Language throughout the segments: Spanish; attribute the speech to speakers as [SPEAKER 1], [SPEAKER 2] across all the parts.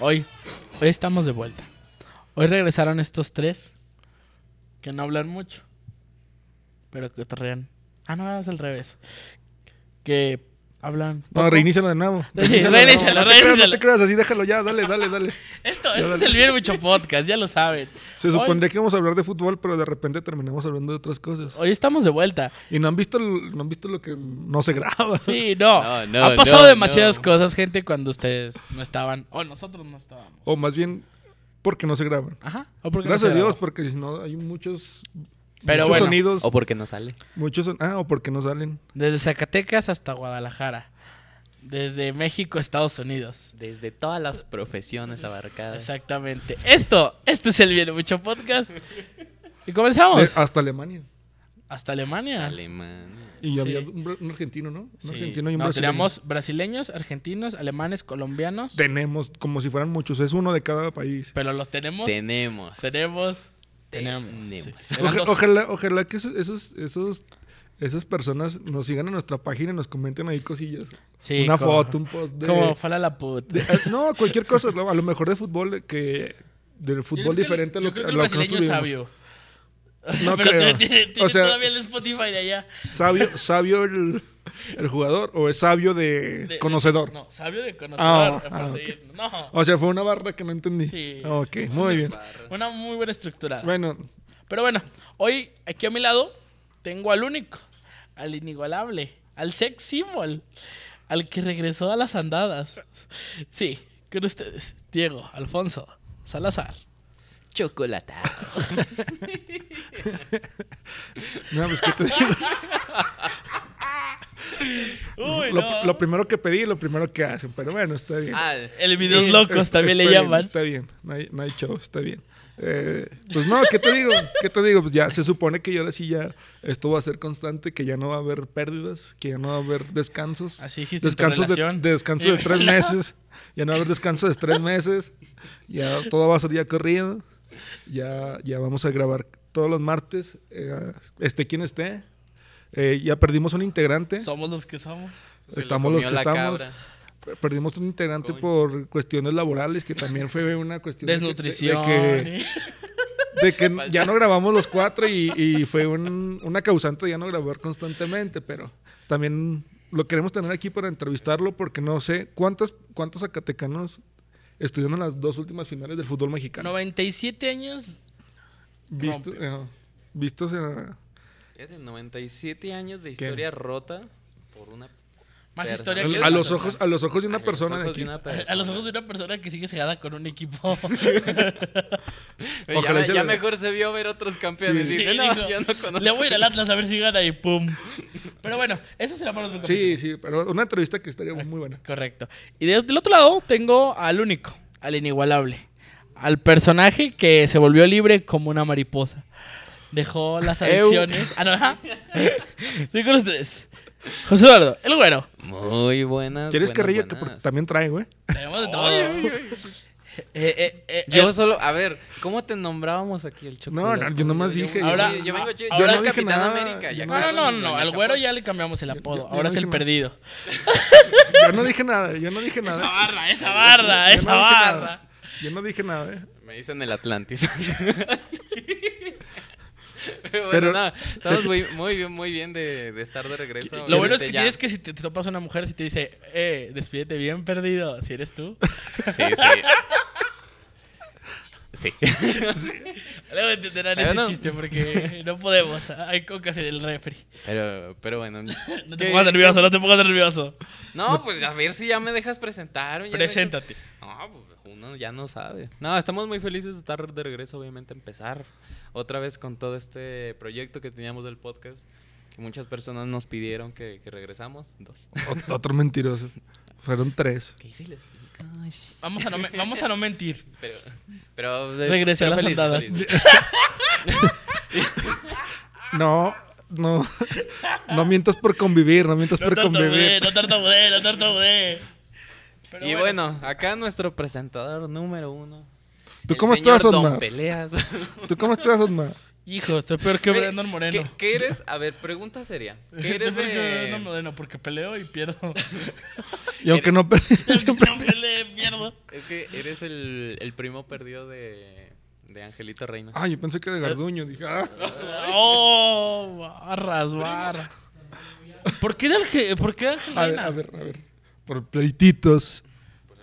[SPEAKER 1] Hoy, hoy estamos de vuelta. Hoy regresaron estos tres que no hablan mucho, pero que torrean. Ah, no, es al revés. Que hablan.
[SPEAKER 2] No,
[SPEAKER 1] poco.
[SPEAKER 2] reinícialo de nuevo.
[SPEAKER 1] Sí,
[SPEAKER 2] Reinícialo de
[SPEAKER 1] reinícialo,
[SPEAKER 2] nuevo. No te creas,
[SPEAKER 1] reinícialo.
[SPEAKER 2] No te creas, así déjalo ya, dale, dale, dale.
[SPEAKER 1] Esto, esto es el bien mucho podcast, ya lo saben.
[SPEAKER 2] Se
[SPEAKER 1] Hoy-
[SPEAKER 2] supondría que íbamos a hablar de fútbol, pero de repente terminamos hablando de otras cosas.
[SPEAKER 1] Hoy estamos de vuelta.
[SPEAKER 2] Y no han visto, el- no han visto lo que no se graba.
[SPEAKER 1] Sí, no.
[SPEAKER 3] No, no,
[SPEAKER 1] Han pasado
[SPEAKER 3] no,
[SPEAKER 1] demasiadas
[SPEAKER 3] no.
[SPEAKER 1] cosas, gente, cuando ustedes no estaban. O nosotros no estábamos.
[SPEAKER 2] O más bien, porque no se graban.
[SPEAKER 1] Ajá. ¿O por qué no
[SPEAKER 2] Gracias
[SPEAKER 1] se
[SPEAKER 2] a Dios,
[SPEAKER 1] grabó?
[SPEAKER 2] porque si no hay muchos,
[SPEAKER 1] Pero
[SPEAKER 2] muchos
[SPEAKER 1] bueno.
[SPEAKER 2] sonidos.
[SPEAKER 3] O porque no sale.
[SPEAKER 2] Muchos, son- ah, o porque no salen.
[SPEAKER 1] Desde Zacatecas hasta Guadalajara. Desde México a Estados Unidos.
[SPEAKER 3] Desde todas las profesiones abarcadas.
[SPEAKER 1] Exactamente. Esto, este es el Bien Mucho Podcast. Y comenzamos.
[SPEAKER 2] De- hasta Alemania.
[SPEAKER 1] hasta Alemania.
[SPEAKER 3] Alemania.
[SPEAKER 2] Y
[SPEAKER 1] Sí.
[SPEAKER 2] había un, bra- un argentino, ¿no? Un
[SPEAKER 1] Sí.
[SPEAKER 2] argentino y un
[SPEAKER 1] No,
[SPEAKER 2] brasileño.
[SPEAKER 1] teníamos brasileños, argentinos, alemanes, colombianos.
[SPEAKER 2] Tenemos, como si fueran muchos, es uno de cada país.
[SPEAKER 1] pero los tenemos.
[SPEAKER 3] Tenemos.
[SPEAKER 1] tenemos. Tenemos.
[SPEAKER 3] Tenemos.
[SPEAKER 1] sí. Eran
[SPEAKER 2] Oja-
[SPEAKER 1] dos.
[SPEAKER 2] ojalá, ojalá que esos, esos, esos- esas personas nos sigan a nuestra página y nos comenten ahí cosillas.
[SPEAKER 1] Sí,
[SPEAKER 2] Una
[SPEAKER 1] como-
[SPEAKER 2] foto, un post de...
[SPEAKER 1] Como fala la puta.
[SPEAKER 2] de- eh, no, cualquier cosa, lo- a lo mejor de fútbol, eh, que... Del
[SPEAKER 1] Yo
[SPEAKER 2] fútbol
[SPEAKER 1] creo que-
[SPEAKER 2] diferente a
[SPEAKER 1] yo
[SPEAKER 2] lo que,
[SPEAKER 1] creo
[SPEAKER 2] a
[SPEAKER 1] que el
[SPEAKER 2] lo que
[SPEAKER 1] brasileño
[SPEAKER 2] nosotros
[SPEAKER 1] es
[SPEAKER 2] vivimos.
[SPEAKER 1] sabio.
[SPEAKER 2] No
[SPEAKER 1] Pero
[SPEAKER 2] creo.
[SPEAKER 1] tiene, tiene-
[SPEAKER 2] O
[SPEAKER 1] tiene
[SPEAKER 2] sea,
[SPEAKER 1] todavía el Spotify de allá.
[SPEAKER 2] Sabio, sabio el, el jugador o es sabio de,
[SPEAKER 1] De- de-
[SPEAKER 2] conocedor.
[SPEAKER 1] no, sabio de conocedor.
[SPEAKER 2] Ah, ah,
[SPEAKER 1] por
[SPEAKER 2] ok.
[SPEAKER 1] seguir. No,
[SPEAKER 2] O sea, fue una barra que no entendí.
[SPEAKER 1] Sí.
[SPEAKER 2] Ok, muy bien.
[SPEAKER 1] una muy buena estructura.
[SPEAKER 2] Bueno,
[SPEAKER 1] Pero bueno, hoy aquí a mi lado tengo al único, al inigualable, al sex symbol, al que regresó a las andadas. Sí, con ustedes, Diego, Alfonso, Salazar.
[SPEAKER 3] Chocolata.
[SPEAKER 2] no, pues, ¿qué te digo?
[SPEAKER 1] Uy,
[SPEAKER 2] lo,
[SPEAKER 1] no.
[SPEAKER 2] lo primero que pedí, lo primero que hacen, pero bueno, está bien.
[SPEAKER 3] Ah,
[SPEAKER 1] El videos locos
[SPEAKER 2] Está-
[SPEAKER 1] también le
[SPEAKER 2] está bien,
[SPEAKER 1] llaman.
[SPEAKER 2] Está bien, no hay, no hay show, está bien. Eh, pues no, ¿qué te digo? ¿Qué te digo? Pues ya se supone que ya ahora sí ya esto va a ser constante, que ya no va a haber pérdidas, que ya no va a haber descansos.
[SPEAKER 1] Así dijiste en tu
[SPEAKER 2] descansos de,
[SPEAKER 1] relación.
[SPEAKER 2] de descanso de tres meses. Ya no va a haber descansos de tres meses. Ya todo va a ser ya corrido. Ya, ya vamos a grabar todos los martes. eh, esté quien esté. Eh, ya perdimos un integrante.
[SPEAKER 1] Somos los que somos.
[SPEAKER 3] se lo
[SPEAKER 2] estamos los
[SPEAKER 3] comió
[SPEAKER 2] que
[SPEAKER 3] la
[SPEAKER 2] estamos.
[SPEAKER 3] cabra.
[SPEAKER 2] Per- Perdimos un integrante
[SPEAKER 3] Coño.
[SPEAKER 2] por cuestiones laborales, que también fue una cuestión de- de-
[SPEAKER 1] Desnutrición. ¿eh?
[SPEAKER 2] De,
[SPEAKER 1] y-
[SPEAKER 2] que, de que ya no grabamos los cuatro y, y fue un- una causante de ya no grabar constantemente, pero también lo queremos tener aquí para entrevistarlo porque no sé cuántas, cuántos zacatecanos estuvieron en las dos últimas finales del fútbol mexicano.
[SPEAKER 1] 97 años.
[SPEAKER 2] Visto- ajá. vistos en-
[SPEAKER 3] Fíjate, 97 años de historia rota por una.
[SPEAKER 1] Más
[SPEAKER 3] Pero-
[SPEAKER 1] historia
[SPEAKER 3] Al-
[SPEAKER 1] que
[SPEAKER 3] ¿Qué
[SPEAKER 2] a
[SPEAKER 3] es
[SPEAKER 2] los
[SPEAKER 3] la
[SPEAKER 2] ojos a los ojos de una
[SPEAKER 3] a los
[SPEAKER 2] persona de
[SPEAKER 3] ojos
[SPEAKER 2] aquí.
[SPEAKER 3] una persona.
[SPEAKER 1] A los ojos de una persona que sigue cegada con un equipo.
[SPEAKER 3] Oye,
[SPEAKER 2] Ojalá y
[SPEAKER 3] ya,
[SPEAKER 2] se
[SPEAKER 3] ya
[SPEAKER 2] le-
[SPEAKER 3] mejor se vio ver otros campeones.
[SPEAKER 2] Sí.
[SPEAKER 3] Dice,
[SPEAKER 1] Sí,
[SPEAKER 3] no,
[SPEAKER 1] dijo,
[SPEAKER 3] yo no conozco.
[SPEAKER 1] Le voy a ir al Atlas a ver si gana y pum. Pero bueno, eso será para otro capítulo.
[SPEAKER 2] Sí, sí, pero una entrevista que estaría muy buena.
[SPEAKER 1] Correcto. Y de- del otro lado tengo al único, al inigualable, al personaje que se volvió libre como una mariposa. Dejó las
[SPEAKER 3] Eu.
[SPEAKER 1] adicciones. ah, no, ajá. Estoy con ustedes. José Eduardo, el güero.
[SPEAKER 3] Muy buenas.
[SPEAKER 2] ¿Quieres
[SPEAKER 3] buenas,
[SPEAKER 2] carrilla? Que
[SPEAKER 3] buenas.
[SPEAKER 2] porque también trae, güey.
[SPEAKER 1] Tenemos de todo.
[SPEAKER 3] Ay, ay,
[SPEAKER 1] Eh, eh, eh,
[SPEAKER 3] Yo
[SPEAKER 1] eh,
[SPEAKER 3] solo, a ver, ¿cómo te nombrábamos aquí el
[SPEAKER 2] No,
[SPEAKER 3] chocolate?
[SPEAKER 2] no, yo nomás dije.
[SPEAKER 1] Ahora-
[SPEAKER 3] yo, yo vengo, yo,
[SPEAKER 1] ahora-
[SPEAKER 3] yo
[SPEAKER 1] no
[SPEAKER 3] no
[SPEAKER 2] dije
[SPEAKER 3] Capitán
[SPEAKER 2] nada.
[SPEAKER 3] América. ya
[SPEAKER 2] No,
[SPEAKER 1] no, no,
[SPEAKER 3] con-
[SPEAKER 1] no,
[SPEAKER 3] con
[SPEAKER 1] no,
[SPEAKER 3] la
[SPEAKER 1] Al
[SPEAKER 3] capa.
[SPEAKER 1] güero ya le cambiamos el apodo.
[SPEAKER 2] yo- yo
[SPEAKER 1] Ahora
[SPEAKER 2] no
[SPEAKER 1] es el
[SPEAKER 2] dije nada.
[SPEAKER 1] perdido.
[SPEAKER 2] Yo no dije nada, yo no dije nada.
[SPEAKER 1] Esa barra, esa barra,
[SPEAKER 2] Yo
[SPEAKER 1] esa
[SPEAKER 2] no dije nada.
[SPEAKER 1] barra.
[SPEAKER 2] Yo no dije nada, ¿eh?
[SPEAKER 3] Me dicen el Atlantis. Pero,
[SPEAKER 2] Pero-
[SPEAKER 3] bueno, nada, estamos muy, muy bien, muy bien de, de estar de regreso.
[SPEAKER 1] Lo bueno es
[SPEAKER 3] Este,
[SPEAKER 1] que
[SPEAKER 3] ya.
[SPEAKER 1] tienes que si te te topas una mujer, si te dice, eh, despídete bien perdido, si eres tú.
[SPEAKER 3] Sí, sí. Sí.
[SPEAKER 1] Luego entenderán
[SPEAKER 3] Pero
[SPEAKER 1] ese
[SPEAKER 3] no.
[SPEAKER 1] chiste porque no podemos. Hay cocas en el refri.
[SPEAKER 3] Pero, pero bueno.
[SPEAKER 1] No te
[SPEAKER 3] ¿qué-
[SPEAKER 1] pongas nervioso, no te pongas nervioso.
[SPEAKER 3] No, pues a ver si ya me dejas presentar. ya me dejas-
[SPEAKER 1] Preséntate.
[SPEAKER 3] No, pues, uno ya no sabe. No, estamos muy felices de estar de regreso, obviamente, empezar otra vez con todo este proyecto que teníamos del podcast. Que muchas personas nos pidieron que, que regresamos. Dos.
[SPEAKER 2] Ot- Otro mentiroso. Fueron tres.
[SPEAKER 3] ¿Qué hice? Les-
[SPEAKER 1] Vamos a no, me- vamos a no mentir.
[SPEAKER 3] Pero, pero
[SPEAKER 1] Regresé a
[SPEAKER 3] pero
[SPEAKER 1] las andadas.
[SPEAKER 2] No, no. No mientas por convivir, no mientas
[SPEAKER 1] No
[SPEAKER 2] por
[SPEAKER 1] tartamudé,
[SPEAKER 2] convivir.
[SPEAKER 1] no tartamudé, no tartamudé. Pero
[SPEAKER 3] Y bueno, acá nuestro presentador número uno.
[SPEAKER 2] ¿Tú
[SPEAKER 3] el
[SPEAKER 2] cómo
[SPEAKER 3] señor
[SPEAKER 2] estás,
[SPEAKER 3] Don
[SPEAKER 2] Osmar?
[SPEAKER 3] Peleas.
[SPEAKER 2] ¿Tú cómo estás, Osma?
[SPEAKER 1] Hijo, estoy peor que
[SPEAKER 3] Güey,
[SPEAKER 1] Brandon Moreno.
[SPEAKER 3] ¿Qué, qué eres? A ver, pregunta seria. ¿Qué
[SPEAKER 1] Estoy
[SPEAKER 3] eres
[SPEAKER 1] peor que Brandon
[SPEAKER 3] de...?
[SPEAKER 1] Moreno porque peleo y pierdo.
[SPEAKER 2] Y aunque no pelees,
[SPEAKER 1] Siempre no peleo, pierdo.
[SPEAKER 3] Es que eres el, el primo perdido de, de Angelito Reina.
[SPEAKER 2] Ah, yo pensé que de Garduño. Dije, ah.
[SPEAKER 1] Oh, barras, barras. ¿Por qué de Alge- ¿Por qué de
[SPEAKER 2] A ver,
[SPEAKER 1] Angelina?
[SPEAKER 2] a ver, a ver. Por pleititos.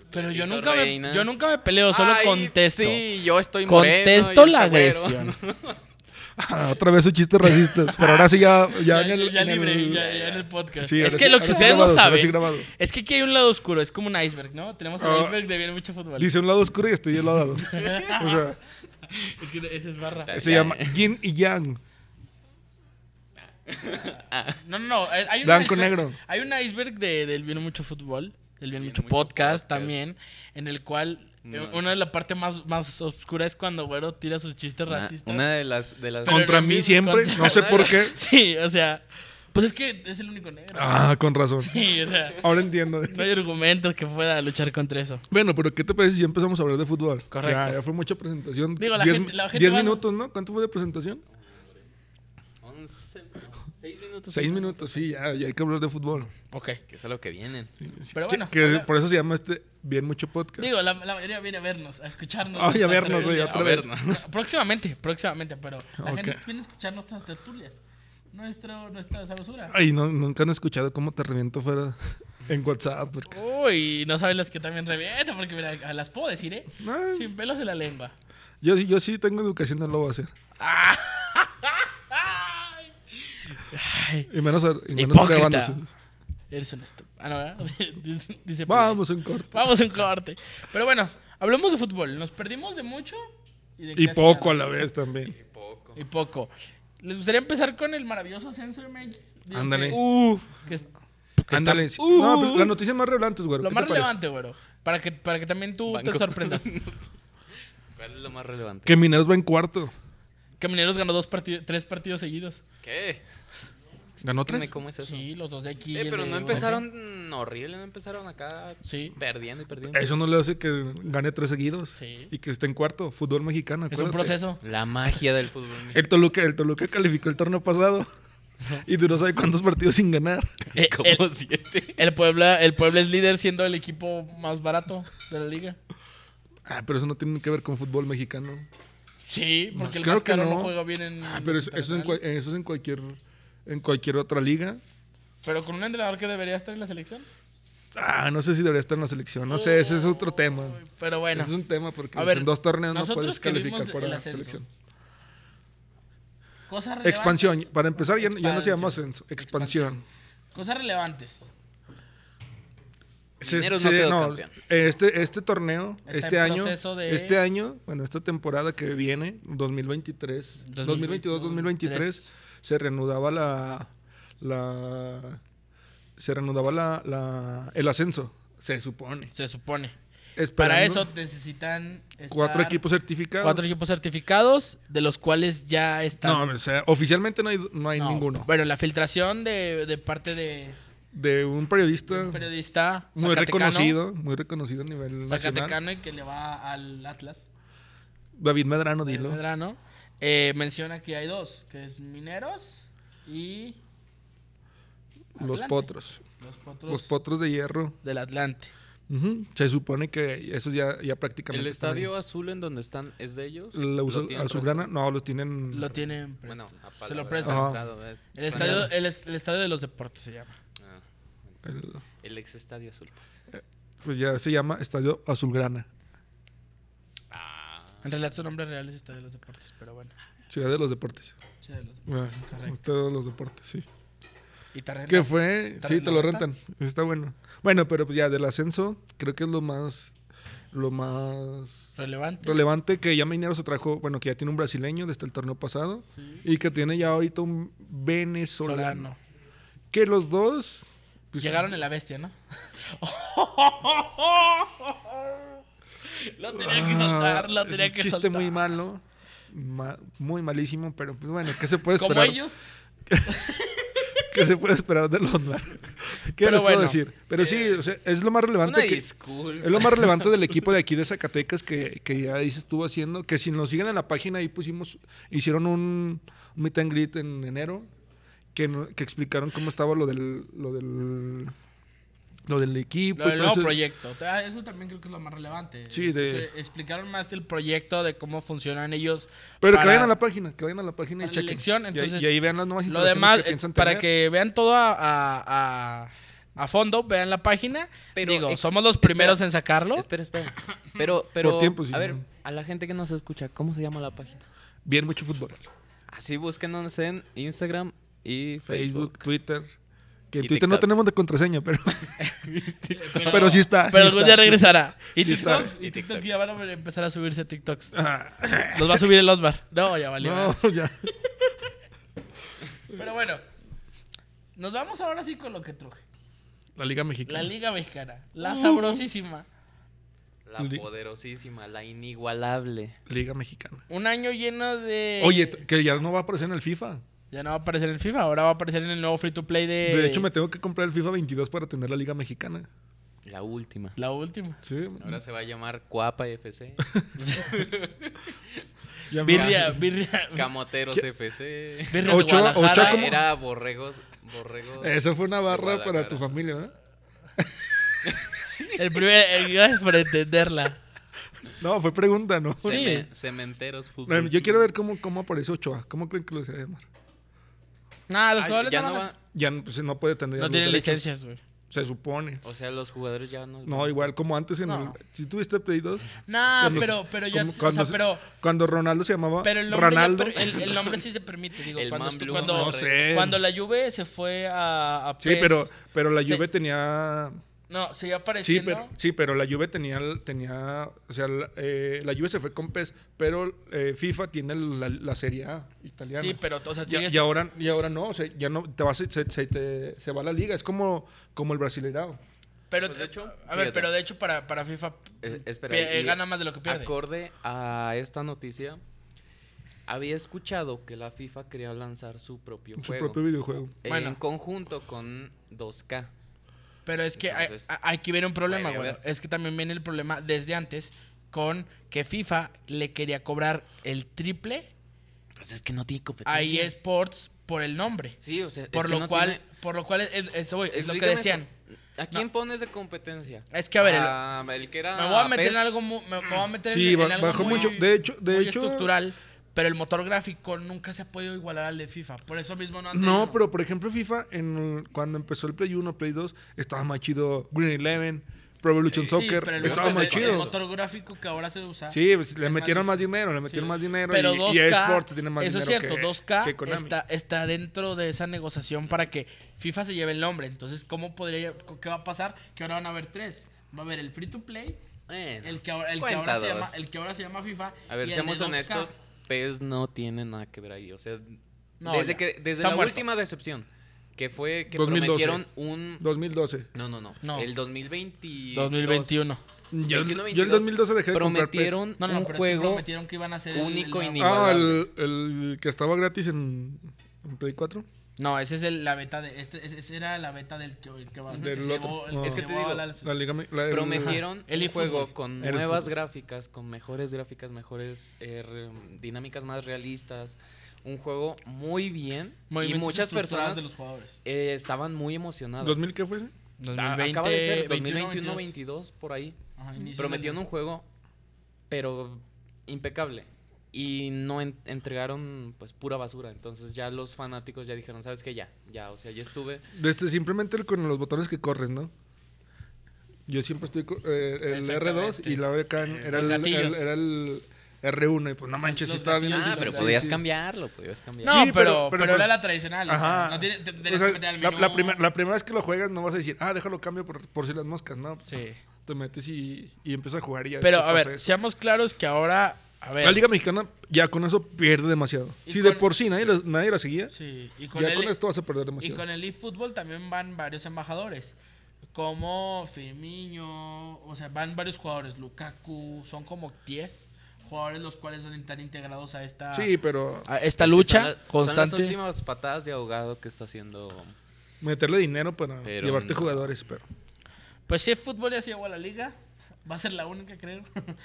[SPEAKER 1] Pero yo
[SPEAKER 3] Pedrito
[SPEAKER 1] nunca, me,
[SPEAKER 3] Reina.
[SPEAKER 1] yo nunca me peleo, solo
[SPEAKER 3] Ay,
[SPEAKER 1] contesto.
[SPEAKER 3] Sí, yo estoy moreno.
[SPEAKER 1] Contesto
[SPEAKER 3] y
[SPEAKER 1] la
[SPEAKER 3] este güero.
[SPEAKER 1] agresión.
[SPEAKER 2] Ah, otra vez sus chistes racistas. Pero ahora sí ya. Ya,
[SPEAKER 1] Ya,
[SPEAKER 2] en el-
[SPEAKER 1] ya
[SPEAKER 2] en el-
[SPEAKER 1] libre, ya, ya en el podcast.
[SPEAKER 2] Sí, ahora
[SPEAKER 1] es
[SPEAKER 2] sí-
[SPEAKER 1] que lo que
[SPEAKER 2] ahora sí
[SPEAKER 1] ustedes no
[SPEAKER 2] grabados, ahora
[SPEAKER 1] saben
[SPEAKER 2] sí grabados.
[SPEAKER 1] es que aquí hay un lado oscuro, es como un iceberg, ¿no? Tenemos el
[SPEAKER 2] Ah.
[SPEAKER 1] iceberg de bien mucho fútbol.
[SPEAKER 2] Dice un lado oscuro y estoy del lado. O sea,
[SPEAKER 1] Es que esa es barra.
[SPEAKER 3] Dale.
[SPEAKER 2] se llama Yin y Yang.
[SPEAKER 1] No, no, no. eh, Hay un
[SPEAKER 2] Blanco,
[SPEAKER 1] iceberg-
[SPEAKER 2] negro.
[SPEAKER 1] Hay un iceberg de, del bien mucho fútbol, del bien
[SPEAKER 3] Bien
[SPEAKER 1] mucho,
[SPEAKER 3] mucho
[SPEAKER 1] podcast,
[SPEAKER 3] podcast.
[SPEAKER 1] también, en el cual eh,
[SPEAKER 3] No.
[SPEAKER 1] una de las partes más, más oscura es cuando Güero tira sus chistes
[SPEAKER 3] Una,
[SPEAKER 1] racistas.
[SPEAKER 3] una de las... De las
[SPEAKER 1] Pero
[SPEAKER 2] Contra
[SPEAKER 1] no
[SPEAKER 2] mí
[SPEAKER 1] es-
[SPEAKER 2] siempre.
[SPEAKER 1] contra-
[SPEAKER 2] No sé por qué.
[SPEAKER 1] Sí, o sea, pues es que es el único negro.
[SPEAKER 2] Ah, con razón.
[SPEAKER 1] Sí, o sea,
[SPEAKER 2] Ahora entiendo.
[SPEAKER 1] no hay argumentos que pueda luchar contra eso.
[SPEAKER 2] Bueno, pero ¿qué te parece si ya empezamos a hablar de fútbol?
[SPEAKER 1] Correcto.
[SPEAKER 2] Ya, ya fue mucha presentación.
[SPEAKER 1] Digo, la
[SPEAKER 2] diez,
[SPEAKER 1] gente- la gente
[SPEAKER 2] diez
[SPEAKER 1] va-
[SPEAKER 2] minutos, ¿no? ¿Cuánto fue de presentación?
[SPEAKER 3] 11, no, seis minutos.
[SPEAKER 2] Seis minutos, sí, ya, ya hay que hablar de fútbol.
[SPEAKER 1] Ok.
[SPEAKER 3] Que eso es lo que vienen.
[SPEAKER 2] Sí,
[SPEAKER 1] Pero
[SPEAKER 2] que-
[SPEAKER 1] bueno,
[SPEAKER 2] que
[SPEAKER 1] habla-
[SPEAKER 2] por eso se llama este Bien Mucho Podcast.
[SPEAKER 1] Digo, la, la mayoría viene a vernos, a escucharnos.
[SPEAKER 2] Ay, a
[SPEAKER 1] nuestras
[SPEAKER 2] vernos, oye,
[SPEAKER 1] tertulias.
[SPEAKER 2] otra
[SPEAKER 3] A
[SPEAKER 2] vez.
[SPEAKER 3] ver, ¿no?
[SPEAKER 1] Próximamente, próximamente, pero la
[SPEAKER 2] Ok.
[SPEAKER 1] gente viene a escuchar nuestras tertulias. Nuestro, nuestra sabrosura.
[SPEAKER 2] Ay, no, nunca han escuchado cómo te reviento fuera en WhatsApp. porque-
[SPEAKER 1] Uy, no sabes las que también revienta, porque mira, a las puedo decir, ¿eh?
[SPEAKER 2] Ay,
[SPEAKER 1] Sin pelos de la lengua.
[SPEAKER 2] yo, sí- yo sí tengo educación, no lo voy a hacer.
[SPEAKER 1] Ah. Ay,
[SPEAKER 2] Y menos, y menos
[SPEAKER 1] Hipócrita.
[SPEAKER 2] grabándose.
[SPEAKER 1] eres un estúpido. Ah, no, ¿verdad? Dice- dice por ahí.
[SPEAKER 2] Vamos, un corte.
[SPEAKER 1] Vamos en corte. Pero bueno, hablemos de fútbol. Nos perdimos de mucho y de
[SPEAKER 2] Y
[SPEAKER 1] casi
[SPEAKER 2] poco a
[SPEAKER 1] nada.
[SPEAKER 2] la vez también.
[SPEAKER 3] Poco.
[SPEAKER 1] Y poco. ¿Les gustaría empezar con el maravilloso ascenso MX? Digo
[SPEAKER 2] Ándale.
[SPEAKER 1] que- uh,
[SPEAKER 3] Uf.
[SPEAKER 1] que es
[SPEAKER 3] que está-
[SPEAKER 2] Ándale. sí.
[SPEAKER 1] Uh,
[SPEAKER 2] no,
[SPEAKER 1] uh,
[SPEAKER 2] pero las noticias más relevantes, güero.
[SPEAKER 1] lo
[SPEAKER 2] ¿qué
[SPEAKER 1] más
[SPEAKER 2] te parece?
[SPEAKER 1] relevante, güero. Para que, para que también tú te
[SPEAKER 3] Banco.
[SPEAKER 1] sorprendas.
[SPEAKER 3] ¿Cuál es lo más relevante?
[SPEAKER 2] Que Mineros va en cuarto.
[SPEAKER 1] Camineros ganó dos partidos, tres partidos seguidos.
[SPEAKER 3] ¿Qué?
[SPEAKER 2] ¿Ganó tres?
[SPEAKER 3] Dime ¿Cómo es eso?
[SPEAKER 1] Sí, los dos de aquí.
[SPEAKER 3] Eh,
[SPEAKER 1] el
[SPEAKER 3] pero
[SPEAKER 1] de-
[SPEAKER 3] no empezaron mm, horrible, no empezaron acá
[SPEAKER 1] Sí.
[SPEAKER 3] perdiendo y perdiendo.
[SPEAKER 2] Eso no le hace que gane tres seguidos
[SPEAKER 1] Sí.
[SPEAKER 2] y que esté en cuarto. Fútbol mexicano.
[SPEAKER 1] Es un
[SPEAKER 2] acuérdate.
[SPEAKER 1] proceso.
[SPEAKER 3] La magia del fútbol. mexicano.
[SPEAKER 2] El Toluca, el Toluca calificó el torneo pasado y duró sabe cuántos partidos sin ganar.
[SPEAKER 1] Eh,
[SPEAKER 3] Como
[SPEAKER 1] el,
[SPEAKER 3] siete.
[SPEAKER 1] el Puebla, el Puebla es líder siendo el equipo más barato de la liga.
[SPEAKER 2] Ah, pero eso no tiene que ver con fútbol mexicano.
[SPEAKER 1] Sí,
[SPEAKER 2] No,
[SPEAKER 1] porque el
[SPEAKER 2] claro
[SPEAKER 1] más
[SPEAKER 2] que
[SPEAKER 1] caro Pues no.
[SPEAKER 2] no.
[SPEAKER 1] juega bien en.
[SPEAKER 2] Ah, pero
[SPEAKER 1] los
[SPEAKER 2] eso, eso es en, cua-
[SPEAKER 1] internacionales.
[SPEAKER 2] eso es en cualquier en cualquier otra liga.
[SPEAKER 1] Pero con un entrenador que debería estar en la selección.
[SPEAKER 2] Ah, no sé si debería estar en la selección. No sé, ese es otro tema.
[SPEAKER 1] Pero bueno.
[SPEAKER 2] Ese es un tema porque
[SPEAKER 1] A ver,
[SPEAKER 2] en dos torneos no
[SPEAKER 1] nosotros
[SPEAKER 2] puedes
[SPEAKER 1] que vimos
[SPEAKER 2] calificar
[SPEAKER 1] de-
[SPEAKER 2] para
[SPEAKER 1] el
[SPEAKER 2] la
[SPEAKER 1] ascenso.
[SPEAKER 2] selección.
[SPEAKER 1] Cosas relevantes.
[SPEAKER 2] Expansión. Para empezar, ya, ya no se llama
[SPEAKER 1] Expansión.
[SPEAKER 2] ascenso. Expansión.
[SPEAKER 1] Cosas relevantes.
[SPEAKER 2] Se-
[SPEAKER 3] Mineros
[SPEAKER 2] se-
[SPEAKER 3] no quedó
[SPEAKER 2] no,
[SPEAKER 3] campeón.
[SPEAKER 2] este, este torneo,
[SPEAKER 1] Está
[SPEAKER 2] este
[SPEAKER 1] en
[SPEAKER 2] año,
[SPEAKER 1] proceso de-
[SPEAKER 2] este año, bueno, esta temporada que viene, 2023,
[SPEAKER 1] 2022,
[SPEAKER 2] 2022-2023, se reanudaba la, la se reanudaba la, la- el ascenso, se supone.
[SPEAKER 1] Se supone.
[SPEAKER 2] Esperando
[SPEAKER 1] Para eso necesitan. estar
[SPEAKER 2] cuatro equipos certificados.
[SPEAKER 1] Cuatro equipos certificados, de los cuales ya están.
[SPEAKER 2] No, o sea, oficialmente no hay, no hay
[SPEAKER 1] No.
[SPEAKER 2] ninguno.
[SPEAKER 1] Bueno, la filtración de, de parte de
[SPEAKER 2] De un periodista
[SPEAKER 1] un periodista
[SPEAKER 2] muy
[SPEAKER 1] zacatecano,
[SPEAKER 2] reconocido, muy reconocido a nivel nacional,
[SPEAKER 1] Zacatecano y que le va al Atlas.
[SPEAKER 2] David Medrano, dilo.
[SPEAKER 1] Medrano, eh, menciona que hay dos, que es Mineros y
[SPEAKER 2] Los
[SPEAKER 1] Atlante.
[SPEAKER 2] potros,
[SPEAKER 1] los potros
[SPEAKER 2] los potros de hierro.
[SPEAKER 1] del Atlante.
[SPEAKER 2] Ujú, Se supone que esos ya, ya prácticamente.
[SPEAKER 3] El
[SPEAKER 2] están
[SPEAKER 3] estadio azul en donde están es de ellos.
[SPEAKER 2] ahí. La
[SPEAKER 3] ¿Lo
[SPEAKER 2] usa-
[SPEAKER 3] tienen
[SPEAKER 2] azulgrana,
[SPEAKER 3] prestado?
[SPEAKER 2] no, los tienen.
[SPEAKER 1] Lo tienen
[SPEAKER 3] Bueno,
[SPEAKER 1] prestado.
[SPEAKER 3] a
[SPEAKER 1] se lo
[SPEAKER 3] palabra.
[SPEAKER 1] prestan.
[SPEAKER 2] Ajá.
[SPEAKER 3] Prestado, eh.
[SPEAKER 1] El estadio, el, es- el estadio de los deportes se llama.
[SPEAKER 3] Ah,
[SPEAKER 2] el-
[SPEAKER 3] el ex estadio azul. pues.
[SPEAKER 2] pues ya se llama Estadio Azulgrana,
[SPEAKER 1] En realidad su nombre real es Estadio de los Deportes, pero bueno.
[SPEAKER 2] Ciudad de los Deportes.
[SPEAKER 1] sí, de los-
[SPEAKER 2] Ah,
[SPEAKER 1] Correcto.
[SPEAKER 2] Estadio de los Deportes, sí.
[SPEAKER 1] Y te rentan.
[SPEAKER 2] ¿Qué fue?
[SPEAKER 1] ¿Te
[SPEAKER 2] Sí, te lo
[SPEAKER 1] rentan?
[SPEAKER 2] rentan. Está bueno. Bueno, pero pues ya del ascenso, creo que es lo más. Lo más.
[SPEAKER 1] Relevante.
[SPEAKER 2] Relevante que ya Mineros se trajo, bueno, que ya tiene un brasileño desde el torneo pasado
[SPEAKER 1] Sí.
[SPEAKER 2] y que tiene ya ahorita un venezolano.
[SPEAKER 1] Solano.
[SPEAKER 2] Que los dos pues,
[SPEAKER 1] Llegaron en la bestia, ¿no? lo tenía que soltar,
[SPEAKER 2] Ah,
[SPEAKER 1] lo
[SPEAKER 2] es
[SPEAKER 1] tenía
[SPEAKER 2] un
[SPEAKER 1] que
[SPEAKER 2] chiste
[SPEAKER 1] soltar.
[SPEAKER 2] muy malo. ma- muy malísimo, pero pues bueno, ¿qué se puede esperar?
[SPEAKER 1] Como ellos.
[SPEAKER 2] ¿Qué se puede esperar de los mar- ¿Qué
[SPEAKER 1] Pero
[SPEAKER 2] les puedo
[SPEAKER 1] bueno. eh,
[SPEAKER 2] decir? Pero sí, o sea, es lo más relevante
[SPEAKER 3] Una
[SPEAKER 2] que...
[SPEAKER 3] disculpa.
[SPEAKER 2] Es lo más relevante del equipo de aquí de Zacatecas que, que ya ahí se estuvo haciendo. Que si nos siguen en la página, ahí pusimos, hicieron un meet and greet en enero. Que, no- que explicaron cómo estaba lo del, lo del, lo del equipo.
[SPEAKER 1] Lo
[SPEAKER 2] y
[SPEAKER 1] del
[SPEAKER 2] todo
[SPEAKER 1] nuevo
[SPEAKER 2] eso.
[SPEAKER 1] proyecto. Ah, Eso también creo que es lo más relevante.
[SPEAKER 2] Sí, de-
[SPEAKER 1] Se explicaron más del proyecto, de cómo funcionan ellos.
[SPEAKER 2] Pero que
[SPEAKER 1] para-
[SPEAKER 2] vayan a la página, que vayan a la página y
[SPEAKER 1] para la
[SPEAKER 2] chequen.
[SPEAKER 1] elección,
[SPEAKER 2] Y ahí-
[SPEAKER 1] entonces,
[SPEAKER 2] y, ahí vean las nuevas
[SPEAKER 1] Lo
[SPEAKER 2] instalaciones
[SPEAKER 1] demás,
[SPEAKER 2] que
[SPEAKER 1] eh,
[SPEAKER 2] piensan
[SPEAKER 1] para
[SPEAKER 2] tener.
[SPEAKER 1] que vean todo a, a- a- a fondo, vean la página.
[SPEAKER 3] Pero
[SPEAKER 1] Digo,
[SPEAKER 3] ex-
[SPEAKER 1] somos los
[SPEAKER 3] espera,
[SPEAKER 1] primeros en sacarlo.
[SPEAKER 3] Espera, espera. Pero, pero.
[SPEAKER 2] Por tiempo, sí.
[SPEAKER 3] A ver, a la gente que nos escucha, ¿cómo se llama la página?
[SPEAKER 2] Bien mucho fútbol.
[SPEAKER 3] Así búsquenos en Instagram y
[SPEAKER 2] Facebook,
[SPEAKER 3] Facebook.
[SPEAKER 2] Twitter. Que en
[SPEAKER 3] Y
[SPEAKER 2] Twitter no
[SPEAKER 3] TikTok.
[SPEAKER 2] tenemos de contraseña, pero, pero sí está.
[SPEAKER 1] Pero
[SPEAKER 2] sí
[SPEAKER 1] algún
[SPEAKER 2] está.
[SPEAKER 1] día regresará. Y
[SPEAKER 2] Sí
[SPEAKER 1] TikTok,
[SPEAKER 2] está.
[SPEAKER 1] y TikTok ya van a empezar a subirse TikToks.
[SPEAKER 2] Ah,
[SPEAKER 1] Los va a subir el Osbar. No, ya valió.
[SPEAKER 2] no, ya.
[SPEAKER 1] Pero bueno, nos vamos ahora sí con lo que truje.
[SPEAKER 2] La Liga Mexicana.
[SPEAKER 1] La Liga Mexicana. La
[SPEAKER 3] Uh.
[SPEAKER 1] sabrosísima.
[SPEAKER 3] La poderosísima, la inigualable.
[SPEAKER 2] Liga Mexicana.
[SPEAKER 1] Un año lleno de...
[SPEAKER 2] Oye, t- que ya no va a aparecer en el FIFA.
[SPEAKER 1] Ya no va a aparecer en FIFA, ahora va a aparecer en el nuevo free to play de.
[SPEAKER 2] De hecho, me tengo que comprar el FIFA 22 para tener la Liga Mexicana.
[SPEAKER 3] La última.
[SPEAKER 1] La última.
[SPEAKER 2] Sí.
[SPEAKER 3] Ahora se va a llamar Cuapa FC,
[SPEAKER 2] Ya me-
[SPEAKER 1] Birria, birria.
[SPEAKER 3] Camoteros FC.
[SPEAKER 1] Birrias
[SPEAKER 2] Ochoa-
[SPEAKER 1] Guadalajara.
[SPEAKER 2] Ochoa como-
[SPEAKER 3] Era Borregos. Borregos.
[SPEAKER 2] Eh, Eso fue una barra
[SPEAKER 3] Guadalajara.
[SPEAKER 2] para tu familia, ¿verdad?
[SPEAKER 1] El primer. eh, Gracias por entenderla.
[SPEAKER 2] No, fue pregunta, ¿no?
[SPEAKER 3] Cemen-
[SPEAKER 1] sí.
[SPEAKER 3] Cementeros Fútbol.
[SPEAKER 2] No, Yo quiero ver cómo, cómo aparece Ochoa. ¿Cómo creen que lo se va a llamar?
[SPEAKER 1] Nah, los
[SPEAKER 3] Ay,
[SPEAKER 1] jugadores
[SPEAKER 3] ya
[SPEAKER 1] no,
[SPEAKER 3] no
[SPEAKER 1] van a-
[SPEAKER 3] va-
[SPEAKER 2] Ya no, pues, no puede tener.
[SPEAKER 1] no
[SPEAKER 2] los
[SPEAKER 1] tienen
[SPEAKER 2] derechos,
[SPEAKER 1] licencias, güey.
[SPEAKER 2] Se supone.
[SPEAKER 3] O sea, los jugadores ya no.
[SPEAKER 2] No, igual como antes en
[SPEAKER 1] No.
[SPEAKER 2] el. Si tuviste Play 2.
[SPEAKER 1] Nah,
[SPEAKER 2] Cuando-
[SPEAKER 1] pero, pero ya.
[SPEAKER 2] como
[SPEAKER 1] o
[SPEAKER 2] cuando
[SPEAKER 1] sea,
[SPEAKER 2] se-
[SPEAKER 1] pero.
[SPEAKER 2] Cuando Ronaldo se llamaba
[SPEAKER 1] Pero el nombre, ya
[SPEAKER 2] Ronaldo.
[SPEAKER 1] per- el, el nombre sí se permite, digo.
[SPEAKER 3] El
[SPEAKER 1] cuando,
[SPEAKER 3] Man
[SPEAKER 1] estu-
[SPEAKER 3] Blue,
[SPEAKER 1] cuando,
[SPEAKER 2] No sé.
[SPEAKER 1] cuando la Juve se fue a. a
[SPEAKER 2] Sí,
[SPEAKER 1] PES,
[SPEAKER 2] pero, pero la
[SPEAKER 1] Se-
[SPEAKER 2] Juve tenía.
[SPEAKER 1] No, se iba
[SPEAKER 2] Sí,
[SPEAKER 1] apareciendo.
[SPEAKER 2] pero, sí, pero la Juve tenía, tenía o sea, la, eh, la Juve se fue con PES, pero eh, FIFA tiene la, la Serie A italiana.
[SPEAKER 1] Sí, pero, o sea,
[SPEAKER 2] Ya-
[SPEAKER 1] sigues-
[SPEAKER 2] y, ahora, y ahora no, o sea, ya no, te vas, a- se, se te- se va la liga, es como, como el brasileirao.
[SPEAKER 1] pero
[SPEAKER 3] Pues, de hecho,
[SPEAKER 1] a ver,
[SPEAKER 3] fíjate.
[SPEAKER 1] pero de hecho, para, para FIFA.
[SPEAKER 3] Eh, espera,
[SPEAKER 1] pie-
[SPEAKER 3] y
[SPEAKER 1] gana más de lo que pierde.
[SPEAKER 3] Acorde a esta noticia, había escuchado que la FIFA quería lanzar su propio
[SPEAKER 2] Su
[SPEAKER 3] juego.
[SPEAKER 2] propio videojuego.
[SPEAKER 3] En
[SPEAKER 1] Bueno.
[SPEAKER 3] conjunto con 2K.
[SPEAKER 1] Pero es que hay-
[SPEAKER 3] Entonces,
[SPEAKER 1] a- aquí viene un problema,
[SPEAKER 3] podría
[SPEAKER 1] güey.
[SPEAKER 3] haber.
[SPEAKER 1] Es que también viene el problema desde antes con que FIFA le quería cobrar el triple
[SPEAKER 3] Pues es que no tiene competencia.
[SPEAKER 1] a eSports por el nombre.
[SPEAKER 3] Sí, o sea, es
[SPEAKER 1] Por
[SPEAKER 3] que
[SPEAKER 1] lo
[SPEAKER 3] no
[SPEAKER 1] cual,
[SPEAKER 3] tiene-
[SPEAKER 1] por lo cual es, es- eso, güey, es lo que
[SPEAKER 3] Explícame
[SPEAKER 1] decían.
[SPEAKER 3] eso. ¿A quién pones de competencia?
[SPEAKER 1] Es que, a ver, el-
[SPEAKER 3] Ah, el que era
[SPEAKER 1] Me voy a meter en
[SPEAKER 3] PES.
[SPEAKER 1] algo mu- me, me voy a meter
[SPEAKER 2] Sí,
[SPEAKER 1] en, en
[SPEAKER 2] ba-
[SPEAKER 1] algo
[SPEAKER 2] bajó
[SPEAKER 1] muy-
[SPEAKER 2] mucho. De hecho, de
[SPEAKER 1] muy
[SPEAKER 2] hecho-
[SPEAKER 1] estructural, pero el motor gráfico nunca se ha podido igualar al de FIFA. Por eso mismo no han
[SPEAKER 2] No,
[SPEAKER 1] tenido.
[SPEAKER 2] pero por ejemplo FIFA, en, el- cuando empezó el Play 1, Play 2, estaba más chido Green Eleven, Pro Evolution
[SPEAKER 1] Sí,
[SPEAKER 2] Soccer,
[SPEAKER 1] pero el,
[SPEAKER 2] estaba
[SPEAKER 1] motor-
[SPEAKER 2] más
[SPEAKER 1] el- el
[SPEAKER 2] chido.
[SPEAKER 1] motor gráfico que ahora se usa.
[SPEAKER 2] Sí, pues, le
[SPEAKER 1] es más
[SPEAKER 2] metieron más dinero, le metieron Pues más dinero
[SPEAKER 1] Pero
[SPEAKER 2] y,
[SPEAKER 1] 2K,
[SPEAKER 2] y eSports tiene más
[SPEAKER 1] eso es
[SPEAKER 2] dinero
[SPEAKER 1] cierto,
[SPEAKER 2] que-
[SPEAKER 1] 2K
[SPEAKER 2] que Konami.
[SPEAKER 1] está, está dentro de esa negociación para que FIFA se lleve el nombre. Entonces, ¿cómo podría, qué va a pasar? Que ahora van a haber tres. Va a haber el free to play,
[SPEAKER 3] Bueno,
[SPEAKER 1] el que ahora, el que ahora se
[SPEAKER 3] cuenta
[SPEAKER 1] llama,
[SPEAKER 3] dos.
[SPEAKER 1] el que ahora se llama FIFA.
[SPEAKER 3] A ver,
[SPEAKER 1] y el de
[SPEAKER 3] seamos
[SPEAKER 1] 2K.
[SPEAKER 3] honestos, PES no tiene nada que ver ahí. O sea,
[SPEAKER 1] No,
[SPEAKER 3] desde,
[SPEAKER 1] ya.
[SPEAKER 3] que, desde
[SPEAKER 1] Está
[SPEAKER 3] la
[SPEAKER 1] muerto.
[SPEAKER 3] última decepción, que fue que
[SPEAKER 2] 2012.
[SPEAKER 3] prometieron un...
[SPEAKER 2] 2012.
[SPEAKER 3] No, no, no,
[SPEAKER 1] No.
[SPEAKER 3] El 2022.
[SPEAKER 1] 2021.
[SPEAKER 2] Yo,
[SPEAKER 3] 21,
[SPEAKER 2] yo el 2012 dejé de comprar PES.
[SPEAKER 3] Prometieron
[SPEAKER 1] No, no,
[SPEAKER 3] un
[SPEAKER 1] pero sí
[SPEAKER 3] juego...
[SPEAKER 1] prometieron que iban a ser el-
[SPEAKER 3] único
[SPEAKER 1] el
[SPEAKER 3] y
[SPEAKER 1] nuevo-
[SPEAKER 3] ni-
[SPEAKER 2] Ah, el, el que estaba gratis en, en Play 4.
[SPEAKER 1] No, ese es el- la beta de este, ese, ese era la beta del que, el que va
[SPEAKER 2] Del
[SPEAKER 1] se
[SPEAKER 2] otro.
[SPEAKER 1] llevó- el
[SPEAKER 2] No.
[SPEAKER 1] que
[SPEAKER 2] Es
[SPEAKER 1] se
[SPEAKER 3] que te
[SPEAKER 1] llevó
[SPEAKER 3] digo,
[SPEAKER 1] a la-
[SPEAKER 2] La Liga Me- la-
[SPEAKER 3] Prometieron
[SPEAKER 1] El
[SPEAKER 3] un
[SPEAKER 1] eFootball.
[SPEAKER 3] juego con
[SPEAKER 2] El
[SPEAKER 3] nuevas
[SPEAKER 2] eFootball.
[SPEAKER 3] gráficas, con mejores gráficas, mejores eh, re- dinámicas más realistas. Un juego muy bien. Y
[SPEAKER 1] movimientos
[SPEAKER 3] muchas
[SPEAKER 1] estructurales
[SPEAKER 3] personas
[SPEAKER 1] de los jugadores.
[SPEAKER 3] eh, estaban muy emocionadas.
[SPEAKER 2] ¿2000 qué fue ese?
[SPEAKER 3] Ah, Acaba de ser
[SPEAKER 1] 2021,
[SPEAKER 3] 2021, 22, por ahí.
[SPEAKER 1] Ajá, inicios
[SPEAKER 3] Prometieron
[SPEAKER 1] del-
[SPEAKER 3] un juego, pero impecable. Y no en- entregaron, pues, pura basura. Entonces ya los fanáticos ya dijeron, ¿sabes qué? Ya, ya, o sea, ya estuve.
[SPEAKER 2] Desde este, simplemente el- con los botones que corres, ¿no? Yo siempre estoy co- eh, el R2 y la acá en- era,
[SPEAKER 1] Los
[SPEAKER 2] el, el-
[SPEAKER 1] gatillos.
[SPEAKER 2] era el R1 y pues no manches, sí
[SPEAKER 1] los
[SPEAKER 2] estaba bien.
[SPEAKER 1] gatillos.
[SPEAKER 3] Ah,
[SPEAKER 1] sí,
[SPEAKER 3] pero
[SPEAKER 1] sí,
[SPEAKER 3] podías
[SPEAKER 2] sí. pues,
[SPEAKER 3] cambiarlo, podías cambiar.
[SPEAKER 1] No,
[SPEAKER 2] Sí, pero-
[SPEAKER 1] pero, pero,
[SPEAKER 2] pero pues-
[SPEAKER 1] era la tradicional. Ajá.
[SPEAKER 2] Ajá.
[SPEAKER 1] No tiene- te- te
[SPEAKER 2] O
[SPEAKER 1] tenías
[SPEAKER 2] sea,
[SPEAKER 1] que meter al
[SPEAKER 2] la,
[SPEAKER 1] menú.
[SPEAKER 2] la primer- la primera vez que lo juegas no vas a decir, ah, déjalo cambio por, por si las moscas, ¿no?
[SPEAKER 1] Sí.
[SPEAKER 2] Te metes y, y empiezas a jugar y ya.
[SPEAKER 1] Pero, a
[SPEAKER 2] después pasa
[SPEAKER 1] ver,
[SPEAKER 2] Eh, pues eso.
[SPEAKER 1] seamos claros que ahora. A ver.
[SPEAKER 2] La Liga Mexicana ya con eso pierde demasiado.
[SPEAKER 1] Y
[SPEAKER 2] Si de
[SPEAKER 1] con-
[SPEAKER 2] por sí nadie, la, nadie la seguía,
[SPEAKER 1] Sí, y con
[SPEAKER 2] ya
[SPEAKER 1] el- e-
[SPEAKER 2] con esto vas a perder
[SPEAKER 1] y
[SPEAKER 2] demasiado.
[SPEAKER 1] con el eFootball también van varios embajadores. Como Firmino, o sea, van varios jugadores. Lukaku, son como 10 jugadores los cuales son- están integrados a esta,
[SPEAKER 2] Sí, pero
[SPEAKER 1] a esta
[SPEAKER 3] Es que son
[SPEAKER 1] lucha
[SPEAKER 3] la- son las
[SPEAKER 1] constante.
[SPEAKER 3] últimas patadas de ahogado que está haciendo
[SPEAKER 2] meterle dinero para
[SPEAKER 3] Pero
[SPEAKER 2] llevarte
[SPEAKER 3] no.
[SPEAKER 2] jugadores, pero.
[SPEAKER 1] Pues si es fútbol ya se llevó a la liga. Va a ser la única, creo.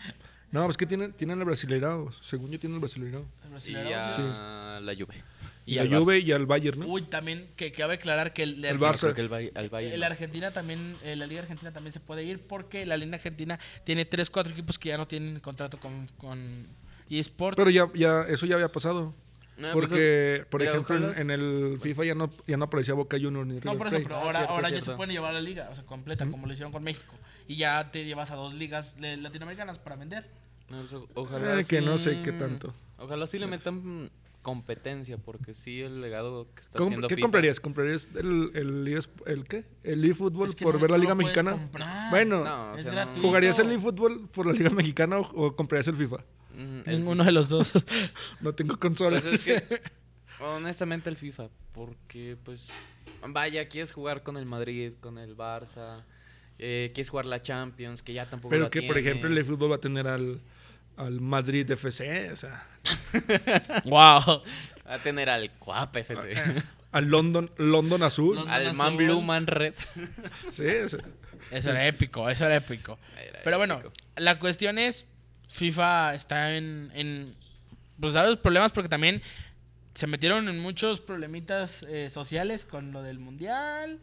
[SPEAKER 2] No, es que tienen, tienen el brasileirado. Según yo, tienen el brasileirado.
[SPEAKER 1] Pues El
[SPEAKER 3] Y
[SPEAKER 1] brasileño.
[SPEAKER 3] a la Juve.
[SPEAKER 2] Y
[SPEAKER 3] al
[SPEAKER 2] la Juve y al Bayern, ¿no?
[SPEAKER 1] Uy, también que cabe aclarar que el,
[SPEAKER 2] El
[SPEAKER 3] Barça. No,
[SPEAKER 2] Barça.
[SPEAKER 3] creo que el Bay- al Bayern
[SPEAKER 1] el
[SPEAKER 3] no.
[SPEAKER 1] Argentina también, eh, la Liga Argentina también se puede ir porque la Liga Argentina tiene 3, 4 equipos que ya no tienen contrato con, con eSport.
[SPEAKER 2] Pero ya, ya, eso ya había pasado.
[SPEAKER 3] No, pues,
[SPEAKER 2] porque, por
[SPEAKER 3] mira,
[SPEAKER 2] ejemplo, en,
[SPEAKER 3] ojalá-
[SPEAKER 2] en el FIFA ya no, ya no aparecía Boca Juniors ni River
[SPEAKER 1] No, por eso,
[SPEAKER 2] Plate.
[SPEAKER 1] pero
[SPEAKER 3] Ah,
[SPEAKER 1] ahora,
[SPEAKER 3] cierto,
[SPEAKER 1] ahora ya
[SPEAKER 3] cierto.
[SPEAKER 1] se pueden llevar la liga, o sea, completa, como lo hicieron con México. Y ya te llevas a dos ligas le- latinoamericanas para vender.
[SPEAKER 3] No, pues, o- ojalá
[SPEAKER 2] Eh, que no sé
[SPEAKER 3] sí-
[SPEAKER 2] qué tanto.
[SPEAKER 3] Ojalá sí le metan competencia, porque sí el legado que está
[SPEAKER 2] Com-
[SPEAKER 3] haciendo
[SPEAKER 2] ¿Qué
[SPEAKER 3] FIFA.
[SPEAKER 2] comprarías? ¿Comprarías el, el, eS el qué? ¿El eFootball
[SPEAKER 1] Es que
[SPEAKER 2] por
[SPEAKER 1] no-
[SPEAKER 2] ver la
[SPEAKER 1] no
[SPEAKER 2] Liga
[SPEAKER 1] lo puedes
[SPEAKER 2] Mexicana?
[SPEAKER 1] comprar.
[SPEAKER 2] Bueno,
[SPEAKER 3] No, o
[SPEAKER 1] es
[SPEAKER 3] sea, no-
[SPEAKER 1] gratuito.
[SPEAKER 2] ¿jugarías el eFootball por la Liga Mexicana o, o comprarías el FIFA?
[SPEAKER 3] Mm, el
[SPEAKER 1] Ninguno de los dos.
[SPEAKER 2] No tengo consola.
[SPEAKER 3] Pues es que, honestamente, el FIFA. Porque, pues, vaya, quieres jugar con el Madrid, con el Barça. eh, quieres jugar la Champions, que ya tampoco.
[SPEAKER 2] pero
[SPEAKER 3] la
[SPEAKER 2] que, por
[SPEAKER 3] tiene.
[SPEAKER 2] ejemplo, el eFootball va a tener al, al Madrid FC, o sea,
[SPEAKER 1] wow.
[SPEAKER 3] Va a tener al Coap FC.
[SPEAKER 2] Ah, al London, London Azul.
[SPEAKER 1] London-
[SPEAKER 3] al Man
[SPEAKER 1] Azul.
[SPEAKER 3] Blue, Man Red.
[SPEAKER 2] Sí, o sea,
[SPEAKER 1] Eso era épico, eso era épico.
[SPEAKER 3] Era
[SPEAKER 1] Pero bueno,
[SPEAKER 3] épico.
[SPEAKER 1] la cuestión es, FIFA está en, en pues sabes, problemas porque también se metieron en muchos problemitas eh, sociales con lo del mundial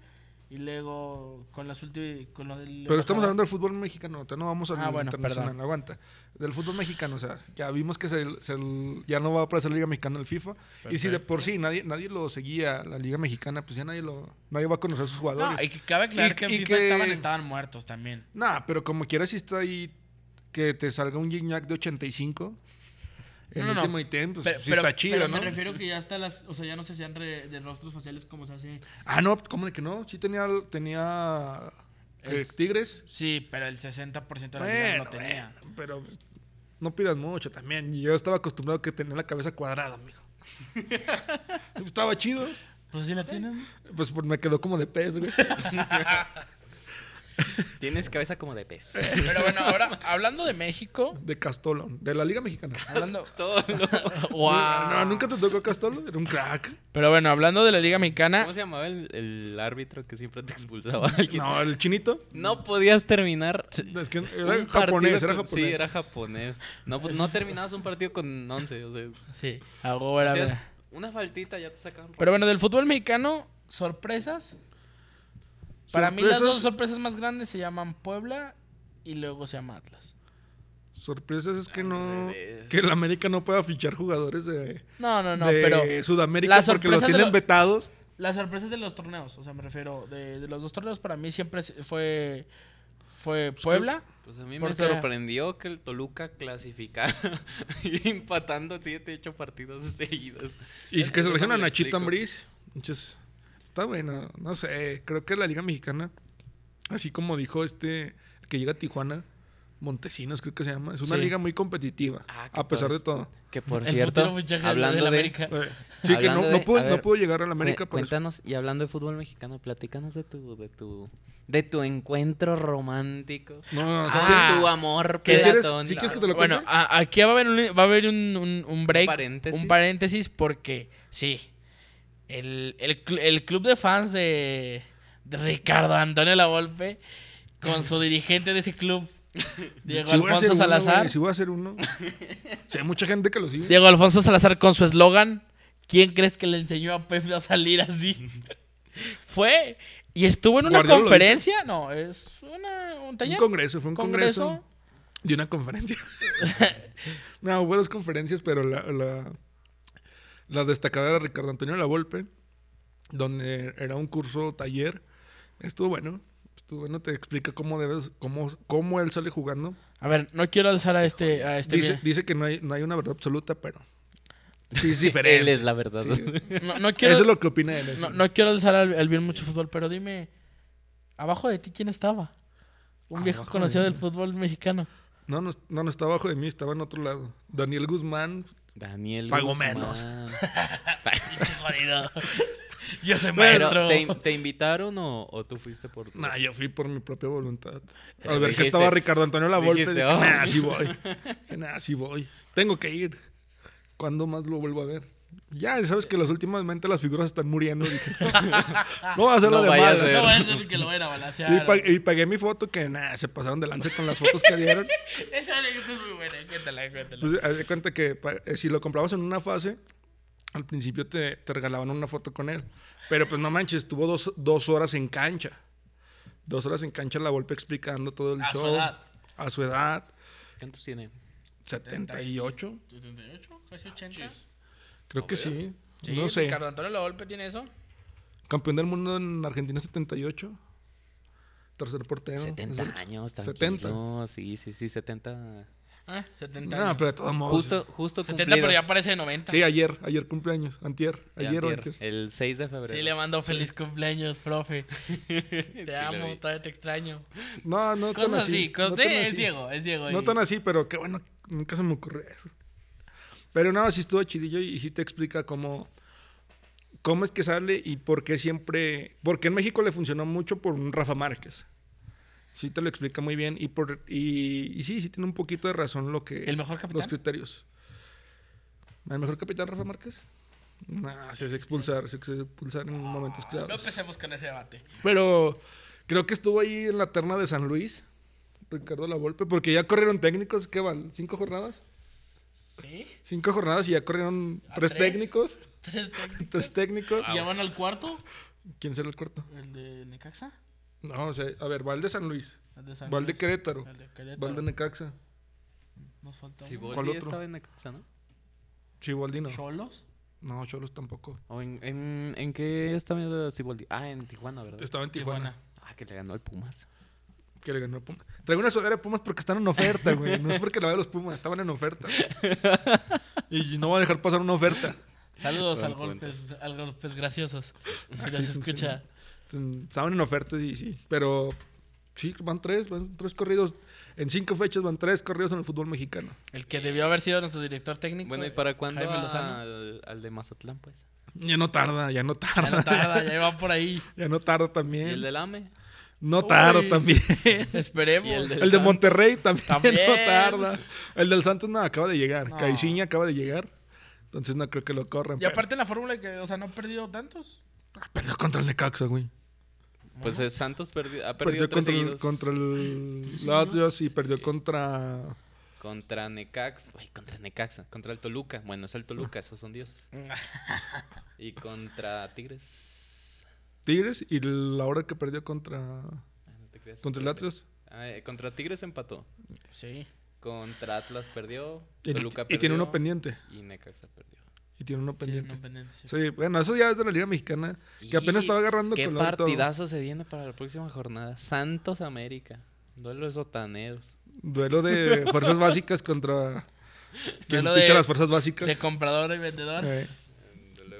[SPEAKER 1] y luego con las últimas, con lo del...
[SPEAKER 2] Pero estamos hablando del fútbol mexicano, ahorita no vamos al
[SPEAKER 1] Ah, bueno,
[SPEAKER 2] internacional,
[SPEAKER 1] perdón.
[SPEAKER 2] aguanta. Del fútbol mexicano, o sea, ya vimos que se- se- ya no va a aparecer la Liga Mexicana en el FIFA. Y si de por sí nadie, nadie lo seguía, la Liga Mexicana, pues ya nadie lo nadie va a conocer a sus jugadores.
[SPEAKER 1] No, y que cabe aclarar
[SPEAKER 2] Y-
[SPEAKER 1] que en
[SPEAKER 2] y
[SPEAKER 1] FIFA
[SPEAKER 2] que-
[SPEAKER 1] estaban, estaban muertos también.
[SPEAKER 2] Nah, pero como quieras, si está ahí que te salga un Gignac de 85 en
[SPEAKER 1] No, no,
[SPEAKER 2] último
[SPEAKER 1] no.
[SPEAKER 2] ítem, pues
[SPEAKER 1] Pero-
[SPEAKER 2] sí
[SPEAKER 1] pero-
[SPEAKER 2] está chido,
[SPEAKER 1] pero
[SPEAKER 2] ¿no?
[SPEAKER 1] me refiero que ya hasta las, o sea, ya no se hacían re- de rostros faciales como se hace.
[SPEAKER 2] Ah, no, ¿cómo de que no? Sí tenía, tenía eh,
[SPEAKER 1] Es-
[SPEAKER 2] Tigres.
[SPEAKER 1] Sí, pero el 60% de las ligas
[SPEAKER 2] Bueno,
[SPEAKER 1] lo tenía.
[SPEAKER 2] bueno, pero pues, no pidas mucho también. Yo estaba acostumbrado que tenía la cabeza cuadrada, amigo. estaba chido.
[SPEAKER 1] Pues sí la tienen.
[SPEAKER 2] Pues, pues, me quedó como de pez, güey.
[SPEAKER 3] Tienes cabeza como de pez.
[SPEAKER 1] Pero bueno, ahora, hablando de México.
[SPEAKER 2] De Castolo, de la Liga Mexicana.
[SPEAKER 1] Hablando.
[SPEAKER 3] Todo lo-
[SPEAKER 1] Guau.
[SPEAKER 2] No, nunca te tocó Castolo, era un crack.
[SPEAKER 1] Pero bueno, hablando de la Liga Mexicana.
[SPEAKER 3] ¿Cómo se llamaba el, el árbitro que siempre te expulsaba a alguien?
[SPEAKER 2] No, el chinito.
[SPEAKER 3] No podías terminar.
[SPEAKER 2] Es que era
[SPEAKER 3] un
[SPEAKER 2] japonés,
[SPEAKER 3] partido
[SPEAKER 2] era
[SPEAKER 3] con-
[SPEAKER 2] japonés.
[SPEAKER 3] Sí, era japonés. No, pues, no terminabas un partido con 11. O sea,
[SPEAKER 1] Sí, ahora.
[SPEAKER 3] hacías una faltita ya te sacaban. por-
[SPEAKER 1] Pero bueno, del fútbol mexicano, sorpresas. Para mí las
[SPEAKER 2] Sorpresas-
[SPEAKER 1] dos sorpresas más grandes se llaman Puebla y luego se llama Atlas.
[SPEAKER 2] Sorpresas es que no.
[SPEAKER 3] revés.
[SPEAKER 2] Que el América no pueda fichar jugadores de,
[SPEAKER 1] No, no, no,
[SPEAKER 2] de
[SPEAKER 1] pero
[SPEAKER 2] Sudamérica
[SPEAKER 1] las
[SPEAKER 2] porque los
[SPEAKER 1] sorpresas de
[SPEAKER 2] tienen
[SPEAKER 1] lo-
[SPEAKER 2] vetados.
[SPEAKER 1] las sorpresas de los torneos, o sea, me refiero, de, de los dos torneos para mí siempre se- fue, fue Puebla.
[SPEAKER 3] Pues a mí
[SPEAKER 1] ¿Por
[SPEAKER 3] me
[SPEAKER 1] qué?
[SPEAKER 3] sorprendió que el Toluca clasificara y empatando 7, 8 partidos seguidos.
[SPEAKER 2] Y que se
[SPEAKER 3] Eso
[SPEAKER 2] región
[SPEAKER 3] no
[SPEAKER 2] a
[SPEAKER 3] lo
[SPEAKER 2] Nachito
[SPEAKER 3] explico.
[SPEAKER 2] Ambriz. Muchas- Está bueno, no sé. Creo que la Liga Mexicana, así como dijo este, el que llega a Tijuana, Montesinos, creo que se llama. Es una
[SPEAKER 1] Sí.
[SPEAKER 2] liga muy competitiva,
[SPEAKER 3] Ah, qué
[SPEAKER 2] a pesar
[SPEAKER 3] padre.
[SPEAKER 2] de todo.
[SPEAKER 3] Que por
[SPEAKER 1] El
[SPEAKER 3] cierto,
[SPEAKER 1] futuro fichaje de-
[SPEAKER 3] hablando
[SPEAKER 1] de la
[SPEAKER 3] de.
[SPEAKER 1] América.
[SPEAKER 2] Eh, Sí, que no,
[SPEAKER 3] Hablando
[SPEAKER 2] no
[SPEAKER 3] de-
[SPEAKER 2] pudo,
[SPEAKER 3] a
[SPEAKER 2] no
[SPEAKER 3] ver,
[SPEAKER 2] pudo llegar a la
[SPEAKER 3] Cu-
[SPEAKER 2] América. por eso.
[SPEAKER 3] cuéntanos, y hablando de fútbol mexicano, platícanos de tu, de tu, de tu encuentro romántico.
[SPEAKER 2] No, no, no, o sea,
[SPEAKER 3] Ah,
[SPEAKER 1] que-
[SPEAKER 3] tu amor
[SPEAKER 2] ¿qué quieres?
[SPEAKER 3] platónico.
[SPEAKER 2] ¿Sí quieres que te lo cuente?
[SPEAKER 1] Bueno, a- aquí va a haber un, va a haber un, un- un break, un paréntesis.
[SPEAKER 3] paréntesis.
[SPEAKER 1] porque sí, el, el cl- el club de fans de, de Ricardo Antonio Lavolpe con su dirigente de ese club, Diego
[SPEAKER 2] sí voy a
[SPEAKER 1] Alfonso
[SPEAKER 2] hacer uno, güey,
[SPEAKER 1] Salazar.
[SPEAKER 2] sí voy a hacer uno. Sí, hay mucha gente que lo sigue.
[SPEAKER 1] Diego Alfonso Salazar con su eslogan, ¿quién crees que le enseñó a Pep a salir así? Fue y estuvo en una
[SPEAKER 2] Guardiola lo hizo.
[SPEAKER 1] conferencia, no, es una, un
[SPEAKER 2] un
[SPEAKER 1] taller.
[SPEAKER 2] congreso, fue un congreso.
[SPEAKER 1] ¿Congreso?
[SPEAKER 2] Y una conferencia. no, hubo dos conferencias, pero la, la, la destacada era Ricardo Antonio Lavolpe, donde era un curso taller. Estuvo bueno. Estuvo bueno, te explica cómo debes, cómo, cómo él sale jugando.
[SPEAKER 1] A ver, no quiero alzar a este, a este
[SPEAKER 2] Dice,
[SPEAKER 1] bien.
[SPEAKER 2] dice que no hay, no hay una verdad absoluta, pero sí es diferente.
[SPEAKER 3] Él es la verdad.
[SPEAKER 2] Sí.
[SPEAKER 1] No, no quiero
[SPEAKER 2] Eso es lo que opina él. eso.
[SPEAKER 1] No, no quiero alzar al, al bien mucho fútbol, pero dime, abajo de ti, ¿quién estaba? Un viejo
[SPEAKER 2] Abajo de
[SPEAKER 1] conocido
[SPEAKER 2] mí.
[SPEAKER 1] del fútbol mexicano.
[SPEAKER 2] No, no, no, no, está abajo de mí, estaba en otro lado. Daniel Guzmán,
[SPEAKER 3] Daniel.
[SPEAKER 2] Pago
[SPEAKER 3] Guzmán.
[SPEAKER 2] menos.
[SPEAKER 1] Yo soy
[SPEAKER 3] Pero, ¿te, in- te invitaron o, o tú fuiste por.? tu-
[SPEAKER 2] No, yo fui por mi propia voluntad.
[SPEAKER 3] Pero
[SPEAKER 2] Al ver que
[SPEAKER 3] Eh, dijiste-
[SPEAKER 2] estaba Ricardo Antonio Lavolpe,
[SPEAKER 3] dijiste,
[SPEAKER 2] dije,
[SPEAKER 3] "Oh".
[SPEAKER 2] nah, sí voy. Dije, nah, sí voy. Tengo que ir. ¿Cuándo más lo vuelvo a ver? Ya, sabes que las últimamente las figuras están muriendo. Dije, no va a ser
[SPEAKER 3] No
[SPEAKER 2] la de
[SPEAKER 3] vaya a
[SPEAKER 2] madre.
[SPEAKER 3] ser.
[SPEAKER 1] No va a ser que lo vayan a balancear.
[SPEAKER 2] Y, pa- y pagué mi foto que nada, se pasaron de lance con las fotos que dieron.
[SPEAKER 1] Esa anécdota es muy buena. Cuéntala, cuéntala.
[SPEAKER 2] Entonces, haz de cuenta que pa- eh, si lo comprabas en una fase, al principio te, te regalaban una foto con él. Pero pues no manches, estuvo dos, dos horas en cancha. Dos horas en cancha la golpe explicando todo el
[SPEAKER 1] A su
[SPEAKER 2] show.
[SPEAKER 1] edad.
[SPEAKER 2] A su edad,
[SPEAKER 3] ¿Cuántos tiene?
[SPEAKER 2] 78.
[SPEAKER 1] 78, casi 80.
[SPEAKER 2] Creo que sí.
[SPEAKER 1] Sí,
[SPEAKER 2] no sé.
[SPEAKER 1] Ricardo Antonio La Volpe tiene eso.
[SPEAKER 2] Campeón del mundo en Argentina 78. Tercer portero.
[SPEAKER 3] 70
[SPEAKER 2] Es el-
[SPEAKER 3] años,
[SPEAKER 2] 70.
[SPEAKER 3] tranquilo. Sí, sí, sí, 70.
[SPEAKER 1] Ah, 70.
[SPEAKER 2] No,
[SPEAKER 1] años.
[SPEAKER 2] pero de todos modos.
[SPEAKER 3] Justo, justo
[SPEAKER 1] 70, pero ya
[SPEAKER 3] cumplidos.
[SPEAKER 1] parece de 90.
[SPEAKER 2] Sí, ayer, ayer cumpleaños. Antier,
[SPEAKER 3] Ya,
[SPEAKER 2] ayer o
[SPEAKER 3] antier,
[SPEAKER 2] antier.
[SPEAKER 3] El 6 de febrero.
[SPEAKER 1] Sí, le mando feliz cumpleaños, profe. Te
[SPEAKER 3] lo
[SPEAKER 1] amo,
[SPEAKER 3] vi.
[SPEAKER 1] todavía te extraño.
[SPEAKER 2] No, no tan
[SPEAKER 1] Cosas así.
[SPEAKER 2] así.
[SPEAKER 1] cosas-
[SPEAKER 2] no tan
[SPEAKER 1] eh, es
[SPEAKER 2] así.
[SPEAKER 1] Diego, es Diego.
[SPEAKER 2] No
[SPEAKER 1] y-
[SPEAKER 2] tan así, pero qué bueno, nunca se me ocurrió eso. Pero no, sí estuvo chidillo y sí te explica cómo, cómo es que sale y por qué siempre... Porque en México le funcionó mucho por un Rafa Márquez. Sí te lo explica muy bien y, por, y, y sí, sí tiene un poquito de razón lo que...
[SPEAKER 1] ¿El mejor capitán?
[SPEAKER 2] Los criterios. ¿El mejor capitán Rafa Márquez? Nah, se hace expulsar, se hace expulsar en momentos
[SPEAKER 1] No pues
[SPEAKER 2] claves.
[SPEAKER 1] empecemos con ese debate.
[SPEAKER 2] Pero creo que estuvo ahí en la terna de San Luis, Ricardo Lavolpe, porque ya corrieron técnicos, ¿qué van? ¿Cinco jornadas?
[SPEAKER 1] ¿Sí?
[SPEAKER 2] Cinco jornadas y ya corrieron
[SPEAKER 1] ¿A
[SPEAKER 2] tres,
[SPEAKER 1] tres?
[SPEAKER 2] técnicos.
[SPEAKER 1] ¿Tres Ah, técnicos?
[SPEAKER 2] Tres técnicos.
[SPEAKER 3] Ah,
[SPEAKER 1] ¿Ya van al cuarto?
[SPEAKER 2] ¿Quién será el cuarto?
[SPEAKER 1] ¿El de Necaxa?
[SPEAKER 2] No, o sea, a ver, Valde San Luis,
[SPEAKER 1] ¿El de San
[SPEAKER 2] Valde
[SPEAKER 1] Luis?
[SPEAKER 2] Querétaro,
[SPEAKER 1] El de Querétaro.
[SPEAKER 2] Valde Necaxa,
[SPEAKER 1] Nos falta
[SPEAKER 3] Si
[SPEAKER 1] uno.
[SPEAKER 3] Boldi
[SPEAKER 2] ¿Cuál otro?
[SPEAKER 3] estaba en Necaxa, ¿no?
[SPEAKER 2] Chivaldi no.
[SPEAKER 1] ¿Cholos?
[SPEAKER 2] No, Cholos tampoco.
[SPEAKER 3] ¿O en, en, en qué estaba Siboldi? Ah, en Tijuana, ¿verdad?
[SPEAKER 2] Estaba en Tijuana.
[SPEAKER 3] Ah, que le ganó al Pumas.
[SPEAKER 2] Que le ganó a Pumas. Traigo una sudadera de Pumas porque están en oferta, güey. No es porque la vea los Pumas, estaban en oferta. Y no va a dejar pasar una oferta.
[SPEAKER 1] Saludos al
[SPEAKER 3] Buen
[SPEAKER 1] golpes, al golpes graciosos. Si
[SPEAKER 2] Ah,
[SPEAKER 1] nos
[SPEAKER 2] sí, sí,
[SPEAKER 1] escucha.
[SPEAKER 2] sí. Estaban en ofertas y sí. Pero sí, van tres, van tres corridos. En cinco fechas van tres corridos en el fútbol mexicano.
[SPEAKER 1] El que debió haber sido nuestro director técnico.
[SPEAKER 3] Bueno, ¿y para cuándo
[SPEAKER 1] pues, Jaime Lozano.
[SPEAKER 3] al, al de Mazatlán, pues?
[SPEAKER 2] Ya no tarda, ya no
[SPEAKER 1] Ya no
[SPEAKER 2] tarda.
[SPEAKER 1] tarda, ya va por ahí.
[SPEAKER 2] Ya no tarda
[SPEAKER 3] ¿Y el
[SPEAKER 2] también.
[SPEAKER 3] del E? AME?
[SPEAKER 2] No tarda
[SPEAKER 1] Uy.
[SPEAKER 2] también.
[SPEAKER 1] Esperemos.
[SPEAKER 3] Y el de-
[SPEAKER 2] El de Monterrey también,
[SPEAKER 1] También.
[SPEAKER 2] no tarda. El del Santos no, acaba de llegar.
[SPEAKER 1] No.
[SPEAKER 2] Caixinha acaba de llegar. Entonces no creo que lo corran.
[SPEAKER 1] Y aparte en la fórmula que, o sea, no ha perdido tantos.
[SPEAKER 2] pero- perdió contra el Necaxa, güey.
[SPEAKER 3] Pues eh, Santos perdi- ha
[SPEAKER 2] Perdió
[SPEAKER 3] perdido tres
[SPEAKER 2] contra el,
[SPEAKER 3] seguidos.
[SPEAKER 2] contra el Lazio y perdió contra
[SPEAKER 3] Contra Necaxa. Ay, contra Necaxa. Contra el Toluca. Bueno, es el
[SPEAKER 2] Ah.
[SPEAKER 3] Toluca, esos son dioses. y contra Tigres.
[SPEAKER 2] Tigres y la hora que perdió contra
[SPEAKER 3] Ah, no te creas.
[SPEAKER 2] contra el Atlas.
[SPEAKER 3] Ah, eh, contra Tigres empató.
[SPEAKER 1] Sí.
[SPEAKER 3] Contra Atlas perdió.
[SPEAKER 2] Y,
[SPEAKER 3] Toluca
[SPEAKER 2] y
[SPEAKER 3] perdió.
[SPEAKER 2] tiene uno pendiente.
[SPEAKER 3] Y Necaxa perdió.
[SPEAKER 2] Y tiene uno pendiente.
[SPEAKER 1] Tiene un pendiente, sí.
[SPEAKER 2] Sí, bueno, eso ya es de la Liga Mexicana. Que apenas
[SPEAKER 3] Y
[SPEAKER 2] estaba agarrando
[SPEAKER 3] Qué
[SPEAKER 2] color y todo.
[SPEAKER 3] partidazo se viene para la próxima jornada. Santos América. Duelo de sotaneros.
[SPEAKER 2] Duelo de fuerzas básicas contra. Quien
[SPEAKER 1] Duelo
[SPEAKER 2] picha
[SPEAKER 1] de-
[SPEAKER 2] las fuerzas básicas.
[SPEAKER 1] De comprador y vendedor.
[SPEAKER 2] Eh,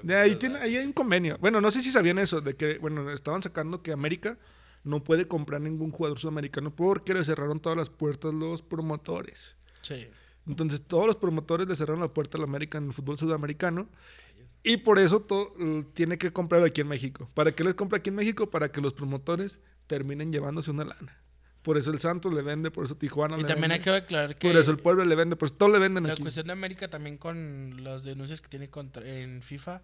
[SPEAKER 2] de ahí, tiene, ahí hay un convenio. Bueno, no sé si sabían eso, de que, bueno, estaban sacando que América no puede comprar ningún jugador sudamericano porque le cerraron todas las puertas los promotores.
[SPEAKER 1] Sí.
[SPEAKER 2] Entonces todos los promotores le cerraron la puerta al América en el fútbol sudamericano y por eso to- l- tiene que comprar aquí en México. ¿Para qué les compra aquí en México? Para que los promotores terminen llevándose una lana. Por eso el Santos le vende, por eso Tijuana
[SPEAKER 1] Y
[SPEAKER 2] le
[SPEAKER 1] también
[SPEAKER 2] vende.
[SPEAKER 1] hay que declarar que
[SPEAKER 2] Por eso el pueblo le vende, por eso todo le venden
[SPEAKER 1] la
[SPEAKER 2] aquí.
[SPEAKER 1] cuestión de América también con las denuncias que tiene contra, en FIFA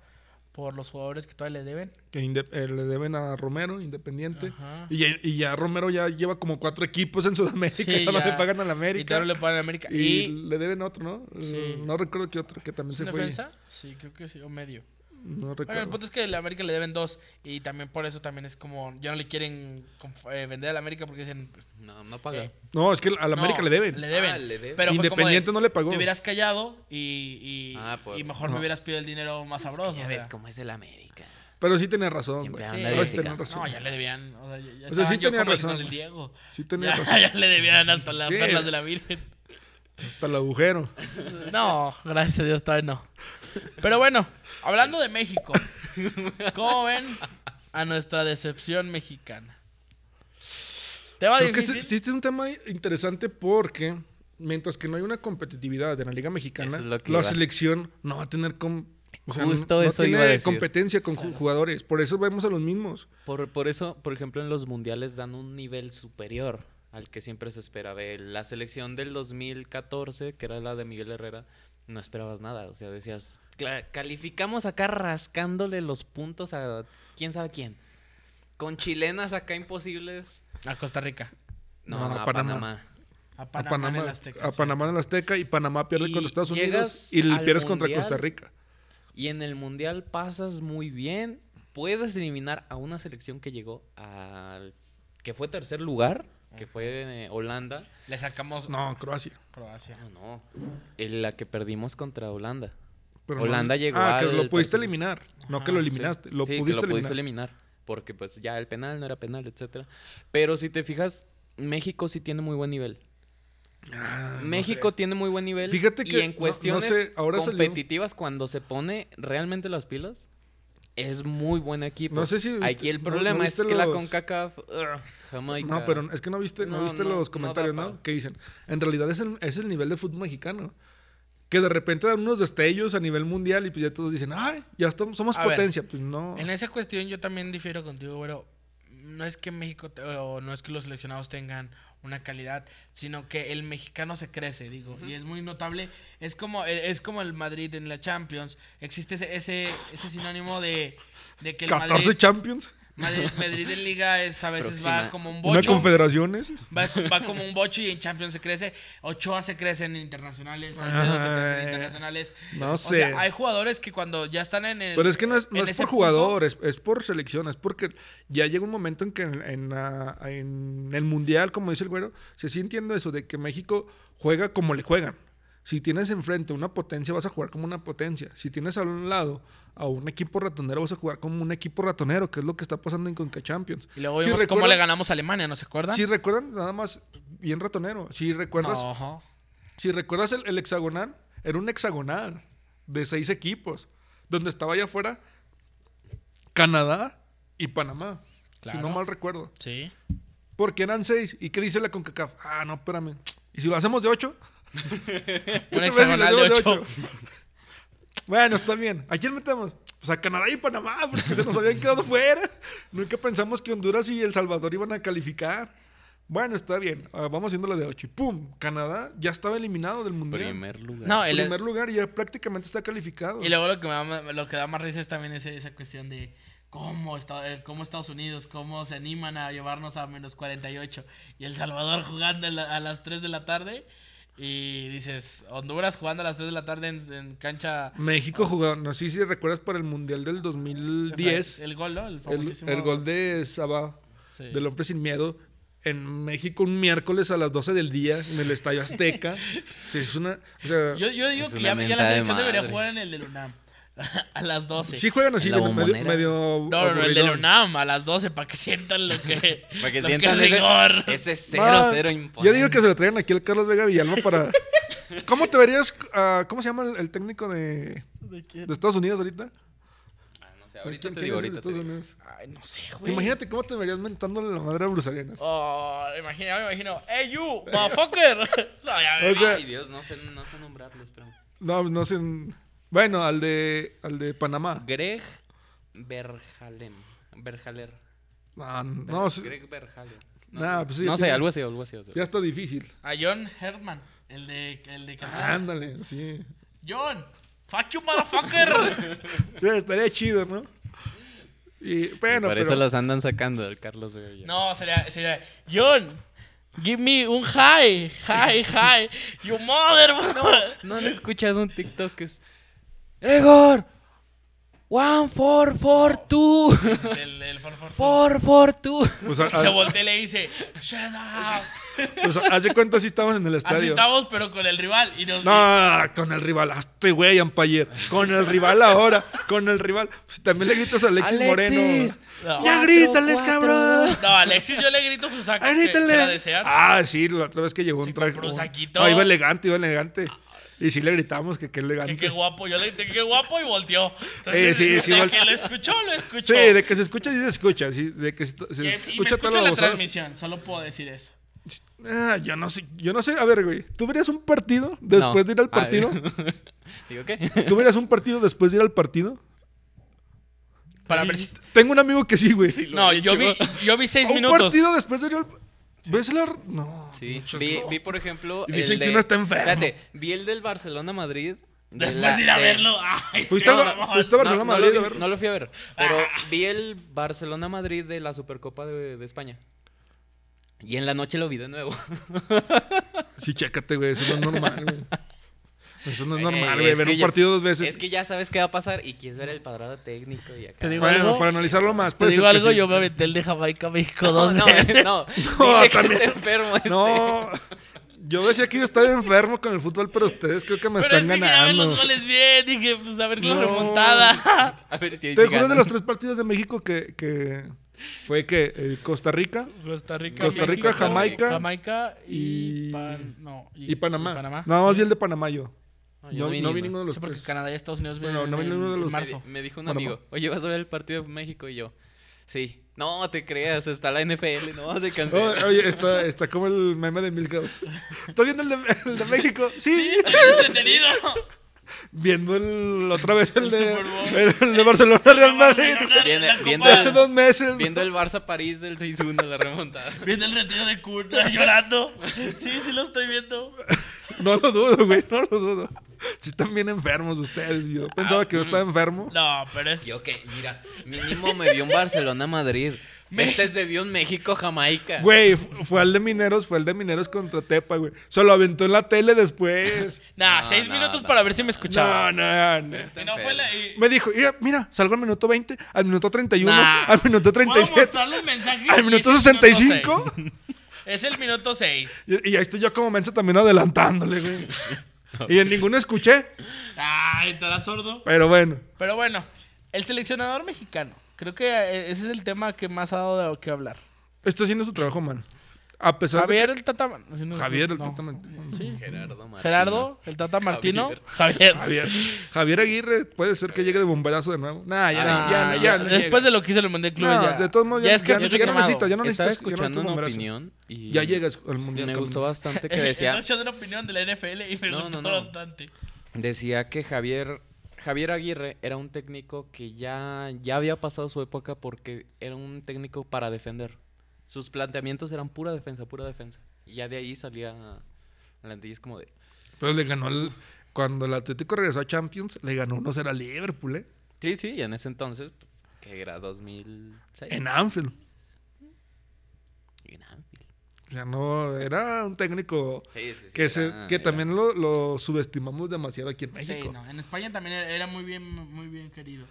[SPEAKER 1] por los jugadores que todavía le deben.
[SPEAKER 2] Que inde- eh, le deben a Romero, Independiente.
[SPEAKER 1] Ajá.
[SPEAKER 2] Y ya, y ya Romero ya lleva como cuatro equipos en Sudamérica,
[SPEAKER 1] Sí,
[SPEAKER 2] ya no
[SPEAKER 1] ya.
[SPEAKER 2] le pagan
[SPEAKER 1] Y
[SPEAKER 2] al
[SPEAKER 1] todavía
[SPEAKER 2] América.
[SPEAKER 1] no le pagan a América.
[SPEAKER 2] Y,
[SPEAKER 1] ¿Y,
[SPEAKER 2] le deben otro, ¿no?
[SPEAKER 1] Sí.
[SPEAKER 2] No recuerdo qué otro, que también
[SPEAKER 1] ¿es
[SPEAKER 2] se
[SPEAKER 1] una
[SPEAKER 2] fue.
[SPEAKER 1] defensa? Sí, creo que sí, o medio.
[SPEAKER 2] No
[SPEAKER 1] Bueno, pues, el
[SPEAKER 2] recuerdo.
[SPEAKER 1] punto es que a la América le deben dos. Y también por eso también es como. Ya no le quieren conf- eh, vender a la América porque dicen.
[SPEAKER 3] No, no paga.
[SPEAKER 1] Eh,
[SPEAKER 2] No, es que al América
[SPEAKER 1] no,
[SPEAKER 2] le deben.
[SPEAKER 1] Le deben.
[SPEAKER 3] Ah, le deben.
[SPEAKER 1] Pero fue como
[SPEAKER 2] Independiente
[SPEAKER 1] de,
[SPEAKER 2] no le pagó.
[SPEAKER 1] Te hubieras callado y, y,
[SPEAKER 3] Ah, pues,
[SPEAKER 1] y mejor me hubieras pedido el dinero más sabroso. o
[SPEAKER 3] ya
[SPEAKER 1] sea.
[SPEAKER 3] ves cómo es el América.
[SPEAKER 2] Pero sí tenía razón,
[SPEAKER 3] Siempre
[SPEAKER 2] güey.
[SPEAKER 1] Sí,
[SPEAKER 3] anda
[SPEAKER 2] Pero sí
[SPEAKER 3] de
[SPEAKER 2] tenía
[SPEAKER 3] pica.
[SPEAKER 2] razón.
[SPEAKER 1] No, ya le debían. O sea, ya, ya
[SPEAKER 2] O sea, sí
[SPEAKER 1] estaban yo
[SPEAKER 2] tenía
[SPEAKER 1] como
[SPEAKER 2] razón.
[SPEAKER 1] Con el Diego.
[SPEAKER 2] Sí tenía
[SPEAKER 1] ya,
[SPEAKER 2] razón.
[SPEAKER 1] ya le debían hasta las
[SPEAKER 2] Sí.
[SPEAKER 1] perlas de la Virgen.
[SPEAKER 2] Hasta el agujero.
[SPEAKER 1] No, gracias a Dios todavía no. Pero bueno, hablando de México, ¿cómo ven a nuestra decepción mexicana? Tema
[SPEAKER 2] Creo que
[SPEAKER 1] difícil.
[SPEAKER 2] este, sí, este es un tema interesante porque mientras que no hay una competitividad en la Liga Mexicana,
[SPEAKER 3] Eso es lo que
[SPEAKER 2] la
[SPEAKER 3] iba.
[SPEAKER 2] selección no va a tener com- o sea,
[SPEAKER 3] Justo
[SPEAKER 2] no
[SPEAKER 3] eso
[SPEAKER 2] tiene
[SPEAKER 3] iba a decir.
[SPEAKER 2] competencia con ju- jugadores. Por eso vemos a los mismos.
[SPEAKER 3] Por, por eso, por ejemplo, en los mundiales dan un nivel superior al que siempre se espera. Ve, la selección del 2014, que era la de Miguel Herrera, no esperabas nada. O sea, decías, "Cla- calificamos acá rascándole los puntos a quién sabe quién. Con chilenas acá imposibles.
[SPEAKER 1] A Costa Rica.
[SPEAKER 3] No,
[SPEAKER 2] No,
[SPEAKER 3] a
[SPEAKER 2] Panamá.
[SPEAKER 3] Panamá.
[SPEAKER 1] A
[SPEAKER 2] A
[SPEAKER 1] Panamá,
[SPEAKER 2] Panamá,
[SPEAKER 1] en el Azteca,
[SPEAKER 2] a
[SPEAKER 1] sí.
[SPEAKER 2] Panamá en el Azteca y Panamá pierde
[SPEAKER 3] Y
[SPEAKER 2] contra Estados Unidos
[SPEAKER 3] llegas
[SPEAKER 2] y le
[SPEAKER 3] al
[SPEAKER 2] pierdes contra
[SPEAKER 3] Mundial.
[SPEAKER 2] Costa Rica.
[SPEAKER 3] Y en el mundial pasas muy bien. Puedes eliminar a una selección que llegó al. que fue tercer lugar, que fue eh, Holanda.
[SPEAKER 1] Le sacamos
[SPEAKER 2] No, Croacia.
[SPEAKER 1] Croacia.
[SPEAKER 3] No, Ah, no. En la que perdimos contra Holanda.
[SPEAKER 2] Pero
[SPEAKER 3] Holanda
[SPEAKER 2] no-
[SPEAKER 3] llegó
[SPEAKER 2] Ah, que
[SPEAKER 3] al
[SPEAKER 2] lo pudiste
[SPEAKER 3] tercer-
[SPEAKER 2] eliminar. No
[SPEAKER 1] Ajá,
[SPEAKER 2] que lo
[SPEAKER 1] sí.
[SPEAKER 2] eliminaste. Lo,
[SPEAKER 3] Sí, que
[SPEAKER 2] pudiste
[SPEAKER 3] lo pudiste
[SPEAKER 2] eliminar.
[SPEAKER 3] eliminar. Porque pues ya el penal no era penal, etcétera. Pero si te fijas, México sí tiene muy buen nivel.
[SPEAKER 2] Ah, no
[SPEAKER 3] México
[SPEAKER 2] sé.
[SPEAKER 3] tiene muy buen nivel.
[SPEAKER 2] Fíjate
[SPEAKER 3] y
[SPEAKER 2] que, no-
[SPEAKER 3] en
[SPEAKER 2] no
[SPEAKER 3] cuestiones
[SPEAKER 2] sé, ahora salió-
[SPEAKER 3] competitivas, cuando se pone realmente las pilas, es muy buen equipo.
[SPEAKER 2] No sé si viste-
[SPEAKER 3] Aquí el
[SPEAKER 2] no- no
[SPEAKER 3] problema es
[SPEAKER 2] viste
[SPEAKER 3] que la
[SPEAKER 2] los-
[SPEAKER 3] CONCACAF... ugh, Jamaica.
[SPEAKER 2] No, pero es que no viste, no,
[SPEAKER 3] No,
[SPEAKER 2] viste
[SPEAKER 3] no, no
[SPEAKER 2] los
[SPEAKER 3] da
[SPEAKER 2] comentarios, ¿no?
[SPEAKER 3] para-
[SPEAKER 2] Que dicen, en realidad es el, es el nivel de fútbol mexicano. Que de repente dan unos destellos a nivel mundial y pues ya todos dicen, ay, ya estamos, somos
[SPEAKER 1] A ver,
[SPEAKER 2] potencia. pues no.
[SPEAKER 1] En esa cuestión yo también difiero contigo, güero. No es que México te- o no es que los seleccionados tengan una calidad, sino que el mexicano se crece, digo, y es muy notable. Es como eh, es como el Madrid en la Champions. Existe ese ese, ese sinónimo de, de que el
[SPEAKER 2] 14
[SPEAKER 1] Madrid,
[SPEAKER 2] Champions,
[SPEAKER 1] Madrid, Madrid en liga es a veces va
[SPEAKER 3] Próxima.
[SPEAKER 1] como un
[SPEAKER 2] una
[SPEAKER 1] bocho.
[SPEAKER 2] confederaciones.
[SPEAKER 1] Va, va como un bocho y en Champions se crece. Ochoa se crece en internacionales. Salcedo se crece en
[SPEAKER 2] Ay,
[SPEAKER 1] internacionales.
[SPEAKER 2] no
[SPEAKER 1] o
[SPEAKER 2] sé.
[SPEAKER 1] sea, hay jugadores que cuando ya están en el.
[SPEAKER 2] Pero es que no es, no
[SPEAKER 1] en
[SPEAKER 2] es
[SPEAKER 1] ese
[SPEAKER 2] por
[SPEAKER 1] punto-
[SPEAKER 2] jugador, es, es por selección, es porque ya llega un momento en que en, en la- en el Mundial, como dice el güero, se sí entiendo eso, de que México juega como le juegan. Si tienes enfrente una potencia, vas a jugar como una potencia. Si tienes a un lado a un equipo ratonero, vas a jugar como un equipo ratonero, que es lo que está pasando en Conca Champions.
[SPEAKER 1] Y luego vimos cómo le ganamos a Alemania, ¿no se acuerdan?
[SPEAKER 2] Si recuerdan, nada más, bien ratonero. Si recuerdas,
[SPEAKER 1] No, ajá.
[SPEAKER 2] si recuerdas el, el hexagonal, era un hexagonal de seis equipos, donde estaba allá afuera Canadá y Panamá,
[SPEAKER 1] Claro.
[SPEAKER 2] si no mal recuerdo.
[SPEAKER 1] Sí.
[SPEAKER 2] Porque eran seis. ¿Y qué dice la CONCACAF? Ah, no, espérame. ¿Y si lo hacemos de ocho? ¿Qué
[SPEAKER 1] Un
[SPEAKER 2] te parece si lo
[SPEAKER 1] hexagonal de
[SPEAKER 2] hacemos
[SPEAKER 1] ocho.
[SPEAKER 2] bueno, está bien. ¿A quién metemos? Pues a Canadá y Panamá, porque se nos habían quedado fuera. Nunca pensamos que Honduras y El Salvador iban a calificar. Bueno, está bien. Ah, vamos haciéndolo de ocho. Y pum, Canadá ya estaba eliminado del Mundial.
[SPEAKER 3] Primer lugar.
[SPEAKER 1] No,
[SPEAKER 2] En
[SPEAKER 1] el-
[SPEAKER 2] primer lugar y ya prácticamente está calificado.
[SPEAKER 1] y luego lo que, me da, lo que da más risa es también ese- esa cuestión de cómo, esta- eh, cómo Estados Unidos, cómo se animan a llevarnos a menos 48 y El Salvador jugando a, la- a las 3 de la tarde. Y dices, Honduras jugando a las 3 de la tarde en, en cancha.
[SPEAKER 2] México jugó, no sé si recuerdas para el Mundial del 2010, el,
[SPEAKER 1] El gol, ¿no? El,
[SPEAKER 2] el,
[SPEAKER 1] famosísimo-
[SPEAKER 2] gol de Sabá,
[SPEAKER 1] Sí.
[SPEAKER 2] del hombre sin miedo, en México un miércoles a las 12 del día en el Estadio Azteca. Sí, es una, o sea,
[SPEAKER 1] Yo, yo digo
[SPEAKER 3] Es
[SPEAKER 1] que
[SPEAKER 3] una
[SPEAKER 1] ya, ya la
[SPEAKER 3] mentada de
[SPEAKER 1] selección debería
[SPEAKER 3] madre.
[SPEAKER 1] jugar en el del UNAM. A las 12.
[SPEAKER 2] sí juegan así,
[SPEAKER 3] En la
[SPEAKER 2] medio, medio,
[SPEAKER 3] bombonera.
[SPEAKER 2] medio
[SPEAKER 1] no, no, no, el del
[SPEAKER 2] aburridón.
[SPEAKER 1] UNAM a las 12 para que sientan lo que.
[SPEAKER 3] Para que
[SPEAKER 1] lo
[SPEAKER 3] sientan
[SPEAKER 1] es
[SPEAKER 3] ese,
[SPEAKER 1] rigor.
[SPEAKER 3] ese
[SPEAKER 2] Va,
[SPEAKER 3] cero, cero imponente.
[SPEAKER 2] Ah, Yo digo que se lo traigan aquí al Carlos Vega Villalba para... ¿Cómo te verías? ah, ¿Cómo se llama el, el técnico de,
[SPEAKER 1] ¿De quién?
[SPEAKER 2] de Estados Unidos ahorita?
[SPEAKER 3] Ah, no sé, ahorita
[SPEAKER 2] ¿Quién-
[SPEAKER 3] te
[SPEAKER 2] quién
[SPEAKER 3] digo,
[SPEAKER 2] es el de
[SPEAKER 3] ahorita te
[SPEAKER 2] Estados
[SPEAKER 3] digo.
[SPEAKER 2] Unidos?
[SPEAKER 1] Ay, no sé, güey.
[SPEAKER 2] Imagínate cómo te verías mentándole la madre a Bruce Arenas.
[SPEAKER 1] Oh, imagina, me imagino. ¡Ey, you, motherfucker! No, ya me-
[SPEAKER 2] O sea,
[SPEAKER 3] Ay, Dios, no sé, no sé nombrarlos, pero...
[SPEAKER 2] no, no sé. Bueno, al de, al de Panamá.
[SPEAKER 3] Greg Berhalem. Berhaler.
[SPEAKER 2] No, Ah, no, sí,
[SPEAKER 3] Greg Berhaler. No,
[SPEAKER 2] Nah, pues sí,
[SPEAKER 3] no sé,
[SPEAKER 2] tiene-
[SPEAKER 3] algo así, algo así. algo así.
[SPEAKER 2] ya está difícil.
[SPEAKER 1] a John Herdman, el de, el de
[SPEAKER 3] Ah,
[SPEAKER 1] Canadá.
[SPEAKER 2] Ándale, sí.
[SPEAKER 1] John, fuck you, motherfucker.
[SPEAKER 2] Sí, estaría chido, ¿no? Y bueno,
[SPEAKER 3] Por
[SPEAKER 2] pero.
[SPEAKER 3] eso los andan sacando del Carlos Vega. Villalba.
[SPEAKER 1] no, sería, sería. John, give me un high. High, high. You mother,
[SPEAKER 3] ¿No han escuchado un TikTok que es... ¡Gregor! ¡One, four, four, two!
[SPEAKER 1] Es el, el for, for, for.
[SPEAKER 3] ¡Four, four, two!
[SPEAKER 2] Pues, a-
[SPEAKER 1] Y Se
[SPEAKER 2] a-
[SPEAKER 1] voltea y le dice, shut up.
[SPEAKER 2] pues, hace cuánto así estamos en el estadio.
[SPEAKER 1] Así estamos, pero con el rival. Y nos
[SPEAKER 2] No, con el rival, hazte güey, Ampayer. Con el rival ahora, con el rival. Pues también le gritas a Alexis, Moreno.
[SPEAKER 1] No.
[SPEAKER 2] ¡Ya
[SPEAKER 3] Cuatro,
[SPEAKER 2] grítales,
[SPEAKER 3] cuatro.
[SPEAKER 2] cabrón!
[SPEAKER 1] No, Alexis, yo le grito su saco. que- que la
[SPEAKER 2] ¡Grítale!
[SPEAKER 1] deseas.
[SPEAKER 2] Ah, sí, la otra vez que llegó un traje.
[SPEAKER 1] compró un saquito.
[SPEAKER 2] No, iba elegante, iba elegante. Y sí le gritamos que qué elegante.
[SPEAKER 1] Ah, Que qué guapo, yo le dije qué guapo y volteó.
[SPEAKER 2] Eh,
[SPEAKER 1] Entonces,
[SPEAKER 2] sí,
[SPEAKER 1] de
[SPEAKER 2] sí,
[SPEAKER 1] que
[SPEAKER 2] volteó.
[SPEAKER 1] lo escuchó, lo escuchó.
[SPEAKER 2] Sí, de que se escucha, sí se escucha. Sí, de que se, se
[SPEAKER 1] Y- y, me
[SPEAKER 2] escucha todas
[SPEAKER 1] escucha
[SPEAKER 2] las
[SPEAKER 1] la
[SPEAKER 2] voces.
[SPEAKER 1] transmisión, solo puedo decir eso.
[SPEAKER 2] Ah, yo no sé, yo no sé. A ver, güey, ¿tú verías un partido después
[SPEAKER 3] No.
[SPEAKER 2] de ir al
[SPEAKER 3] Ah,
[SPEAKER 2] partido?
[SPEAKER 3] ¿Digo qué?
[SPEAKER 2] ¿Tú verías un partido después de ir al partido?
[SPEAKER 1] Para
[SPEAKER 2] Y
[SPEAKER 1] ver si...
[SPEAKER 2] Tengo un amigo que sí, güey.
[SPEAKER 1] No, yo vi, yo vi seis
[SPEAKER 2] un
[SPEAKER 1] minutos.
[SPEAKER 2] partido después de ir al... ¿Ves la...? No.
[SPEAKER 3] Sí,
[SPEAKER 2] muchas
[SPEAKER 3] vi,
[SPEAKER 2] gracias.
[SPEAKER 3] vi, por ejemplo.
[SPEAKER 2] Y dicen
[SPEAKER 3] el
[SPEAKER 2] que
[SPEAKER 3] de-
[SPEAKER 2] uno está enfermo.
[SPEAKER 3] Espérate, vi el del Barcelona-Madrid
[SPEAKER 1] Después
[SPEAKER 3] la-
[SPEAKER 1] de ir a
[SPEAKER 3] de-
[SPEAKER 1] verlo. Ay,
[SPEAKER 2] ¿Fuiste,
[SPEAKER 1] sí,
[SPEAKER 2] a,
[SPEAKER 1] mamón.
[SPEAKER 2] fuiste a Barcelona,
[SPEAKER 3] no, no
[SPEAKER 2] Madrid
[SPEAKER 3] lo,
[SPEAKER 2] a
[SPEAKER 3] vi-
[SPEAKER 2] verlo?
[SPEAKER 3] no lo fui a ver, pero
[SPEAKER 1] Ah.
[SPEAKER 3] vi el Barcelona-Madrid de la Supercopa de, de España. Y en la noche lo vi de nuevo.
[SPEAKER 2] Sí, chécate, güey. Eso no es normal, güey. Eso no es normal,
[SPEAKER 3] Eh,
[SPEAKER 2] güey.
[SPEAKER 3] es
[SPEAKER 2] Ver
[SPEAKER 3] que
[SPEAKER 2] un
[SPEAKER 3] ya-
[SPEAKER 2] partido dos veces.
[SPEAKER 3] Es que ya sabes qué va a pasar y quieres ver el cuadrado técnico y acá.
[SPEAKER 1] Te digo-
[SPEAKER 2] Bueno,
[SPEAKER 1] algo-
[SPEAKER 2] para analizarlo más.
[SPEAKER 1] Te
[SPEAKER 2] puede
[SPEAKER 1] digo
[SPEAKER 2] ser que
[SPEAKER 1] algo,
[SPEAKER 2] sí.
[SPEAKER 1] yo me aventé el de Jamaica a México
[SPEAKER 3] no,
[SPEAKER 1] dos
[SPEAKER 3] no,
[SPEAKER 1] veces.
[SPEAKER 3] no,
[SPEAKER 2] No,
[SPEAKER 3] dije que
[SPEAKER 2] también.
[SPEAKER 3] está enfermo este.
[SPEAKER 2] No. Yo decía que yo estaba enfermo con el fútbol, pero ustedes creo que me
[SPEAKER 1] Pero es
[SPEAKER 2] están
[SPEAKER 1] que quería ver
[SPEAKER 2] ganando.
[SPEAKER 1] los goles bien. Dije, pues a ver la
[SPEAKER 2] No.
[SPEAKER 1] remontada.
[SPEAKER 3] A ver si ahí
[SPEAKER 2] Te
[SPEAKER 3] sí
[SPEAKER 2] juro de
[SPEAKER 3] gana.
[SPEAKER 2] los tres partidos de México que, que fue que eh, Costa Rica
[SPEAKER 1] Costa Rica,
[SPEAKER 2] Costa Rica,
[SPEAKER 1] México,
[SPEAKER 2] Jamaica
[SPEAKER 1] Jamaica y,
[SPEAKER 2] y-
[SPEAKER 1] Pan- no,
[SPEAKER 2] y Panamá.
[SPEAKER 1] y
[SPEAKER 2] Nada más vi el de Panamá yo.
[SPEAKER 3] No, yo
[SPEAKER 2] No,
[SPEAKER 3] vi
[SPEAKER 2] no vi
[SPEAKER 3] ninguno.
[SPEAKER 2] ninguno de los
[SPEAKER 1] Sí, porque
[SPEAKER 2] tres.
[SPEAKER 1] Canadá y Estados Unidos
[SPEAKER 2] Bueno,
[SPEAKER 1] vienen
[SPEAKER 2] no vi
[SPEAKER 1] en-
[SPEAKER 2] ninguno de
[SPEAKER 1] en
[SPEAKER 2] los-
[SPEAKER 3] Me di-
[SPEAKER 1] marzo.
[SPEAKER 3] Me dijo un
[SPEAKER 2] Bueno, pues.
[SPEAKER 3] amigo, oye, ¿vas a ver el partido de México? Y yo, sí. No, te creas, está la NFL, no, se cancela.
[SPEAKER 2] O- Oh, oye, está, está como el meme de Milhouse. ¿Estás viendo el de, el de México? Sí.
[SPEAKER 1] entretenido.
[SPEAKER 2] Viendo el, otra vez el,
[SPEAKER 1] El
[SPEAKER 2] de,
[SPEAKER 1] Super Bowl.
[SPEAKER 2] el, el de Barcelona Real Madrid.
[SPEAKER 3] Viene- viendo
[SPEAKER 2] Hace
[SPEAKER 3] el-
[SPEAKER 2] dos meses.
[SPEAKER 3] Viendo el Barça París del 6-1, la remontada.
[SPEAKER 1] Viendo el retiro de Kun llorando. Sí, sí lo estoy viendo.
[SPEAKER 2] No lo dudo, güey, no lo dudo. Si están bien enfermos ustedes. Yo pensaba que yo estaba enfermo.
[SPEAKER 1] No, pero es.
[SPEAKER 3] Yo que, mira, mínimo me vio un Barcelona-Madrid. Este se vio un México-Jamaica.
[SPEAKER 2] Güey, fu- fue al de Mineros, fue al de Mineros contra Tepa, güey. Se lo aventó en la tele después.
[SPEAKER 1] Nah,
[SPEAKER 3] No,
[SPEAKER 1] seis
[SPEAKER 3] no,
[SPEAKER 1] minutos
[SPEAKER 3] no.
[SPEAKER 1] para ver si me escuchaba.
[SPEAKER 2] No, no, no.
[SPEAKER 1] Y no fue la. y-
[SPEAKER 2] Me dijo, mira, mira, salgo al minuto 20, al minuto 31,
[SPEAKER 1] Nah.
[SPEAKER 2] al minuto
[SPEAKER 1] Puedo
[SPEAKER 2] 37,
[SPEAKER 1] mostrarle el mensaje.
[SPEAKER 2] al
[SPEAKER 1] y
[SPEAKER 2] minuto
[SPEAKER 1] es el minuto
[SPEAKER 2] 65.
[SPEAKER 1] seis. Es el minuto 6.
[SPEAKER 2] Y, y ahí estoy yo como menso también adelantándole, güey. Y en ninguno escuché,
[SPEAKER 1] Ay, estará sordo.
[SPEAKER 2] pero bueno.
[SPEAKER 1] Pero bueno, el seleccionador mexicano. Creo que eh, ese es el tema que más ha dado de qué hablar.
[SPEAKER 2] Está haciendo su trabajo mal. A pesar
[SPEAKER 1] Javier el Tata. sí, no,
[SPEAKER 2] de que- Javier, el
[SPEAKER 1] no.
[SPEAKER 2] Tata Martino.
[SPEAKER 1] Sí.
[SPEAKER 3] Gerardo Martino.
[SPEAKER 1] Gerardo, el Tata Martino. Javier.
[SPEAKER 3] Javier.
[SPEAKER 2] Javier. Javier Aguirre puede ser que llegue de bomberazo de nuevo. Nah, ya,
[SPEAKER 1] Ah,
[SPEAKER 2] ya, ya, no
[SPEAKER 1] después
[SPEAKER 2] llega.
[SPEAKER 1] de lo que hizo el Mundial de Clubes,
[SPEAKER 2] No,
[SPEAKER 1] ya.
[SPEAKER 2] de todos modos, ya-
[SPEAKER 1] es
[SPEAKER 2] ya-
[SPEAKER 1] campeón
[SPEAKER 2] ya no
[SPEAKER 1] quemado.
[SPEAKER 2] necesito, ya no necesitas- ya
[SPEAKER 3] Estaba
[SPEAKER 2] no
[SPEAKER 3] escuchando
[SPEAKER 2] necesitas
[SPEAKER 3] una
[SPEAKER 2] bomberazo.
[SPEAKER 3] opinión y...
[SPEAKER 2] Ya llegas al mundial.
[SPEAKER 3] Me
[SPEAKER 2] cabrón.
[SPEAKER 3] gustó bastante que
[SPEAKER 1] Estaba
[SPEAKER 3] decía...
[SPEAKER 1] echando una opinión de la NFL y me
[SPEAKER 3] No,
[SPEAKER 1] gustó
[SPEAKER 3] no, no.
[SPEAKER 1] bastante.
[SPEAKER 3] decía que Javier Javier Aguirre era un técnico que ya ya había pasado su época porque era un técnico para defender. Sus planteamientos eran pura defensa, pura defensa. Y ya de ahí salía adelante y es como de
[SPEAKER 2] Pero le ganó el- Cuando el Atlético regresó a Champions, le ganó 1-0 a Liverpool, ¿eh?
[SPEAKER 3] Sí, sí, y en ese entonces que era 2006.
[SPEAKER 2] En Anfield.
[SPEAKER 3] En Anfield.
[SPEAKER 2] O sea, no, era un técnico
[SPEAKER 3] Sí, sí, sí,
[SPEAKER 2] que, se,
[SPEAKER 3] era-
[SPEAKER 2] que
[SPEAKER 3] era-
[SPEAKER 2] también lo, lo subestimamos demasiado aquí en México.
[SPEAKER 1] Ah, Sí, no. En España también era- era muy bien, muy bien querido.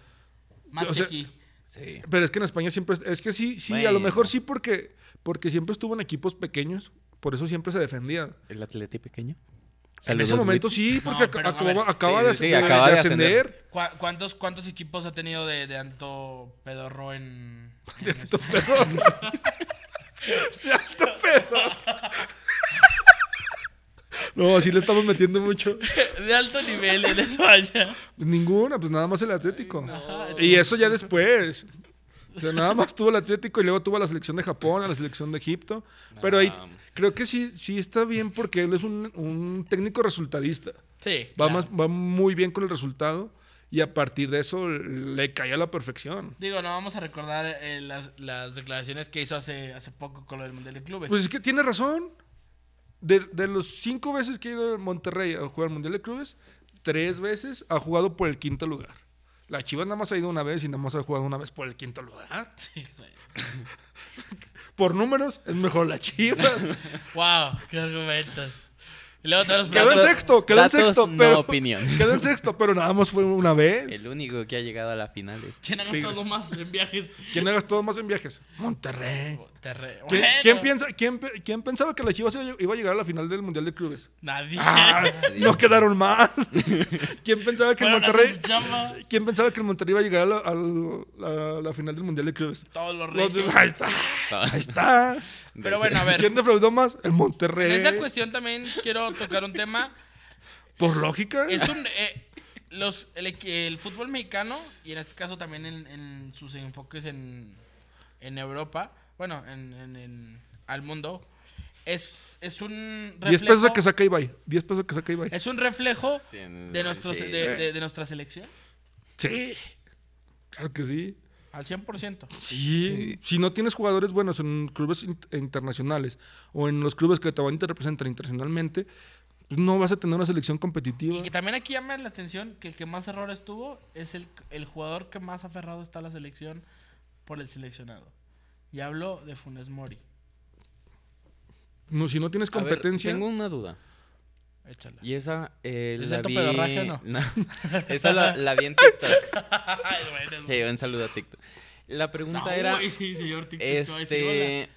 [SPEAKER 1] Más
[SPEAKER 2] O
[SPEAKER 1] que
[SPEAKER 2] sea,
[SPEAKER 1] aquí.
[SPEAKER 3] Sí.
[SPEAKER 2] Pero es que en España siempre... Es que sí, sí, a
[SPEAKER 3] Bueno.
[SPEAKER 2] lo mejor sí porque, porque siempre estuvo en equipos pequeños. Por eso siempre se defendía.
[SPEAKER 3] El atleti pequeño.
[SPEAKER 2] En ese momento sí, porque
[SPEAKER 1] No, pero,
[SPEAKER 2] ac-
[SPEAKER 1] a ver.
[SPEAKER 2] acababa- acaba,
[SPEAKER 3] Sí,
[SPEAKER 2] de,
[SPEAKER 3] sí, sí,
[SPEAKER 2] de-
[SPEAKER 3] acaba
[SPEAKER 2] de
[SPEAKER 3] de
[SPEAKER 2] ascender.
[SPEAKER 3] ascender.
[SPEAKER 1] ¿Cuá- ¿Cuántos, cuántos equipos ha tenido de, de Anto Pedorro en. en
[SPEAKER 2] De
[SPEAKER 1] España?
[SPEAKER 2] alto pedo. De alto pedo. No, sí le estamos metiendo mucho.
[SPEAKER 1] de alto nivel en España.
[SPEAKER 2] Ninguna, pues nada más el Atlético. Y eso ya después. O sea, nada más tuvo el Atlético y luego tuvo a la selección de Japón, a la selección de Egipto. Pero ahí
[SPEAKER 3] Ah.
[SPEAKER 2] creo que sí, sí está bien porque él es un, un técnico resultadista.
[SPEAKER 1] Sí.
[SPEAKER 2] Va,
[SPEAKER 1] claro.
[SPEAKER 2] más- va muy bien con el resultado y a partir de eso le cae a la perfección.
[SPEAKER 1] Digo, no vamos a recordar eh, las, las declaraciones que hizo hace, hace poco con lo del Mundial de Clubes.
[SPEAKER 2] Pues es que tiene razón. De, de los cinco veces que ha ido a Monterrey a jugar al Mundial de Clubes, tres veces ha jugado por el quinto lugar. La Chivas nada más ha ido una vez y nada más ha jugado una vez por el quinto lugar.
[SPEAKER 1] Sí, güey.
[SPEAKER 2] Por números, es mejor la Chivas.
[SPEAKER 1] Wow, qué argumentos. Y luego todos los
[SPEAKER 2] quedó en
[SPEAKER 1] platos-
[SPEAKER 2] sexto, quedó en
[SPEAKER 3] datos,
[SPEAKER 2] sexto.
[SPEAKER 3] no
[SPEAKER 2] Pero,
[SPEAKER 3] opiniones.
[SPEAKER 2] Quedó en sexto, pero nada más fue una vez.
[SPEAKER 3] El único que ha llegado a la final es
[SPEAKER 1] ¿Quién ha gastado más en viajes?
[SPEAKER 2] ¿Quién ha gastado más en viajes? Monterrey.
[SPEAKER 1] Te re-
[SPEAKER 2] ¿Quién,
[SPEAKER 1] Bueno,
[SPEAKER 2] quién piensa, quién, pe- quién pensaba que la Chivas iba iba a llegar a la final del Mundial de Clubes?
[SPEAKER 1] Nadie.
[SPEAKER 2] Ah, no quedaron mal. ¿Quién pensaba que el
[SPEAKER 1] Fueron a
[SPEAKER 2] Monterrey...
[SPEAKER 1] hacer su chamba.
[SPEAKER 2] ¿Quién pensaba que el Monterrey iba a llegar a la, a la- a la final del Mundial de Clubes?
[SPEAKER 1] Todos los
[SPEAKER 2] Los de-
[SPEAKER 1] reyes.
[SPEAKER 2] ahí está. Ahí está.
[SPEAKER 1] Pero bueno, a ver.
[SPEAKER 2] ¿Quién defraudó más? El
[SPEAKER 1] En
[SPEAKER 2] Monterrey.
[SPEAKER 1] esa cuestión también quiero tocar un tema.
[SPEAKER 2] Por lógica.
[SPEAKER 1] Es un. eh, los, el, equi- el fútbol mexicano, y en este caso también en, en sus enfoques en, en Europa, bueno, en, en- en- al mundo, es, es un
[SPEAKER 2] 10
[SPEAKER 1] reflejo.
[SPEAKER 2] pesos que saca Ibai. 10 pesos que saca Ibai.
[SPEAKER 1] es un reflejo
[SPEAKER 3] Sí, en-
[SPEAKER 1] de, nuestros,
[SPEAKER 3] sí.
[SPEAKER 1] de, de- de nuestra selección.
[SPEAKER 2] Sí. Claro que sí.
[SPEAKER 1] Al 100%.
[SPEAKER 2] Sí. Si no tienes jugadores buenos e en clubes in- internacionales o en los clubes que te van a representar internacionalmente, pues no vas a tener una selección competitiva.
[SPEAKER 1] Y que también aquí llama la atención que el que más errores tuvo es el, el jugador que más aferrado está a la selección por el seleccionado. Y hablo de Funes Mori.
[SPEAKER 2] No, si no tienes
[SPEAKER 3] A ver,
[SPEAKER 2] competencia,
[SPEAKER 3] tengo una duda.
[SPEAKER 1] Échala.
[SPEAKER 3] Y esa. eh,
[SPEAKER 1] ¿Es
[SPEAKER 3] la
[SPEAKER 1] alto
[SPEAKER 3] vi-
[SPEAKER 1] pedorraje o no?
[SPEAKER 3] esa la, la vi en TikTok.
[SPEAKER 1] Ay, bueno, es-
[SPEAKER 3] Que un saludo a TikTok. La pregunta
[SPEAKER 1] No,
[SPEAKER 3] era.
[SPEAKER 1] güey, sí, señor TikTok te va a decir hola.
[SPEAKER 3] Este.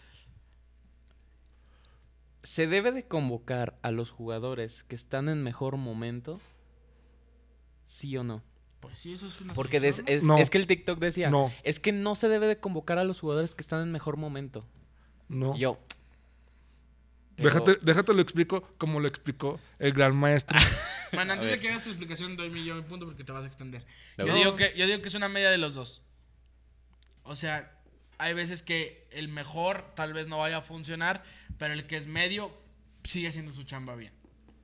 [SPEAKER 3] ¿Se debe de convocar a los jugadores que están en mejor momento? ¿Sí o no?
[SPEAKER 1] Pues sí, eso es una
[SPEAKER 3] Porque des-
[SPEAKER 1] selección,
[SPEAKER 3] es,
[SPEAKER 2] No.
[SPEAKER 3] es que el TikTok decía,
[SPEAKER 2] No.
[SPEAKER 3] es que no se debe de convocar a los jugadores que están en mejor momento.
[SPEAKER 2] no.
[SPEAKER 3] Y Yo. pero-
[SPEAKER 2] Déjate, déjate lo explico como lo explicó el gran maestro.
[SPEAKER 1] ¿no? Man, antes
[SPEAKER 3] A
[SPEAKER 1] de
[SPEAKER 3] ver.
[SPEAKER 1] que hagas tu explicación, doy mi yo mi punto porque te vas a extender.
[SPEAKER 3] No.
[SPEAKER 1] Yo digo, que, yo digo que es una media de los dos. O sea, hay veces que el mejor tal vez no vaya a funcionar, pero el que es medio sigue haciendo su chamba bien.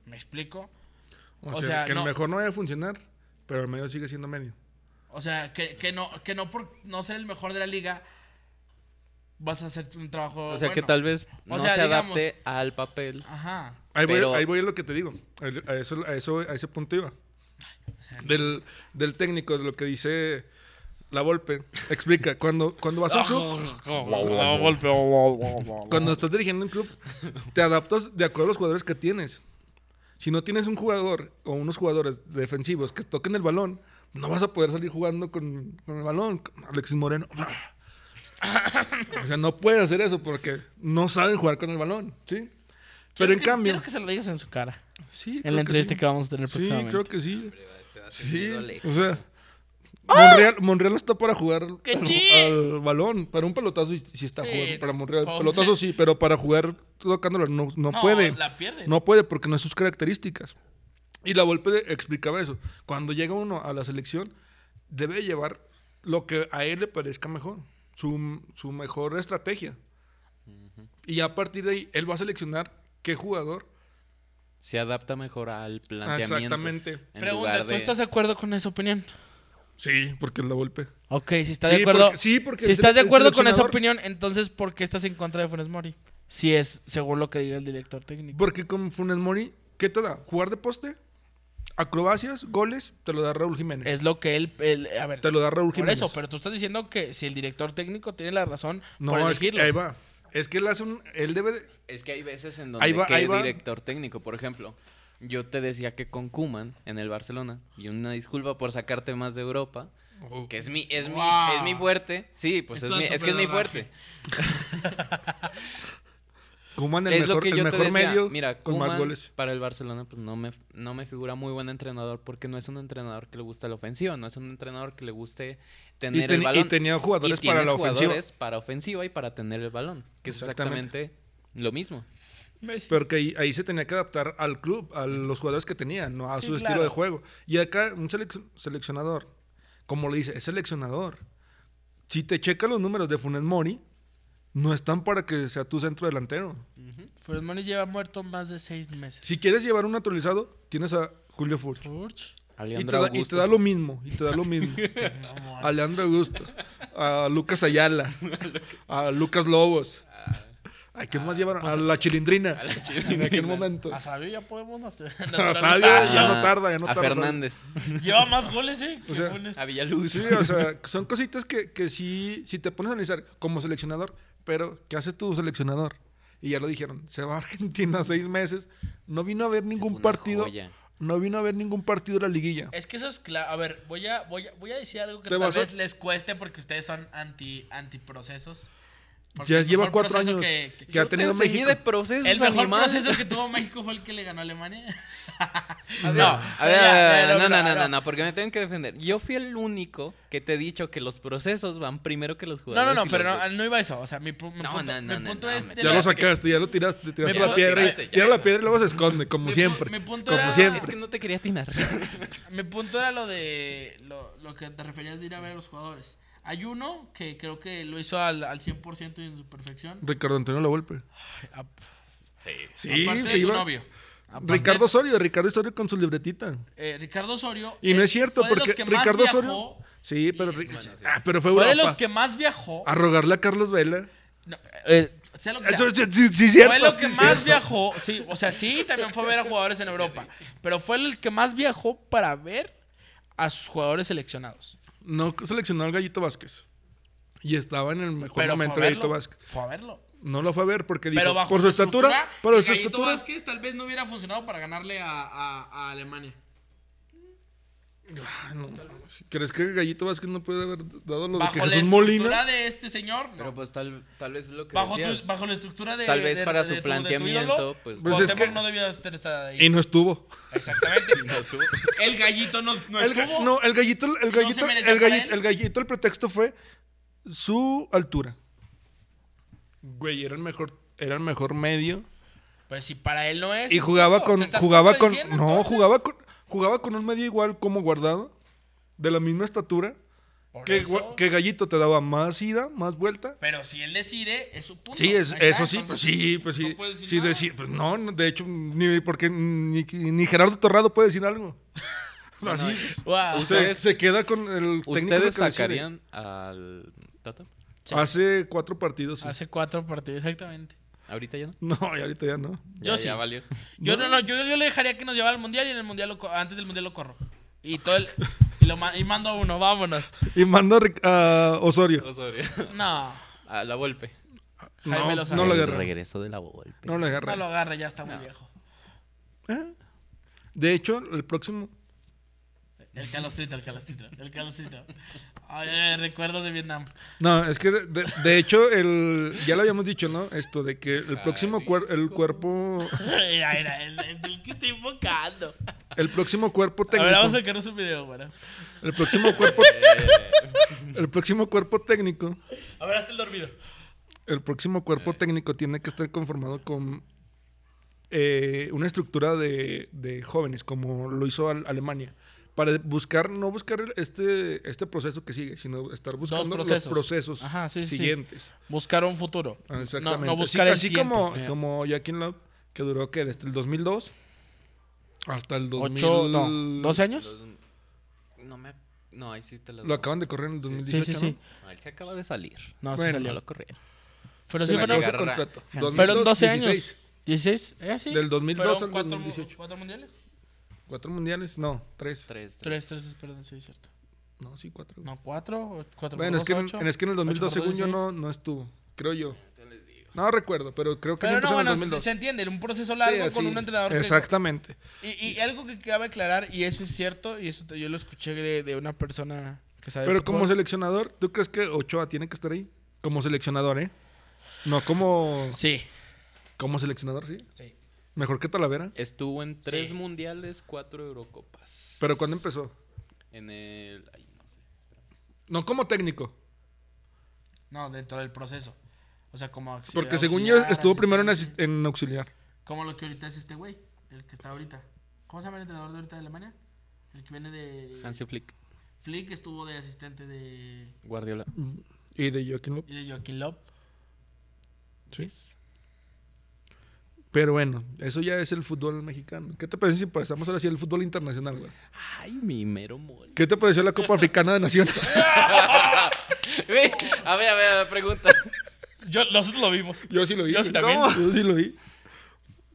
[SPEAKER 1] ¿Me explico?
[SPEAKER 2] O,
[SPEAKER 1] O
[SPEAKER 2] sea,
[SPEAKER 1] sea,
[SPEAKER 2] que
[SPEAKER 1] no.
[SPEAKER 2] el mejor no vaya a funcionar, pero el medio sigue siendo medio.
[SPEAKER 1] O sea, que, que no, que no por no ser el mejor de la liga vas a hacer un trabajo.
[SPEAKER 3] O sea que
[SPEAKER 1] bueno.
[SPEAKER 3] tal vez
[SPEAKER 1] O
[SPEAKER 3] no
[SPEAKER 1] sea,
[SPEAKER 3] se
[SPEAKER 1] digamos-
[SPEAKER 3] adapte al papel.
[SPEAKER 1] Ajá.
[SPEAKER 2] Ahí,
[SPEAKER 3] Pero-
[SPEAKER 2] voy, ahí voy a lo que te digo. A- A eso, a eso, a ese punto iba. Del, del técnico, de lo que dice la Volpe. Explica, cuando, cuando vas a un club, cuando estás dirigiendo un club, te adaptas de acuerdo a los jugadores que tienes. Si no tienes un jugador o unos jugadores defensivos que toquen el balón, no vas a poder salir jugando con, con el balón. Alexis Moreno. O sea, no puedes hacer eso porque no saben jugar con el balón, ¿sí? Pero
[SPEAKER 1] Quiero
[SPEAKER 2] en
[SPEAKER 1] que-
[SPEAKER 2] cambio...
[SPEAKER 1] Quiero que se lo digas en su cara.
[SPEAKER 2] Sí,
[SPEAKER 1] En
[SPEAKER 2] creo
[SPEAKER 1] la
[SPEAKER 2] que
[SPEAKER 1] entrevista
[SPEAKER 3] Este
[SPEAKER 2] sí.
[SPEAKER 1] que vamos a tener
[SPEAKER 2] Sí,
[SPEAKER 1] próximamente.
[SPEAKER 2] creo que sí. Sí,
[SPEAKER 3] Alex.
[SPEAKER 2] o sea, Monreal, Monreal no está para jugar
[SPEAKER 1] ¡Ah! ¡Qué
[SPEAKER 2] al,
[SPEAKER 1] chi!
[SPEAKER 2] al balón. Para un pelotazo sí, sí está
[SPEAKER 1] Sí,
[SPEAKER 2] jugando. Para
[SPEAKER 1] no,
[SPEAKER 2] Monreal,
[SPEAKER 1] o sea-
[SPEAKER 2] pelotazo sí, pero para jugar tocándolo no, no,
[SPEAKER 1] No,
[SPEAKER 2] puede.
[SPEAKER 1] la pierde.
[SPEAKER 2] No puede porque no es sus características. Y la Volpe de- explicaba eso. Cuando llega uno a la selección, debe llevar lo que a él le parezca mejor. Su, su mejor estrategia. Y ya a partir de ahí, él va a seleccionar qué jugador.
[SPEAKER 3] Se adapta mejor al planteamiento.
[SPEAKER 2] Exactamente.
[SPEAKER 3] en
[SPEAKER 1] Pregunta,
[SPEAKER 3] lugar
[SPEAKER 1] ¿tú
[SPEAKER 3] de-
[SPEAKER 1] estás de acuerdo con esa opinión?
[SPEAKER 2] Sí, porque es la Volpe.
[SPEAKER 1] Ok, si estás
[SPEAKER 2] Sí,
[SPEAKER 1] de acuerdo.
[SPEAKER 2] porque- sí, porque
[SPEAKER 1] si
[SPEAKER 2] el
[SPEAKER 1] estás de
[SPEAKER 2] sele- el
[SPEAKER 1] acuerdo con esa
[SPEAKER 2] seleccionador-
[SPEAKER 1] opinión, entonces ¿por qué estás en contra de Funes Mori? Si es según lo que diga el director técnico.
[SPEAKER 2] Porque con Funes Mori, ¿qué te da? ¿Jugar de poste? ¿Acrobacias? ¿Goles? Te lo da Raúl Jiménez.
[SPEAKER 1] Es lo que él, él- a ver.
[SPEAKER 2] Te lo da Raúl
[SPEAKER 1] por
[SPEAKER 2] Jiménez.
[SPEAKER 1] eso, pero tú estás diciendo que si el director técnico tiene la razón
[SPEAKER 2] No,
[SPEAKER 1] por
[SPEAKER 2] es que
[SPEAKER 1] elegirlo.
[SPEAKER 2] ahí va. Es que él hace un... Él debe de-
[SPEAKER 3] Es que hay veces en donde
[SPEAKER 2] Ahí va-
[SPEAKER 3] que
[SPEAKER 2] ahí va.
[SPEAKER 3] director técnico, por ejemplo, yo te decía que con Kuman en el Barcelona, y una disculpa por sacarte más de Europa, que es mi, es
[SPEAKER 1] Wow.
[SPEAKER 3] mi, es mi fuerte. Sí, pues
[SPEAKER 1] Es
[SPEAKER 3] es,
[SPEAKER 1] todo
[SPEAKER 3] mi-
[SPEAKER 1] tu
[SPEAKER 3] es que es mi fuerte.
[SPEAKER 1] pedorraje.
[SPEAKER 2] Kuman el
[SPEAKER 3] es lo
[SPEAKER 2] mejor,
[SPEAKER 3] que yo
[SPEAKER 2] el
[SPEAKER 3] te
[SPEAKER 2] mejor
[SPEAKER 3] decía.
[SPEAKER 2] medio
[SPEAKER 3] Mira,
[SPEAKER 2] con más
[SPEAKER 3] Koeman
[SPEAKER 2] goles.
[SPEAKER 3] Para el Barcelona, pues no me, no me figura muy buen entrenador porque no es un entrenador que le gusta la ofensiva, no es un entrenador que le guste tener
[SPEAKER 2] Y,
[SPEAKER 3] el
[SPEAKER 2] teni-
[SPEAKER 3] balón.
[SPEAKER 2] y tenía jugadores
[SPEAKER 3] Y
[SPEAKER 2] para
[SPEAKER 3] tienes
[SPEAKER 2] la ofensiva.
[SPEAKER 3] jugadores para ofensiva y para tener el balón, que es
[SPEAKER 2] Exactamente.
[SPEAKER 3] exactamente lo mismo.
[SPEAKER 1] Messi.
[SPEAKER 2] Pero que ahí, ahí se tenía que adaptar al club, a los jugadores que tenía, no a
[SPEAKER 1] Sí,
[SPEAKER 2] su
[SPEAKER 1] claro.
[SPEAKER 2] estilo de juego. Y acá un selec- seleccionador, como le dice, es seleccionador. Si te checa los números de Funes Mori, no están para que sea tu centro delantero.
[SPEAKER 1] Funes Mori lleva muerto más de seis meses.
[SPEAKER 2] Si quieres llevar un naturalizado, tienes a Julio Furch.
[SPEAKER 1] Urch.
[SPEAKER 3] A
[SPEAKER 2] Y te,
[SPEAKER 3] Leandro
[SPEAKER 2] da, y
[SPEAKER 3] Augusto.
[SPEAKER 2] te da lo mismo, y te da lo mismo. a Leandro Augusto, a Lucas Ayala, a Lucas Lobos. ¿A quién más llevaron? Ah, pues a la chilindrina. En aquel momento.
[SPEAKER 1] A Sabio ya podemos hasta-
[SPEAKER 2] A Sabio ya no
[SPEAKER 3] Ah,
[SPEAKER 2] tarda, ya no
[SPEAKER 3] A
[SPEAKER 2] tarda.
[SPEAKER 3] Fernández,
[SPEAKER 1] Lleva más goles, ¿eh? que
[SPEAKER 2] O sea,
[SPEAKER 1] Funes.
[SPEAKER 3] a Villaluz.
[SPEAKER 2] Sí, o sea, son cositas que, que sí, si te pones a analizar como seleccionador, pero ¿qué hace tu seleccionador? Y ya lo dijeron, se va a Argentina seis meses, no vino a ver ningún
[SPEAKER 3] una
[SPEAKER 2] partido,
[SPEAKER 3] joya.
[SPEAKER 2] no vino a ver ningún partido de la liguilla.
[SPEAKER 1] Es que eso es claro. A ver, voy a, voy, a, voy a decir algo que
[SPEAKER 2] Te
[SPEAKER 1] tal
[SPEAKER 2] vas a-
[SPEAKER 1] vez les cueste porque ustedes son anti, antiprocesos. Porque
[SPEAKER 2] Ya
[SPEAKER 1] el
[SPEAKER 2] lleva
[SPEAKER 1] mejor
[SPEAKER 2] cuatro
[SPEAKER 1] proceso
[SPEAKER 2] años
[SPEAKER 1] que- que-
[SPEAKER 2] que ha tenido México.
[SPEAKER 3] de procesos
[SPEAKER 1] el mejor
[SPEAKER 3] animal.
[SPEAKER 1] proceso que tuvo México fue el que le ganó a Alemania.
[SPEAKER 3] No, a ver,
[SPEAKER 1] ya, ya, no,
[SPEAKER 3] no, no, no,
[SPEAKER 1] no.
[SPEAKER 3] no, no, porque me tengo que defender. Yo fui el único que te he dicho que los procesos van primero que los
[SPEAKER 1] No,
[SPEAKER 3] jugadores.
[SPEAKER 1] no, no,
[SPEAKER 3] y
[SPEAKER 1] pero
[SPEAKER 3] los-
[SPEAKER 1] no, no iba eso. O sea, mi, pu- mi
[SPEAKER 3] No,
[SPEAKER 1] punto,
[SPEAKER 3] no, no,
[SPEAKER 1] mi
[SPEAKER 3] no,
[SPEAKER 1] punto
[SPEAKER 3] no,
[SPEAKER 1] es.
[SPEAKER 3] me-
[SPEAKER 1] de
[SPEAKER 2] Ya
[SPEAKER 1] la-
[SPEAKER 2] lo sacaste, ya lo tiraste, tiraste
[SPEAKER 1] Me-
[SPEAKER 2] la piedra,
[SPEAKER 3] tiraste,
[SPEAKER 2] y,
[SPEAKER 3] ya.
[SPEAKER 2] tira la piedra y luego se esconde, como
[SPEAKER 1] Mi pu-
[SPEAKER 2] siempre.
[SPEAKER 1] mi punto
[SPEAKER 2] como
[SPEAKER 1] era-
[SPEAKER 2] siempre.
[SPEAKER 3] Es que no te quería atinar.
[SPEAKER 1] Mi punto era lo de lo, lo que te referías de ir a ver a los jugadores. Hay uno que creo que lo hizo al, al 100% y en su perfección.
[SPEAKER 2] Ricardo Antonio La Volpe.
[SPEAKER 1] A-
[SPEAKER 2] Ah, Sí,
[SPEAKER 1] aparte de
[SPEAKER 2] se
[SPEAKER 1] tu
[SPEAKER 2] iba.
[SPEAKER 1] novio. Aparte-
[SPEAKER 2] Ricardo Osorio, Ricardo Osorio con su libretita.
[SPEAKER 1] eh, Ricardo Osorio.
[SPEAKER 2] Y no
[SPEAKER 1] eh,
[SPEAKER 2] es cierto,
[SPEAKER 1] fue de los
[SPEAKER 2] porque
[SPEAKER 1] que más
[SPEAKER 2] Ricardo
[SPEAKER 1] viajó,
[SPEAKER 2] Osorio. Sí, pero, Ri-
[SPEAKER 3] bueno, sí.
[SPEAKER 2] ah, pero fue
[SPEAKER 1] Fue de
[SPEAKER 2] Europa.
[SPEAKER 1] los que más viajó.
[SPEAKER 2] A rogarle a Carlos Vela.
[SPEAKER 1] No, eh, Sea lo que
[SPEAKER 2] Ah, Eso
[SPEAKER 1] sea.
[SPEAKER 2] sí, sí, sí, cierto.
[SPEAKER 1] Fue lo que
[SPEAKER 2] sí,
[SPEAKER 1] más
[SPEAKER 2] cierto.
[SPEAKER 1] viajó. Sí, o sea, sí, también fue a ver a jugadores en Europa. Pero fue el que más viajó para ver a sus jugadores seleccionados.
[SPEAKER 2] No seleccionó al Gallito Vázquez. Y estaba en el mejor
[SPEAKER 1] Pero
[SPEAKER 2] momento
[SPEAKER 1] fue a verlo.
[SPEAKER 2] Gallito Vázquez.
[SPEAKER 1] Fue a verlo.
[SPEAKER 2] No lo fue a ver porque dijo,
[SPEAKER 1] pero bajo
[SPEAKER 2] por su estatura, por
[SPEAKER 1] el
[SPEAKER 2] su
[SPEAKER 1] Gallito
[SPEAKER 2] estatura.
[SPEAKER 1] Vázquez tal vez no hubiera funcionado para ganarle a, a- a Alemania.
[SPEAKER 2] Ah, no. ¿Crees que Gallito Vázquez no puede haber dado lo de
[SPEAKER 1] Bajo
[SPEAKER 2] que
[SPEAKER 1] la
[SPEAKER 2] Jesús
[SPEAKER 1] estructura
[SPEAKER 2] Molina?
[SPEAKER 1] de este señor. no.
[SPEAKER 3] Pero pues tal, tal vez es lo que
[SPEAKER 1] bajo, tu-
[SPEAKER 3] decías.
[SPEAKER 1] bajo la estructura de.
[SPEAKER 3] Tal vez
[SPEAKER 1] de-
[SPEAKER 3] para
[SPEAKER 1] de
[SPEAKER 3] su
[SPEAKER 1] tu- de tu
[SPEAKER 3] planteamiento,
[SPEAKER 1] ídolo,
[SPEAKER 3] pues-
[SPEAKER 2] Pues es
[SPEAKER 1] Cuauhtémoc
[SPEAKER 2] que-
[SPEAKER 1] no debía estar estar ahí.
[SPEAKER 2] Y no estuvo.
[SPEAKER 1] Exactamente. El gallito no, no
[SPEAKER 2] El, ga-
[SPEAKER 1] estuvo.
[SPEAKER 2] no, el gallito, el gallito,
[SPEAKER 1] merecía
[SPEAKER 2] el,
[SPEAKER 1] para
[SPEAKER 2] galli-
[SPEAKER 1] él?
[SPEAKER 2] el gallito, el pretexto fue su altura. Güey, era el mejor, era el mejor medio.
[SPEAKER 1] Pues si para él no es.
[SPEAKER 2] Y jugaba
[SPEAKER 1] ¿te
[SPEAKER 2] con,
[SPEAKER 1] estás
[SPEAKER 2] jugaba con,
[SPEAKER 1] contradiciendo,
[SPEAKER 2] no,
[SPEAKER 1] entonces?
[SPEAKER 2] jugaba con, jugaba con un medio igual como guardado, de la misma estatura.
[SPEAKER 1] Por
[SPEAKER 2] Que,
[SPEAKER 1] eso.
[SPEAKER 2] Gua- que gallito te daba más ida, más vuelta.
[SPEAKER 1] Pero si él decide, es su punto.
[SPEAKER 2] Sí, es,
[SPEAKER 1] Ahí está,
[SPEAKER 2] eso sí,
[SPEAKER 1] entonces,
[SPEAKER 2] pues sí, pues sí.
[SPEAKER 1] no puedes decir
[SPEAKER 2] sí
[SPEAKER 1] nada.
[SPEAKER 2] decir, pues no, no, de hecho, ni porque ni, ni Gerardo Torrado puede decir algo. Así
[SPEAKER 1] Wow.
[SPEAKER 2] se,
[SPEAKER 3] Ustedes-
[SPEAKER 2] se queda con el técnico. es el
[SPEAKER 3] ¿Ustedes
[SPEAKER 2] que decide.
[SPEAKER 3] sacarían al Tata?
[SPEAKER 1] Sí. Ah,
[SPEAKER 2] Hace cuatro partidos. sí.
[SPEAKER 1] Hace cuatro partidos, exactamente.
[SPEAKER 3] ¿Ahorita ya no?
[SPEAKER 2] No, y ahorita ya no.
[SPEAKER 1] Yo
[SPEAKER 3] Ya-
[SPEAKER 1] sí.
[SPEAKER 3] Ya valió.
[SPEAKER 1] Yo no, no, yo, yo le dejaría que nos llevara al mundial y en el mundial lo co- antes del mundial lo corro. Y todo el, y, lo ma- y mando a uno, vámonos.
[SPEAKER 2] Y mando a Ric- a Osorio.
[SPEAKER 3] Osorio.
[SPEAKER 1] No,
[SPEAKER 3] A la Volpe.
[SPEAKER 1] Jaime
[SPEAKER 2] No,
[SPEAKER 1] Lozano.
[SPEAKER 2] no lo
[SPEAKER 1] El
[SPEAKER 2] agarré.
[SPEAKER 3] regreso de la Volpe.
[SPEAKER 2] No lo
[SPEAKER 1] no
[SPEAKER 2] agarré.
[SPEAKER 1] lo agarra, ya está muy viejo.
[SPEAKER 2] De hecho, el próximo.
[SPEAKER 1] El calostrito, el calostrito, el calostrito. Ay, ay, recuerdos de Vietnam.
[SPEAKER 2] No, es que de, de hecho, el, ya lo habíamos dicho, ¿no? Esto de que el próximo cuer- el cuerpo.
[SPEAKER 1] Mira, mira, es, es el que estoy invocando.
[SPEAKER 2] El próximo cuerpo
[SPEAKER 1] A ver, vamos a
[SPEAKER 2] técnico.
[SPEAKER 1] sacar un video, bueno.
[SPEAKER 2] El próximo cuerpo.
[SPEAKER 1] Eh.
[SPEAKER 2] El próximo cuerpo técnico.
[SPEAKER 1] A ver, hasta el dormido.
[SPEAKER 2] El próximo cuerpo técnico tiene que estar conformado con eh, una estructura de, de jóvenes, como lo hizo Al- Alemania. Para buscar, no buscar el- este, este proceso que sigue, sino estar buscando
[SPEAKER 1] procesos.
[SPEAKER 2] los procesos
[SPEAKER 1] Ajá, sí, sí, sí.
[SPEAKER 2] siguientes.
[SPEAKER 1] Buscar un futuro.
[SPEAKER 2] Ah, Exactamente.
[SPEAKER 1] No, no
[SPEAKER 2] Sí,
[SPEAKER 1] buscar el
[SPEAKER 2] así como,
[SPEAKER 1] siguiente.
[SPEAKER 2] como Jackie Love, que duró ¿qué? desde el 2002 hasta el 2000.
[SPEAKER 1] Ocho, no, 12 años.
[SPEAKER 3] No me... No, ahí sí te la
[SPEAKER 2] Lo acaban de correr en el 2018.
[SPEAKER 1] Sí, sí, sí.
[SPEAKER 2] ¿no?
[SPEAKER 3] No, él se acaba de salir.
[SPEAKER 1] No,
[SPEAKER 2] Bueno.
[SPEAKER 1] sí
[SPEAKER 3] No
[SPEAKER 1] salió.
[SPEAKER 3] lo corrieron.
[SPEAKER 1] Pero
[SPEAKER 2] Se
[SPEAKER 1] sí
[SPEAKER 2] le
[SPEAKER 1] fueron,
[SPEAKER 2] acabó su
[SPEAKER 3] agarra.
[SPEAKER 2] contrato.
[SPEAKER 1] fueron
[SPEAKER 2] 2002,
[SPEAKER 1] 12 años.
[SPEAKER 2] 16.
[SPEAKER 1] 16, ¿eh? Sí.
[SPEAKER 2] Del 2002
[SPEAKER 1] Fueron
[SPEAKER 2] al
[SPEAKER 1] cuatro mu-
[SPEAKER 2] 2018.
[SPEAKER 1] ¿Cuatro mundiales?
[SPEAKER 2] ¿Cuatro mundiales? No, tres.
[SPEAKER 3] Tres, tres.
[SPEAKER 1] Tres, tres, perdón, sí, es cierto.
[SPEAKER 2] No, sí, cuatro.
[SPEAKER 1] No, cuatro, o cuatro
[SPEAKER 2] Bueno,
[SPEAKER 1] por
[SPEAKER 2] es que,
[SPEAKER 1] dos,
[SPEAKER 2] en,
[SPEAKER 1] ocho.
[SPEAKER 2] en- es que en el 2002,
[SPEAKER 1] Ocho por
[SPEAKER 2] según
[SPEAKER 1] dos,
[SPEAKER 2] yo,
[SPEAKER 1] dieciséis.
[SPEAKER 2] no, no estuvo. Creo yo. No recuerdo, pero creo que
[SPEAKER 1] Pero
[SPEAKER 2] siempre
[SPEAKER 1] no,
[SPEAKER 2] en
[SPEAKER 1] bueno,
[SPEAKER 2] el
[SPEAKER 1] se,
[SPEAKER 2] 2002.
[SPEAKER 1] se entiende, un proceso
[SPEAKER 2] Sí,
[SPEAKER 1] largo
[SPEAKER 2] así.
[SPEAKER 1] con un entrenador. que- "Pues,
[SPEAKER 2] Exactamente.
[SPEAKER 1] y, y algo que cabe aclarar, y eso es cierto, y eso te- yo lo escuché de, de una persona que sabe.
[SPEAKER 2] Pero
[SPEAKER 1] fútbol.
[SPEAKER 2] como seleccionador, ¿tú crees que Ochoa tiene que estar ahí? Como seleccionador, ¿eh? No, como,
[SPEAKER 1] Sí,
[SPEAKER 2] como seleccionador, sí.
[SPEAKER 1] sí.
[SPEAKER 2] Mejor que Talavera.
[SPEAKER 3] Estuvo en tres
[SPEAKER 1] Sí.
[SPEAKER 3] mundiales, cuatro Eurocopas.
[SPEAKER 2] Pero ¿cuándo empezó?
[SPEAKER 3] En el... ay, no sé.
[SPEAKER 2] No como técnico.
[SPEAKER 1] No, dentro del proceso. O sea, como. auxi-
[SPEAKER 2] Porque según yo,
[SPEAKER 1] auxiliar,
[SPEAKER 2] estuvo primero en,
[SPEAKER 1] asistente,
[SPEAKER 2] asis- en auxiliar.
[SPEAKER 1] este Como lo que ahorita es este güey, el que está ahorita. ¿Cómo se llama el entrenador de ahorita de Alemania? El que viene de.
[SPEAKER 3] Hansi Flick.
[SPEAKER 1] Flick estuvo de asistente de.
[SPEAKER 3] Guardiola.
[SPEAKER 2] Y de Joaquín López.
[SPEAKER 1] Y de Joaquín Lop.
[SPEAKER 2] Sí. Pero bueno, eso ya es el fútbol mexicano. ¿Qué te parece si pasamos ahora sí al fútbol internacional, güey?
[SPEAKER 3] Ay, mi mero mole.
[SPEAKER 2] ¿Qué te pareció la Copa Africana de Naciones?
[SPEAKER 3] Ve, a ver, a ver, a ver, pregunta.
[SPEAKER 1] Yo, nosotros lo vimos.
[SPEAKER 2] Yo sí lo vi.
[SPEAKER 1] Yo sí
[SPEAKER 2] güey.
[SPEAKER 1] también.
[SPEAKER 2] Yo sí lo vi.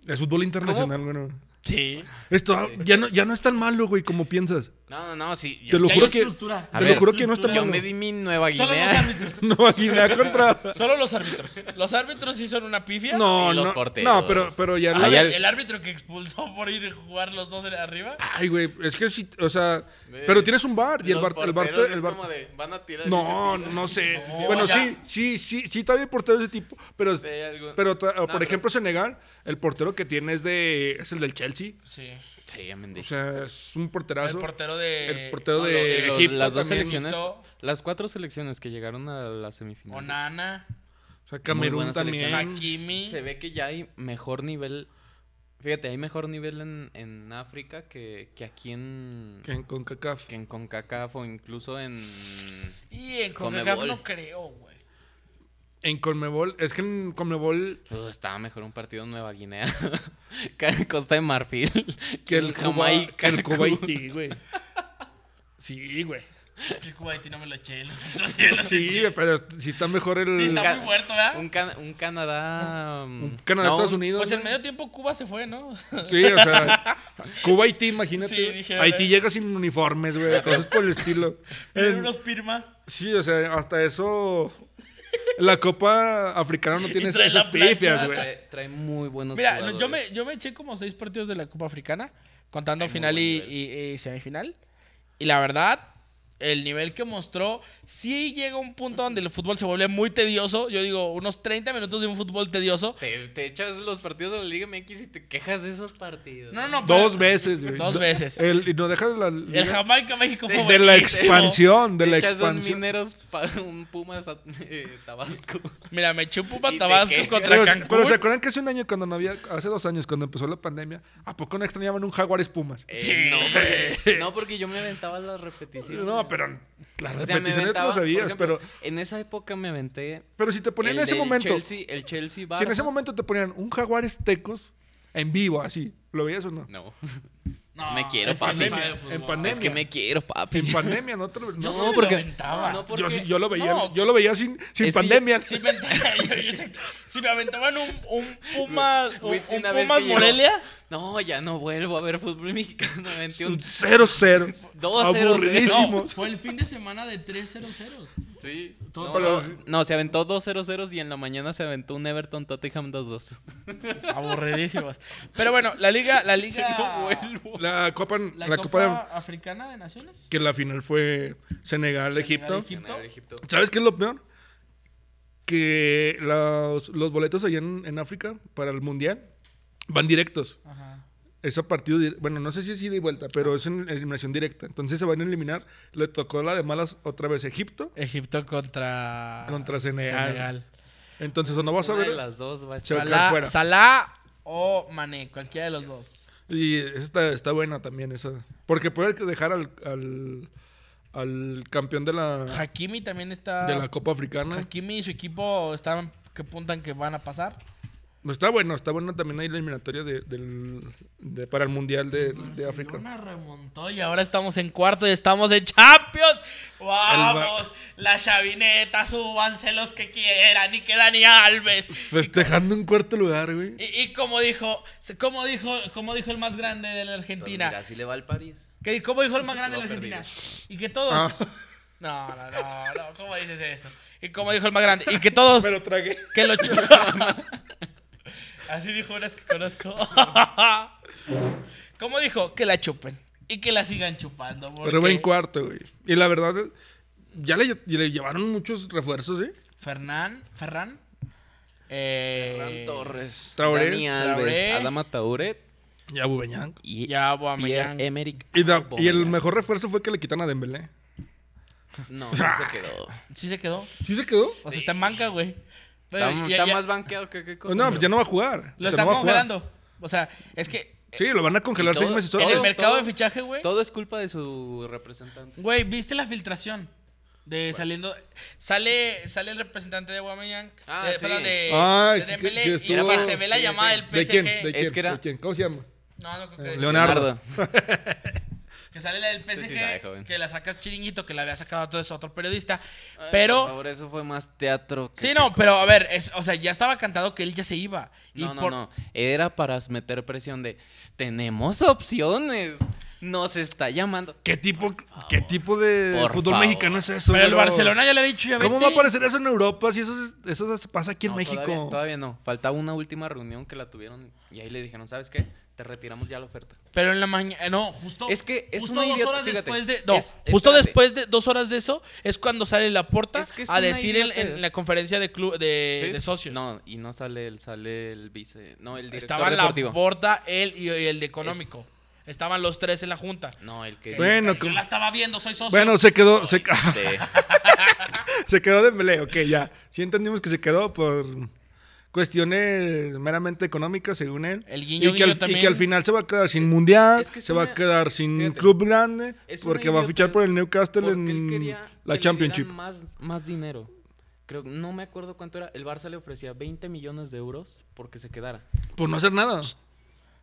[SPEAKER 2] Es fútbol internacional, güey. no.
[SPEAKER 1] Sí.
[SPEAKER 2] Esto ah, ya no, ya no es tan malo, güey, como piensas.
[SPEAKER 3] No, no, no, sí.
[SPEAKER 2] Te lo
[SPEAKER 1] ya hay
[SPEAKER 2] juro que.
[SPEAKER 1] estructura.
[SPEAKER 2] Te
[SPEAKER 3] A
[SPEAKER 2] lo
[SPEAKER 3] ver,
[SPEAKER 2] juro que no es tan
[SPEAKER 1] estructura.
[SPEAKER 3] Yo
[SPEAKER 2] malo.
[SPEAKER 3] me vi mi Nueva
[SPEAKER 1] Solo los
[SPEAKER 3] Guinea.
[SPEAKER 1] árbitros.
[SPEAKER 2] No, así me da contra.
[SPEAKER 1] Solo los árbitros. Los árbitros sí son una pifia.
[SPEAKER 2] No,
[SPEAKER 3] Y los
[SPEAKER 2] no.
[SPEAKER 3] porteros. Ah,
[SPEAKER 2] No, pero, pero Ah, ya.
[SPEAKER 1] A
[SPEAKER 3] Ay,
[SPEAKER 1] ver,
[SPEAKER 3] al-
[SPEAKER 1] el árbitro que expulsó por ir a jugar los dos arriba.
[SPEAKER 2] Ay, güey, es que sí, o sea. Pero tienes un bar y el
[SPEAKER 3] Los
[SPEAKER 2] bar. El bar,
[SPEAKER 3] porteros
[SPEAKER 2] el
[SPEAKER 3] es
[SPEAKER 2] bar-
[SPEAKER 3] como de, van a tirar.
[SPEAKER 2] no,
[SPEAKER 3] y se tiran.
[SPEAKER 2] no sé.
[SPEAKER 1] No,
[SPEAKER 2] bueno,
[SPEAKER 1] ya.
[SPEAKER 2] sí, sí, sí, sí, todavía hay porteros de ese tipo. Pero,
[SPEAKER 3] Sí, hay algún-
[SPEAKER 2] pero ta-
[SPEAKER 3] No,
[SPEAKER 2] por
[SPEAKER 3] pero-
[SPEAKER 2] ejemplo, Senegal, el portero que tiene es de. es el del Chelsea.
[SPEAKER 1] Sí.
[SPEAKER 3] Sí, ya me han
[SPEAKER 2] O
[SPEAKER 3] dicho.
[SPEAKER 2] sea, es un porterazo.
[SPEAKER 1] El portero de.
[SPEAKER 2] El portero
[SPEAKER 1] no,
[SPEAKER 2] de-
[SPEAKER 1] lo
[SPEAKER 2] eh,
[SPEAKER 3] Los-
[SPEAKER 2] Egipto
[SPEAKER 3] las dos
[SPEAKER 2] también.
[SPEAKER 3] selecciones,
[SPEAKER 1] Egipto.
[SPEAKER 3] las cuatro selecciones que llegaron a la semifinal.
[SPEAKER 1] Onana,
[SPEAKER 2] O sea,
[SPEAKER 3] Muy
[SPEAKER 2] Camerún
[SPEAKER 3] buena
[SPEAKER 2] también.
[SPEAKER 3] selección.
[SPEAKER 1] Hakimi.
[SPEAKER 3] Se ve que ya hay mejor nivel. Fíjate, hay mejor nivel en, en África que, que aquí en,
[SPEAKER 2] Que en CONCACAF.
[SPEAKER 3] que en CONCACAF o incluso en.
[SPEAKER 1] Y en CONCACAF
[SPEAKER 3] Conmebol.
[SPEAKER 1] no creo, güey.
[SPEAKER 2] En Conmebol, es que en Conmebol
[SPEAKER 3] Uh, estaba mejor un partido en Nueva Guinea. que Costa de Marfil.
[SPEAKER 2] que el
[SPEAKER 3] Jamaica.
[SPEAKER 2] Cuba, que el Kuwaití, güey. Sí, güey.
[SPEAKER 1] Es que el Cuba Haití no me lo eché. Lo siento, sí, lo
[SPEAKER 2] Sí,
[SPEAKER 1] sentí.
[SPEAKER 2] pero si está mejor el.
[SPEAKER 1] Sí, está
[SPEAKER 3] Ca-
[SPEAKER 1] muy muerto, ¿verdad?
[SPEAKER 3] Un, Cana- un Canadá. mm,
[SPEAKER 2] un Canadá,
[SPEAKER 3] no,
[SPEAKER 2] Estados
[SPEAKER 3] un-
[SPEAKER 2] Unidos.
[SPEAKER 1] Pues en
[SPEAKER 2] güey.
[SPEAKER 1] medio tiempo Cuba se fue, ¿no?
[SPEAKER 2] Sí, o sea, Cuba, Haití, imagínate.
[SPEAKER 1] Sí,
[SPEAKER 2] güey.
[SPEAKER 1] dije, a
[SPEAKER 2] Haití
[SPEAKER 1] ver.
[SPEAKER 2] llega sin uniformes, güey, cosas por el estilo.
[SPEAKER 1] Tienen
[SPEAKER 2] En-
[SPEAKER 1] unos Pirma.
[SPEAKER 2] sí, o sea, hasta eso. La Copa Africana no tiene
[SPEAKER 1] trae
[SPEAKER 2] esas
[SPEAKER 1] la plancha,
[SPEAKER 2] pifias,
[SPEAKER 3] Ah,
[SPEAKER 2] güey.
[SPEAKER 3] Trae, trae muy buenos
[SPEAKER 1] Mira, no,
[SPEAKER 3] jugadores.
[SPEAKER 1] yo me, yo me eché como seis partidos de la Copa Africana, contando
[SPEAKER 3] Hay muy
[SPEAKER 1] final
[SPEAKER 3] buen
[SPEAKER 1] y, y- y semifinal. Y la verdad, el nivel que mostró, sí llega un punto donde el fútbol se vuelve muy tedioso. Yo digo, unos 30 minutos de un fútbol tedioso.
[SPEAKER 3] Te, te echas los partidos de la Liga MX y te quejas de esos partidos.
[SPEAKER 1] No, no, no. pero-
[SPEAKER 2] Dos veces, güey.
[SPEAKER 1] Dos
[SPEAKER 2] Do-
[SPEAKER 1] veces.
[SPEAKER 2] El, y no dejas la.
[SPEAKER 1] El Jamaica-México fue
[SPEAKER 2] de la
[SPEAKER 1] buenísimo.
[SPEAKER 2] expansión, de
[SPEAKER 3] Te
[SPEAKER 2] la
[SPEAKER 3] echas un
[SPEAKER 2] expansión.
[SPEAKER 3] mineros, pa- un Pumas a- eh, Tabasco.
[SPEAKER 1] Mira, me eché un
[SPEAKER 3] Y
[SPEAKER 1] Puma
[SPEAKER 3] te
[SPEAKER 1] Tabasco
[SPEAKER 3] quejas.
[SPEAKER 1] contra
[SPEAKER 2] Pero,
[SPEAKER 1] Cancún.
[SPEAKER 2] pero se acuerdan que hace un año cuando no había, hace dos años cuando empezó la pandemia, ¿a poco no extrañaban un Jaguares Pumas?
[SPEAKER 3] Eh,
[SPEAKER 1] Sí.
[SPEAKER 3] no, porque, no, porque yo me aventaba las repeticiones.
[SPEAKER 2] No, pero las
[SPEAKER 3] O sea, me
[SPEAKER 2] repeticiones tú
[SPEAKER 3] aventaba,
[SPEAKER 2] lo sabías,
[SPEAKER 3] por ejemplo,
[SPEAKER 2] pero,
[SPEAKER 3] En esa época me aventé.
[SPEAKER 2] pero si te ponían
[SPEAKER 3] el
[SPEAKER 2] en ese
[SPEAKER 3] del
[SPEAKER 2] momento,
[SPEAKER 3] Chelsea- el Chelsea
[SPEAKER 2] si en ese
[SPEAKER 3] Barça.
[SPEAKER 2] momento te ponían un Jaguares Tecos en vivo, así, ¿lo veías o no?
[SPEAKER 3] No.
[SPEAKER 1] No,
[SPEAKER 3] me quiero,
[SPEAKER 1] es que
[SPEAKER 3] papi.
[SPEAKER 1] no sabe de
[SPEAKER 2] En
[SPEAKER 1] fútbol.
[SPEAKER 2] pandemia.
[SPEAKER 3] Es que me quiero, papi.
[SPEAKER 2] En pandemia, no te lo
[SPEAKER 1] Yo
[SPEAKER 2] no,
[SPEAKER 1] sí pues, me
[SPEAKER 3] porque-
[SPEAKER 1] lo aventaba.
[SPEAKER 3] no, no,
[SPEAKER 2] yo,
[SPEAKER 3] porque-
[SPEAKER 2] yo lo veía,
[SPEAKER 1] no.
[SPEAKER 2] yo lo veía sin, sin
[SPEAKER 3] Es que
[SPEAKER 2] pandemia.
[SPEAKER 1] Si me, yo- yo sé- si me aventaban un, un Puma, un,
[SPEAKER 3] Güey, sí,
[SPEAKER 1] un
[SPEAKER 3] una vez
[SPEAKER 1] Pumas
[SPEAKER 3] que llegó-
[SPEAKER 1] Morelia,
[SPEAKER 3] No, ya no vuelvo a ver fútbol mexicano. Me aventé
[SPEAKER 2] 0-0.
[SPEAKER 3] un- Dos, cero, cero.
[SPEAKER 2] Aburridísimo.
[SPEAKER 1] no, fue el fin de semana de 3-0-0.
[SPEAKER 3] Sí.
[SPEAKER 1] Todo-
[SPEAKER 3] No,
[SPEAKER 2] Pero
[SPEAKER 3] no,
[SPEAKER 2] sí.
[SPEAKER 3] no, se aventó 2 0 0 y en la mañana se aventó un Everton Tottenham 2-2.
[SPEAKER 1] Aburridísimos. Pero bueno, la liga, la liga,
[SPEAKER 3] No vuelvo.
[SPEAKER 2] La Copa,
[SPEAKER 1] la,
[SPEAKER 2] la,
[SPEAKER 1] Copa,
[SPEAKER 2] Copa,
[SPEAKER 1] Africana de Naciones.
[SPEAKER 2] que la final fue Senegal-Egipto.
[SPEAKER 1] Egipto.
[SPEAKER 2] ¿Sabes qué es lo peor? Que los, los boletos allá en, en África para el Mundial van directos.
[SPEAKER 1] Ajá.
[SPEAKER 2] Ese partido, dir- bueno, no sé si es ida y vuelta, pero es en eliminación directa. Entonces se van a eliminar. Le tocó la de malas otra vez Egipto.
[SPEAKER 1] Egipto contra
[SPEAKER 2] Contra Senegal. Entonces o no vas a
[SPEAKER 3] Una de
[SPEAKER 2] ver.
[SPEAKER 3] las dos va a
[SPEAKER 2] Se
[SPEAKER 3] estar.
[SPEAKER 2] va a
[SPEAKER 1] Salah,
[SPEAKER 2] fuera.
[SPEAKER 1] Salah o Mané, cualquiera de los dos.
[SPEAKER 2] Y esa está, está buena también esa. Porque puede que dejar al, al, al campeón de la,
[SPEAKER 1] Hakimi también está.
[SPEAKER 2] de la Copa Africana.
[SPEAKER 1] Hakimi y su equipo están que apuntan que van a pasar.
[SPEAKER 2] Está bueno, está bueno también ahí la eliminatoria de, del- de- para el Mundial de, de África.
[SPEAKER 1] Barcelona remontó y ahora estamos en cuarto y estamos en Champions. ¡Vamos! La chavineta, súbanse los que quieran y que Dani Alves.
[SPEAKER 2] Festejando un cuarto lugar, güey.
[SPEAKER 1] Y, y como dijo, como dijo, como dijo el más grande de la Argentina.
[SPEAKER 3] así le va al París.
[SPEAKER 1] Que como dijo el más grande de la
[SPEAKER 3] Todo
[SPEAKER 1] Argentina. Y que
[SPEAKER 2] Ah,
[SPEAKER 1] todos. No, no, no, no, ¿cómo dices eso? Y como dijo el más grande, y que todos.
[SPEAKER 2] me lo tragué.
[SPEAKER 1] Que lo chu- Así dijo unas que conozco. ¿Cómo dijo? Que la chupen. Y que la sigan chupando.
[SPEAKER 2] Pero va en
[SPEAKER 1] porque
[SPEAKER 2] cuarto, güey. Y la verdad, ya le, le llevaron muchos refuerzos, ¿eh?
[SPEAKER 1] Fernán. Ferran. Eh,
[SPEAKER 3] Fran Torres.
[SPEAKER 2] Traoré.
[SPEAKER 3] Dani Alves.
[SPEAKER 1] Traoré.
[SPEAKER 3] Adama Taure.
[SPEAKER 2] Y Aubameyang.
[SPEAKER 3] Y
[SPEAKER 1] Ya, Aubameyang.
[SPEAKER 3] Pierre Emerick.
[SPEAKER 2] Y, da- y el
[SPEAKER 3] Aubameyang.
[SPEAKER 2] mejor refuerzo fue que le quitan a Dembélé.
[SPEAKER 3] No, no se quedó.
[SPEAKER 1] Sí se quedó.
[SPEAKER 2] ¿Sí se quedó?
[SPEAKER 1] O sea, está en banca, güey. Pero
[SPEAKER 3] Está,
[SPEAKER 1] ya-
[SPEAKER 3] está
[SPEAKER 1] ya-
[SPEAKER 3] más banqueado que qué cosa.
[SPEAKER 2] no,
[SPEAKER 3] pero-
[SPEAKER 2] ya no va a jugar.
[SPEAKER 1] Lo
[SPEAKER 2] O sea,
[SPEAKER 1] están
[SPEAKER 2] no va a jugar.
[SPEAKER 1] congelando. O sea, es que
[SPEAKER 2] Sí, lo van a congelar
[SPEAKER 3] Y
[SPEAKER 2] seis
[SPEAKER 3] todo-
[SPEAKER 2] meses.
[SPEAKER 3] todo-
[SPEAKER 1] en el
[SPEAKER 2] antes.
[SPEAKER 1] mercado
[SPEAKER 3] todo-
[SPEAKER 1] de fichaje, güey.
[SPEAKER 3] Todo es culpa de su representante.
[SPEAKER 1] Güey, ¿viste la filtración? De saliendo. Sale, sale el representante de Aubameyang.
[SPEAKER 3] Ah,
[SPEAKER 1] de,
[SPEAKER 3] sí.
[SPEAKER 1] Perdón, de,
[SPEAKER 2] Ah,
[SPEAKER 1] de
[SPEAKER 2] sí, que-
[SPEAKER 1] Dembélé,
[SPEAKER 2] que
[SPEAKER 1] y
[SPEAKER 2] estuvo-
[SPEAKER 1] que se ve la
[SPEAKER 3] Sí,
[SPEAKER 1] llamada
[SPEAKER 3] sí.
[SPEAKER 1] del PSG.
[SPEAKER 2] ¿De quién? ¿De quién?
[SPEAKER 3] Es que era-
[SPEAKER 2] ¿De quién? ¿Cómo se llama?
[SPEAKER 1] No, no creo que
[SPEAKER 2] Eh,
[SPEAKER 1] es-
[SPEAKER 2] Leonardo.
[SPEAKER 1] Que sale la del PSG,
[SPEAKER 3] sí sabe, joven.
[SPEAKER 1] que la sacas chiringuito, que la había sacado todo eso otro periodista.
[SPEAKER 3] Ay, Ah, por
[SPEAKER 1] Pero.
[SPEAKER 3] favor, eso fue más teatro. que-
[SPEAKER 1] Sí,
[SPEAKER 3] que
[SPEAKER 1] no,
[SPEAKER 3] cosa.
[SPEAKER 1] pero a ver, es- o sea, ya estaba cantado que él ya se iba. Y
[SPEAKER 3] No, no,
[SPEAKER 1] por-
[SPEAKER 3] no. Era para meter presión de. Tenemos opciones. Nos está llamando.
[SPEAKER 2] ¿Qué tipo, ¿qué tipo de
[SPEAKER 3] Por
[SPEAKER 2] fútbol
[SPEAKER 3] favor.
[SPEAKER 2] mexicano es eso?
[SPEAKER 1] Pero el
[SPEAKER 2] güero?
[SPEAKER 1] Barcelona ya le había dicho, ya
[SPEAKER 2] ¿Cómo
[SPEAKER 1] vete.
[SPEAKER 2] va a aparecer eso en Europa si eso, es- eso se pasa aquí en
[SPEAKER 3] No,
[SPEAKER 2] México?
[SPEAKER 3] Todavía, todavía no. Faltaba una última reunión que la tuvieron y ahí le dijeron, ¿sabes qué? Te retiramos ya la oferta.
[SPEAKER 1] Pero en la mañana, no, justo.
[SPEAKER 3] Es que es
[SPEAKER 1] justo
[SPEAKER 3] una
[SPEAKER 1] dos
[SPEAKER 3] idiota-
[SPEAKER 1] horas
[SPEAKER 3] fíjate,
[SPEAKER 1] después de. No,
[SPEAKER 3] es-
[SPEAKER 1] justo
[SPEAKER 3] espérate.
[SPEAKER 1] después de dos horas de eso es cuando sale la porta
[SPEAKER 3] Es que es
[SPEAKER 1] a
[SPEAKER 3] una
[SPEAKER 1] decir en,
[SPEAKER 3] idiotez.
[SPEAKER 1] en la conferencia de club de,
[SPEAKER 3] ¿Sí?
[SPEAKER 1] Eh, de socios.
[SPEAKER 3] No, y no sale él, sale el vice. No, el director
[SPEAKER 1] Estaba
[SPEAKER 3] deportivo.
[SPEAKER 1] la porta, él y, y el de económico. Estaban los tres en la junta.
[SPEAKER 3] No, el que.
[SPEAKER 2] Bueno,
[SPEAKER 1] Yo
[SPEAKER 2] como-
[SPEAKER 1] la estaba viendo, soy socio.
[SPEAKER 2] bueno, se quedó, se, ca-
[SPEAKER 3] Este,
[SPEAKER 2] se quedó Dembélé, ok, ya. Sí entendimos que se quedó por cuestiones meramente económicas, según él.
[SPEAKER 1] El guiño,
[SPEAKER 2] y, que al,
[SPEAKER 1] guiño
[SPEAKER 2] y
[SPEAKER 1] también.
[SPEAKER 2] que al final se va a quedar sin mundial,
[SPEAKER 3] es que es
[SPEAKER 2] se va
[SPEAKER 3] una-
[SPEAKER 2] a quedar sin
[SPEAKER 3] fíjate,
[SPEAKER 2] club grande,
[SPEAKER 3] es una
[SPEAKER 2] porque va a fichar
[SPEAKER 3] idiotez,
[SPEAKER 2] por el Newcastle
[SPEAKER 3] porque él
[SPEAKER 2] en
[SPEAKER 3] quería que
[SPEAKER 2] la
[SPEAKER 3] le
[SPEAKER 2] Championship.
[SPEAKER 3] dieran Más, más dinero. Creo, no me acuerdo cuánto era. El Barça le ofrecía 20 millones de euros porque se quedara.
[SPEAKER 2] Por no hacer nada.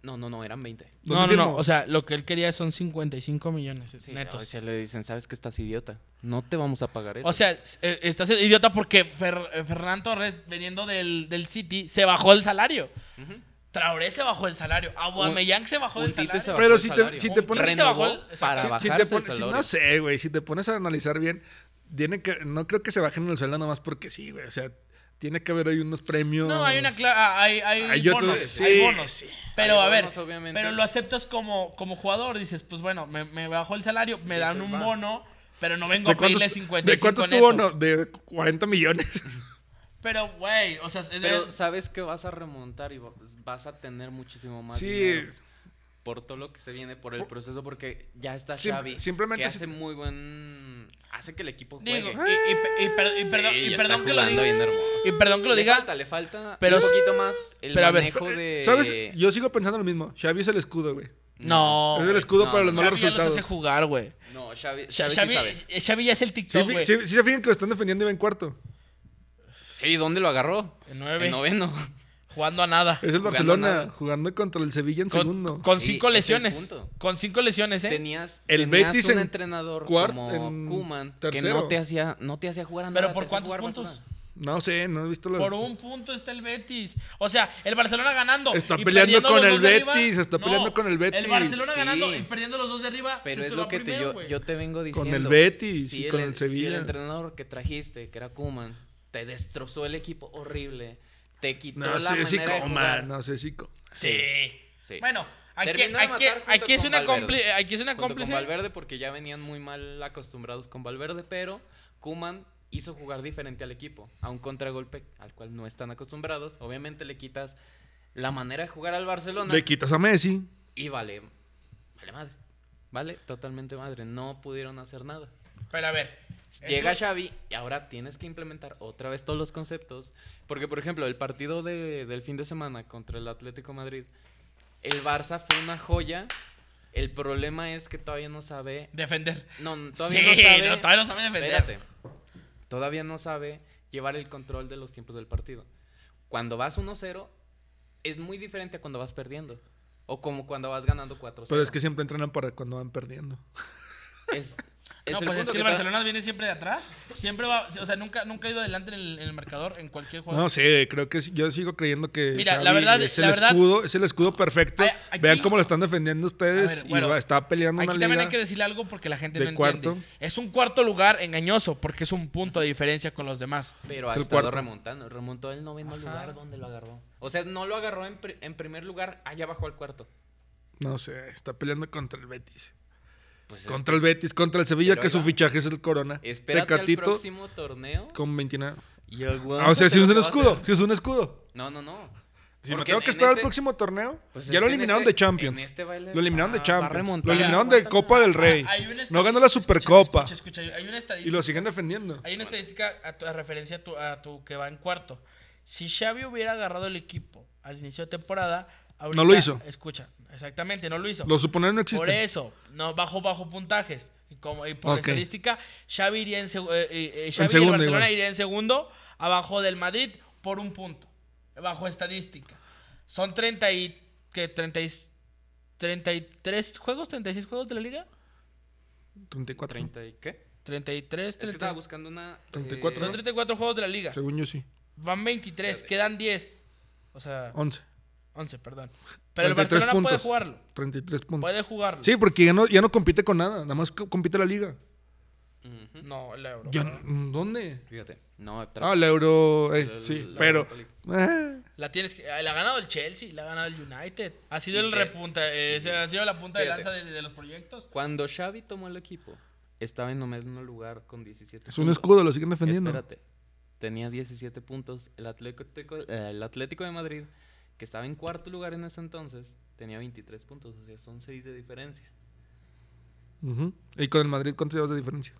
[SPEAKER 3] No, no, no, eran 20.
[SPEAKER 1] No, no,
[SPEAKER 2] ¿Dónde
[SPEAKER 1] no.
[SPEAKER 2] firmó?
[SPEAKER 1] O sea, lo que él quería son 55 millones
[SPEAKER 3] Sí,
[SPEAKER 1] netos.
[SPEAKER 3] O sea, le dicen, ¿sabes que estás idiota? No te vamos a pagar eso.
[SPEAKER 1] O sea, s- eh, estás idiota porque Fer- eh, Ferran Torres, veniendo del, del City, se bajó el salario.
[SPEAKER 3] Ujú.
[SPEAKER 1] Traoré se bajó el salario. Aubameyang se bajó
[SPEAKER 3] un
[SPEAKER 1] el
[SPEAKER 3] Tite
[SPEAKER 1] salario.
[SPEAKER 3] se bajó
[SPEAKER 2] Pero
[SPEAKER 3] el
[SPEAKER 2] si te,
[SPEAKER 3] salario.
[SPEAKER 2] si te
[SPEAKER 1] Un
[SPEAKER 2] pones
[SPEAKER 1] Renegó bajó el-
[SPEAKER 3] para
[SPEAKER 1] exacto.
[SPEAKER 2] Si- si
[SPEAKER 3] bajarse
[SPEAKER 2] te pones-
[SPEAKER 3] el
[SPEAKER 2] si-
[SPEAKER 3] salario.
[SPEAKER 2] no sé, güey, si te pones a analizar bien, tiene que, no creo que se bajen el sueldo nomás porque sí, güey. O sea, tiene que haber ahí unos premios.
[SPEAKER 1] No, hay una cla- ah, hay, hay
[SPEAKER 2] Ay, yo
[SPEAKER 1] bonos,
[SPEAKER 2] te- sí,
[SPEAKER 1] hay bonos.
[SPEAKER 2] sí.
[SPEAKER 1] Pero
[SPEAKER 3] Hay
[SPEAKER 1] a ver,
[SPEAKER 3] bonos, obviamente.
[SPEAKER 1] pero lo aceptas como, como jugador, dices, pues bueno, me, me bajó el salario, me dan
[SPEAKER 3] Dices,
[SPEAKER 1] un
[SPEAKER 3] va.
[SPEAKER 1] bono, pero no vengo a
[SPEAKER 2] cuántos-
[SPEAKER 1] pedirle 55
[SPEAKER 2] ¿De cuántos
[SPEAKER 1] netos.
[SPEAKER 2] tuvo? No, de 40 millones.
[SPEAKER 1] Pero güey, o sea, es-
[SPEAKER 3] Pero sabes que vas a remontar y va- vas a tener muchísimo más
[SPEAKER 2] Sí.
[SPEAKER 3] dinero por todo lo que se viene por el proceso porque ya está
[SPEAKER 2] Sim-
[SPEAKER 3] Xavi
[SPEAKER 2] simplemente
[SPEAKER 3] que
[SPEAKER 2] si-
[SPEAKER 3] hace muy buen hace que el equipo juegue.
[SPEAKER 1] digo, y, y- y per- y perdón,
[SPEAKER 3] Sí,
[SPEAKER 1] y
[SPEAKER 3] ya
[SPEAKER 1] perdón
[SPEAKER 3] está
[SPEAKER 1] que lo
[SPEAKER 3] jugando bien
[SPEAKER 1] diga.
[SPEAKER 3] hermoso.
[SPEAKER 1] Y perdón que lo
[SPEAKER 3] le
[SPEAKER 1] diga,
[SPEAKER 3] falta, le falta
[SPEAKER 1] pero
[SPEAKER 3] un
[SPEAKER 1] s-
[SPEAKER 3] poquito más el
[SPEAKER 1] pero a ver,
[SPEAKER 3] manejo de
[SPEAKER 2] eh, ¿Sabes? Yo sigo pensando lo mismo. Xavi es el escudo, güey.
[SPEAKER 1] No.
[SPEAKER 2] es el escudo
[SPEAKER 3] no,
[SPEAKER 2] para los
[SPEAKER 1] Xavi
[SPEAKER 2] malos
[SPEAKER 1] ya los hace
[SPEAKER 2] resultados.
[SPEAKER 1] jugar, güey.
[SPEAKER 3] No, Xavi, Xavi, sí
[SPEAKER 1] Xavi,
[SPEAKER 3] sabe.
[SPEAKER 1] Xavi ya es el
[SPEAKER 2] Si
[SPEAKER 1] TikTok, güey.
[SPEAKER 2] se fijan que lo están defendiendo y va en cuarto.
[SPEAKER 3] Sí, ¿dónde lo agarró?
[SPEAKER 1] En nueve.
[SPEAKER 3] En noveno.
[SPEAKER 1] Jugando a nada.
[SPEAKER 2] Es el
[SPEAKER 3] Jugando
[SPEAKER 2] Barcelona
[SPEAKER 3] nada.
[SPEAKER 2] jugando contra el Sevilla en segundo.
[SPEAKER 1] Con, con
[SPEAKER 3] Sí,
[SPEAKER 1] cinco
[SPEAKER 3] es el
[SPEAKER 1] lesiones.
[SPEAKER 3] punto.
[SPEAKER 1] Con cinco lesiones, ¿eh?
[SPEAKER 3] Tenías,
[SPEAKER 2] El
[SPEAKER 3] tenías
[SPEAKER 2] Betis
[SPEAKER 3] un
[SPEAKER 2] en
[SPEAKER 3] entrenador
[SPEAKER 2] cuart- en
[SPEAKER 3] como Kuman que
[SPEAKER 2] tercero.
[SPEAKER 3] no te hacía no te hacía jugar a nada,
[SPEAKER 1] Pero
[SPEAKER 3] te
[SPEAKER 1] ¿por
[SPEAKER 3] hacía
[SPEAKER 1] cuántos
[SPEAKER 3] jugar
[SPEAKER 1] puntos?
[SPEAKER 3] basura.
[SPEAKER 2] No sé, no he visto los.
[SPEAKER 1] Por un punto está el Betis. O sea, el Barcelona ganando.
[SPEAKER 2] Está
[SPEAKER 1] y
[SPEAKER 2] peleando
[SPEAKER 1] perdiendo
[SPEAKER 2] con
[SPEAKER 1] los
[SPEAKER 2] el
[SPEAKER 1] dos de
[SPEAKER 2] Betis, está peleando con el Betis.
[SPEAKER 1] El Barcelona
[SPEAKER 3] Sí.
[SPEAKER 1] ganando y perdiendo los dos de arriba. se
[SPEAKER 3] Pero es
[SPEAKER 1] se
[SPEAKER 3] lo
[SPEAKER 1] va
[SPEAKER 3] que te,
[SPEAKER 1] primero,
[SPEAKER 3] yo,
[SPEAKER 1] güey.
[SPEAKER 3] yo te vengo
[SPEAKER 2] Con
[SPEAKER 3] diciendo.
[SPEAKER 2] el Betis y con el
[SPEAKER 3] Si el
[SPEAKER 2] Sevilla.
[SPEAKER 3] entrenador que trajiste, que era Kuman, te destrozó el equipo horrible, te quitó
[SPEAKER 2] No
[SPEAKER 3] la
[SPEAKER 2] sé
[SPEAKER 3] manera
[SPEAKER 2] si
[SPEAKER 3] de
[SPEAKER 2] coma,
[SPEAKER 3] jugar.
[SPEAKER 2] no sé si coma.
[SPEAKER 1] Sí.
[SPEAKER 3] Sí.
[SPEAKER 1] Bueno, aquí,
[SPEAKER 3] Terminó de
[SPEAKER 1] aquí,
[SPEAKER 3] matar junto
[SPEAKER 1] aquí es
[SPEAKER 3] con
[SPEAKER 1] una
[SPEAKER 3] Valverde.
[SPEAKER 1] compli- aquí es una
[SPEAKER 3] Junto con
[SPEAKER 1] cómplice.
[SPEAKER 3] Valverde porque ya venían muy mal acostumbrados con Valverde, pero Kuman hizo jugar diferente al equipo, a un contragolpe al cual no están acostumbrados. Obviamente le quitas la manera de jugar al Barcelona
[SPEAKER 2] Le quitas a Messi.
[SPEAKER 3] y vale, vale madre, vale totalmente madre, no pudieron hacer nada.
[SPEAKER 1] Pero a ver.
[SPEAKER 3] Llega
[SPEAKER 1] eso-
[SPEAKER 3] Xavi y ahora tienes que implementar otra vez todos los conceptos. Porque, por ejemplo, el partido de- del fin de semana contra el Atlético de Madrid, el Barça fue una joya. El problema es que todavía no sabe.
[SPEAKER 1] Defender.
[SPEAKER 3] No, no,
[SPEAKER 1] Sí,
[SPEAKER 3] todavía no sabe.
[SPEAKER 1] no, todavía no sabe defender.
[SPEAKER 3] Espérate. Todavía no sabe llevar el control de los tiempos del partido. Cuando vas 1-0, es muy diferente a cuando vas perdiendo. O como cuando vas ganando 4-0.
[SPEAKER 2] Pero es que siempre entrenan para cuando van perdiendo.
[SPEAKER 3] Es, es
[SPEAKER 1] no,
[SPEAKER 3] el
[SPEAKER 1] pues es
[SPEAKER 3] punto
[SPEAKER 1] que el
[SPEAKER 3] te-
[SPEAKER 1] Barcelona viene siempre de atrás. Siempre va. O sea, nunca, nunca ha ido adelante en el, en el marcador en cualquier juego.
[SPEAKER 2] No sé, creo que sí, yo sigo creyendo que
[SPEAKER 1] Mira,
[SPEAKER 2] Xavi
[SPEAKER 1] la verdad-
[SPEAKER 2] es
[SPEAKER 1] la
[SPEAKER 2] el
[SPEAKER 1] verdad-
[SPEAKER 2] escudo, es el escudo perfecto.
[SPEAKER 1] Ay, aquí-
[SPEAKER 2] Vean cómo lo están defendiendo
[SPEAKER 1] A
[SPEAKER 2] ustedes
[SPEAKER 1] ver, bueno,
[SPEAKER 2] y va- está peleando
[SPEAKER 1] Aquí
[SPEAKER 2] una
[SPEAKER 1] también
[SPEAKER 2] liga.
[SPEAKER 1] hay que decirle algo porque la gente
[SPEAKER 2] de
[SPEAKER 1] no
[SPEAKER 2] cuarto.
[SPEAKER 1] entiende. Es un cuarto lugar engañoso porque es un punto de diferencia con los demás.
[SPEAKER 3] Pero
[SPEAKER 2] Es
[SPEAKER 3] ha
[SPEAKER 2] el
[SPEAKER 3] estado
[SPEAKER 2] cuarto.
[SPEAKER 3] remontando. Remontó el noveno lugar donde lo agarró. O sea, no lo agarró en, pri- en primer lugar, allá bajó al cuarto.
[SPEAKER 2] No sé, está peleando contra el Betis.
[SPEAKER 3] Pues es-
[SPEAKER 2] Contra el Betis, contra el Sevilla,
[SPEAKER 3] Pero
[SPEAKER 2] que
[SPEAKER 3] ahí
[SPEAKER 2] su
[SPEAKER 3] va.
[SPEAKER 2] fichaje es el Corona.
[SPEAKER 3] espérate
[SPEAKER 2] Tecatito
[SPEAKER 3] al próximo torneo.
[SPEAKER 2] con 29.
[SPEAKER 3] Y
[SPEAKER 2] Ah, o sea,
[SPEAKER 3] aguántate
[SPEAKER 2] si es
[SPEAKER 3] lo
[SPEAKER 2] un
[SPEAKER 3] que va a
[SPEAKER 2] escudo,
[SPEAKER 3] hacer.
[SPEAKER 2] si es un escudo.
[SPEAKER 3] No, no, no.
[SPEAKER 2] Si me
[SPEAKER 3] Porque
[SPEAKER 2] tengo que
[SPEAKER 3] en
[SPEAKER 2] esperar al
[SPEAKER 3] este-
[SPEAKER 2] próximo torneo,
[SPEAKER 3] pues
[SPEAKER 2] ya lo
[SPEAKER 3] es que en
[SPEAKER 2] eliminaron
[SPEAKER 3] este-
[SPEAKER 2] de Champions.
[SPEAKER 3] en este baile
[SPEAKER 2] lo eliminaron de
[SPEAKER 3] va- va
[SPEAKER 2] Champions. Lo
[SPEAKER 3] remontando.
[SPEAKER 2] eliminaron de
[SPEAKER 3] Aguántala.
[SPEAKER 2] Copa del Rey.
[SPEAKER 1] Ah, hay una
[SPEAKER 2] No ganó
[SPEAKER 1] estadística-
[SPEAKER 2] la
[SPEAKER 1] escucha,
[SPEAKER 2] Supercopa.
[SPEAKER 1] Escucha, escucha, hay una
[SPEAKER 2] Y
[SPEAKER 1] estadística.
[SPEAKER 2] lo siguen defendiendo.
[SPEAKER 1] Hay una estadística a, tu- a referencia a tu, a tu que va en cuarto. Si Xavi hubiera agarrado el equipo al inicio de temporada, ahorita-
[SPEAKER 2] No lo hizo.
[SPEAKER 1] Escucha, exactamente, no lo hizo.
[SPEAKER 2] Los suponer no
[SPEAKER 1] por
[SPEAKER 2] existen.
[SPEAKER 1] eso, no bajo bajo puntajes. Y, como, y por
[SPEAKER 2] Ok.
[SPEAKER 1] estadística, Xavi iría en, seg- eh, eh, eh, Xavi y el
[SPEAKER 2] segundo
[SPEAKER 1] Barcelona
[SPEAKER 2] igual.
[SPEAKER 1] iría en segundo, abajo del Madrid por un punto, bajo estadística. Son 30 y que 30 y- 33 juegos, 36 juegos de la liga.
[SPEAKER 2] 34.
[SPEAKER 3] 30 y qué?
[SPEAKER 1] 33,
[SPEAKER 3] Es que
[SPEAKER 1] 30.
[SPEAKER 3] estaba buscando una. eh,
[SPEAKER 2] 34,
[SPEAKER 1] Son 34 juegos de la liga.
[SPEAKER 2] Según yo sí.
[SPEAKER 1] Van 23, quedan 10. O sea,
[SPEAKER 2] 11.
[SPEAKER 1] 11, perdón. Pero el
[SPEAKER 2] 33
[SPEAKER 1] Barcelona puede
[SPEAKER 2] puntos.
[SPEAKER 1] jugarlo.
[SPEAKER 2] 33 puntos.
[SPEAKER 1] Puede jugarlo.
[SPEAKER 2] Sí, porque ya no, ya no compite con nada. Nada más co- compite la liga.
[SPEAKER 3] ujú,
[SPEAKER 1] No, el euro.
[SPEAKER 2] Ya no- ¿Dónde?
[SPEAKER 3] Fíjate. No, tra-
[SPEAKER 2] Ah, la Euro. eh,
[SPEAKER 3] La-
[SPEAKER 2] sí,
[SPEAKER 3] la
[SPEAKER 2] pero.
[SPEAKER 3] Europa League.
[SPEAKER 2] Ah,
[SPEAKER 1] La tienes que. La ha ganado el Chelsea, la ha ganado el United. Ha sido
[SPEAKER 3] Y
[SPEAKER 1] el
[SPEAKER 3] te-
[SPEAKER 1] repunta, eh, se- ha sido la punta de
[SPEAKER 3] Fíjate.
[SPEAKER 1] lanza de, de los proyectos.
[SPEAKER 3] Cuando Xavi tomó el equipo, estaba en noveno lugar con 17.
[SPEAKER 2] es un
[SPEAKER 3] puntos.
[SPEAKER 2] escudo, lo siguen defendiendo.
[SPEAKER 3] Espérate. Tenía 17 puntos. El Atlético, eh, el Atlético de Madrid, que estaba en cuarto lugar en ese entonces, tenía 23 puntos. O sea, son 6 de diferencia.
[SPEAKER 2] Ujú. ¿Y con el Madrid cuánto llevas de diferencia?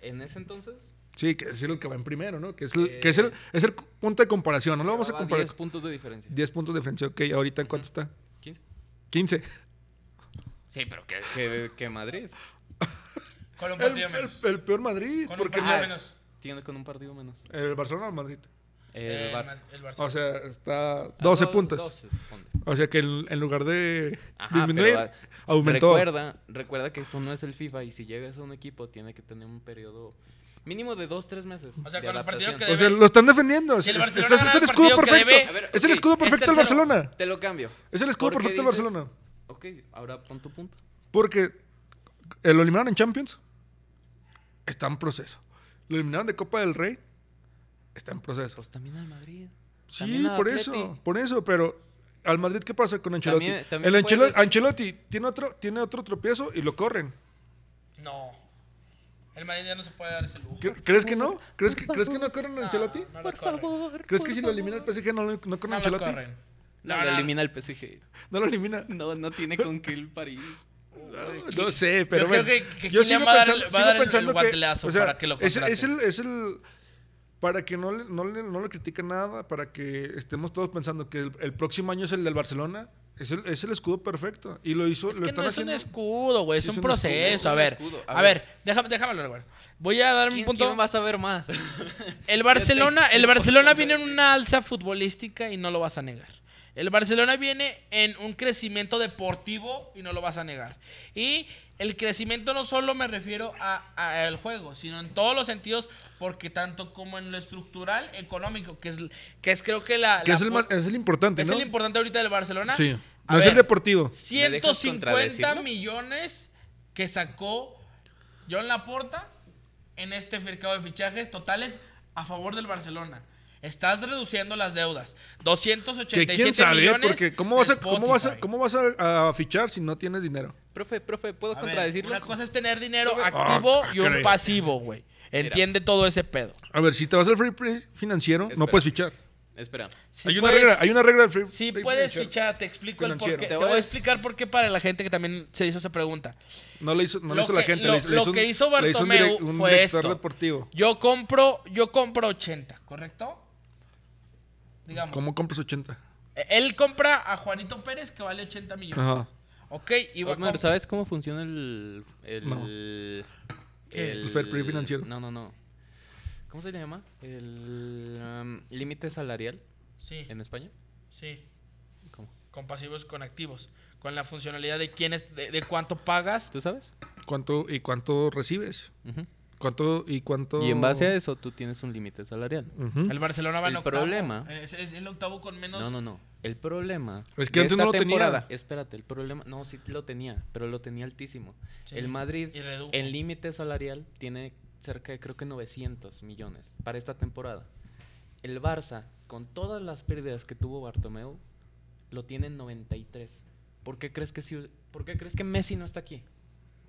[SPEAKER 3] En ese entonces,
[SPEAKER 2] Sí, que es el que va en primero, ¿no? Que es el,
[SPEAKER 3] Eh,
[SPEAKER 2] que es el, es el punto de comparación. No lo vamos a
[SPEAKER 3] llevaba
[SPEAKER 2] comparar.
[SPEAKER 3] 10 puntos de diferencia.
[SPEAKER 2] 10 puntos de diferencia. Ok, ahorita ¿cuánto está?
[SPEAKER 3] 15.
[SPEAKER 2] 15.
[SPEAKER 3] Sí, pero que, que, que Madrid.
[SPEAKER 1] Con un
[SPEAKER 2] El,
[SPEAKER 1] partido
[SPEAKER 2] el-
[SPEAKER 1] menos.
[SPEAKER 2] el peor Madrid.
[SPEAKER 1] Con un
[SPEAKER 2] porque
[SPEAKER 1] partido
[SPEAKER 2] no-
[SPEAKER 1] menos.
[SPEAKER 3] Tiene con un partido menos.
[SPEAKER 2] El Barcelona o el Madrid.
[SPEAKER 3] El El
[SPEAKER 1] Eh,
[SPEAKER 3] Barça. Ah,
[SPEAKER 1] el Barça.
[SPEAKER 2] O sea, está 12
[SPEAKER 3] Do-
[SPEAKER 2] puntos.
[SPEAKER 3] 12, ponle.
[SPEAKER 2] O sea que el- en lugar de
[SPEAKER 3] Ajá,
[SPEAKER 2] disminuir,
[SPEAKER 3] pero, ah,
[SPEAKER 2] aumentó.
[SPEAKER 3] Recuerda, recuerda que esto no es el FIFA y si llegas a un equipo tiene que tener un periodo mínimo de dos, tres meses.
[SPEAKER 1] O sea,
[SPEAKER 3] de
[SPEAKER 1] con el partido
[SPEAKER 3] adaptación.
[SPEAKER 1] que
[SPEAKER 2] O sea, lo están defendiendo.
[SPEAKER 1] Si el
[SPEAKER 2] Es-
[SPEAKER 1] Barcelona
[SPEAKER 2] estás-
[SPEAKER 1] gana
[SPEAKER 2] es el
[SPEAKER 1] el
[SPEAKER 2] escudo
[SPEAKER 1] partido que
[SPEAKER 2] perfecto.
[SPEAKER 1] debe-
[SPEAKER 3] A ver,
[SPEAKER 2] Es el
[SPEAKER 3] ok,
[SPEAKER 2] escudo
[SPEAKER 3] es
[SPEAKER 2] perfecto del
[SPEAKER 3] tercero.
[SPEAKER 2] Barcelona.
[SPEAKER 3] Te lo cambio.
[SPEAKER 2] Es el escudo
[SPEAKER 3] ¿Por qué
[SPEAKER 2] perfecto del
[SPEAKER 3] dices-
[SPEAKER 2] Barcelona.
[SPEAKER 3] Ok, ahora pon tu punto.
[SPEAKER 2] Porque eh, lo eliminaron en Champions. Está en proceso. Lo eliminaron de Copa del Rey. Está en proceso.
[SPEAKER 3] Pues también al Madrid.
[SPEAKER 2] Sí,
[SPEAKER 3] También al
[SPEAKER 2] por
[SPEAKER 3] Atleti.
[SPEAKER 2] eso, por eso, pero al Madrid qué pasa con Ancelotti?
[SPEAKER 3] También- también
[SPEAKER 2] el Anchelo-
[SPEAKER 3] puedes-
[SPEAKER 2] Ancelotti tiene otro tiene otro tropiezo y lo corren.
[SPEAKER 1] No. El Madrid ya no se puede dar ese lujo.
[SPEAKER 2] ¿Cre- ¿Crees que no? ¿Crees que, ¿crees que no corren a
[SPEAKER 1] No,
[SPEAKER 2] Ancelotti?
[SPEAKER 1] no lo corren.
[SPEAKER 2] ¿Crees que si lo elimina el PSG no, lo- no corren a
[SPEAKER 1] No lo
[SPEAKER 2] Ancelotti?
[SPEAKER 1] corren.
[SPEAKER 3] No,
[SPEAKER 1] No,
[SPEAKER 3] lo
[SPEAKER 1] no.
[SPEAKER 3] elimina el PSG.
[SPEAKER 2] No lo elimina.
[SPEAKER 3] No, no tiene con qué el París.
[SPEAKER 2] No, no sé, pero
[SPEAKER 1] creo
[SPEAKER 2] bueno.
[SPEAKER 1] que- que Kylian va a dar el- va a dar el- el guantelazo
[SPEAKER 2] o sea,
[SPEAKER 1] para que lo
[SPEAKER 2] es, es
[SPEAKER 1] contraten.
[SPEAKER 2] el, es el- para que no le, no le- no le critiquen nada, para que estemos todos pensando que el, el próximo año es el del Barcelona, es el, es el escudo perfecto y lo hizo,
[SPEAKER 1] Es
[SPEAKER 2] lo
[SPEAKER 1] que
[SPEAKER 2] están
[SPEAKER 1] no
[SPEAKER 2] haciendo.
[SPEAKER 1] es un escudo, güey. Es,
[SPEAKER 2] Es
[SPEAKER 1] un
[SPEAKER 2] un
[SPEAKER 1] proceso.
[SPEAKER 3] escudo,
[SPEAKER 1] A
[SPEAKER 3] es un
[SPEAKER 1] ver,
[SPEAKER 3] escudo.
[SPEAKER 1] a
[SPEAKER 3] A
[SPEAKER 1] ver, déjame, déjamelo, güey. Voy a dar un
[SPEAKER 3] ¿Quién,
[SPEAKER 1] punto.
[SPEAKER 3] quién va a saber más?
[SPEAKER 1] El Barcelona, el Barcelona viene en
[SPEAKER 3] Sí.
[SPEAKER 1] una alza futbolística y no lo vas a negar. El Barcelona viene en un crecimiento deportivo y no lo vas a negar. Y el crecimiento no solo me refiero a- a- al juego, sino en todos los sentidos, porque tanto como en lo estructural, económico, que es, que es creo que la...
[SPEAKER 2] que
[SPEAKER 1] la
[SPEAKER 2] es el,
[SPEAKER 1] fu-
[SPEAKER 2] más- es el importante,
[SPEAKER 1] es
[SPEAKER 2] ¿no?
[SPEAKER 1] el importante ahorita del Barcelona.
[SPEAKER 2] Sí.
[SPEAKER 1] A
[SPEAKER 2] No es
[SPEAKER 1] ver,
[SPEAKER 2] el deportivo.
[SPEAKER 3] ¿Me dejas
[SPEAKER 1] 150
[SPEAKER 3] contradecirlo?
[SPEAKER 1] millones que sacó John Laporta en este mercado de fichajes totales a favor del Barcelona. Estás reduciendo las deudas. 287
[SPEAKER 2] Que quién sabe, ¿eh?
[SPEAKER 1] millones.
[SPEAKER 2] porque ¿cómo vas, a,
[SPEAKER 1] de
[SPEAKER 2] cómo vas, a,
[SPEAKER 1] Spotify.
[SPEAKER 2] cómo vas a, a fichar si no tienes dinero?
[SPEAKER 3] profe, profe, ¿puedo
[SPEAKER 1] A ver,
[SPEAKER 3] contradecirlo?
[SPEAKER 1] Una cosa es tener dinero
[SPEAKER 3] Ah,
[SPEAKER 1] activo y un
[SPEAKER 2] caray.
[SPEAKER 1] pasivo, güey. Entiende todo ese pedo.
[SPEAKER 2] A ver, si te vas al free play financiero, no
[SPEAKER 3] Espera.
[SPEAKER 2] puedes fichar.
[SPEAKER 3] Espera.
[SPEAKER 1] Si
[SPEAKER 2] hay, una
[SPEAKER 1] puedes-
[SPEAKER 2] regla, hay una regla del free
[SPEAKER 1] Sí
[SPEAKER 2] play
[SPEAKER 1] puedes
[SPEAKER 2] financiero.
[SPEAKER 1] fichar, te explico el
[SPEAKER 2] Financiero.
[SPEAKER 1] porqué. Te
[SPEAKER 3] Te
[SPEAKER 1] voy a
[SPEAKER 3] voy a-
[SPEAKER 1] explicar por qué para la gente que también se hizo esa pregunta.
[SPEAKER 2] No lo hizo, no lo
[SPEAKER 1] Lo
[SPEAKER 2] hizo la
[SPEAKER 1] que-
[SPEAKER 2] gente.
[SPEAKER 1] lo-
[SPEAKER 2] le hizo, le
[SPEAKER 1] lo
[SPEAKER 2] hizo un-
[SPEAKER 1] que hizo
[SPEAKER 2] le hizo un
[SPEAKER 1] Bartomeu
[SPEAKER 2] direc- un
[SPEAKER 1] fue
[SPEAKER 2] director
[SPEAKER 1] esto.
[SPEAKER 2] deportivo.
[SPEAKER 1] Yo compro, yo compro 80, ¿correcto? Digamos. e-,
[SPEAKER 2] ¿Cómo compras 80?
[SPEAKER 1] Él compra a Juanito Pérez que vale 80 millones.
[SPEAKER 2] Ajá.
[SPEAKER 1] Ok, y va a
[SPEAKER 3] Osmar,
[SPEAKER 1] comp-
[SPEAKER 3] ¿sabes cómo funciona el. El.
[SPEAKER 2] No.
[SPEAKER 3] El,
[SPEAKER 1] ¿Qué?
[SPEAKER 2] El fair play financiero.
[SPEAKER 3] No, no, no. ¿Cómo se le llama? El. um, Límite salarial
[SPEAKER 1] Sí,
[SPEAKER 3] en España.
[SPEAKER 1] sí.
[SPEAKER 3] ¿Cómo?
[SPEAKER 1] Con pasivos y con activos. Con la funcionalidad de quién es, de, de cuánto pagas.
[SPEAKER 3] ¿Tú sabes?
[SPEAKER 2] ¿Cuánto y cuánto recibes?
[SPEAKER 3] Ujú.
[SPEAKER 2] ¿Cuánto y cuánto?
[SPEAKER 3] Y en base a eso, tú tienes un límite salarial.
[SPEAKER 2] Ujú.
[SPEAKER 1] El Barcelona va en
[SPEAKER 3] El
[SPEAKER 1] octavo.
[SPEAKER 3] problema-
[SPEAKER 1] Es, es el octavo con menos.
[SPEAKER 3] No, no, no. El problema.
[SPEAKER 2] Es que
[SPEAKER 3] de
[SPEAKER 2] antes
[SPEAKER 3] esta
[SPEAKER 2] no lo tenía.
[SPEAKER 3] temporada- Espérate, el problema. No, sí lo tenía, pero lo tenía altísimo.
[SPEAKER 1] Sí,
[SPEAKER 3] el Madrid,
[SPEAKER 1] y redujo.
[SPEAKER 3] en límite salarial, tiene cerca de creo que 900 millones para esta temporada. El Barça, con todas las pérdidas que tuvo Bartomeu, lo tiene en 93. ¿Por qué crees que, si, ¿por qué crees que Messi no está aquí?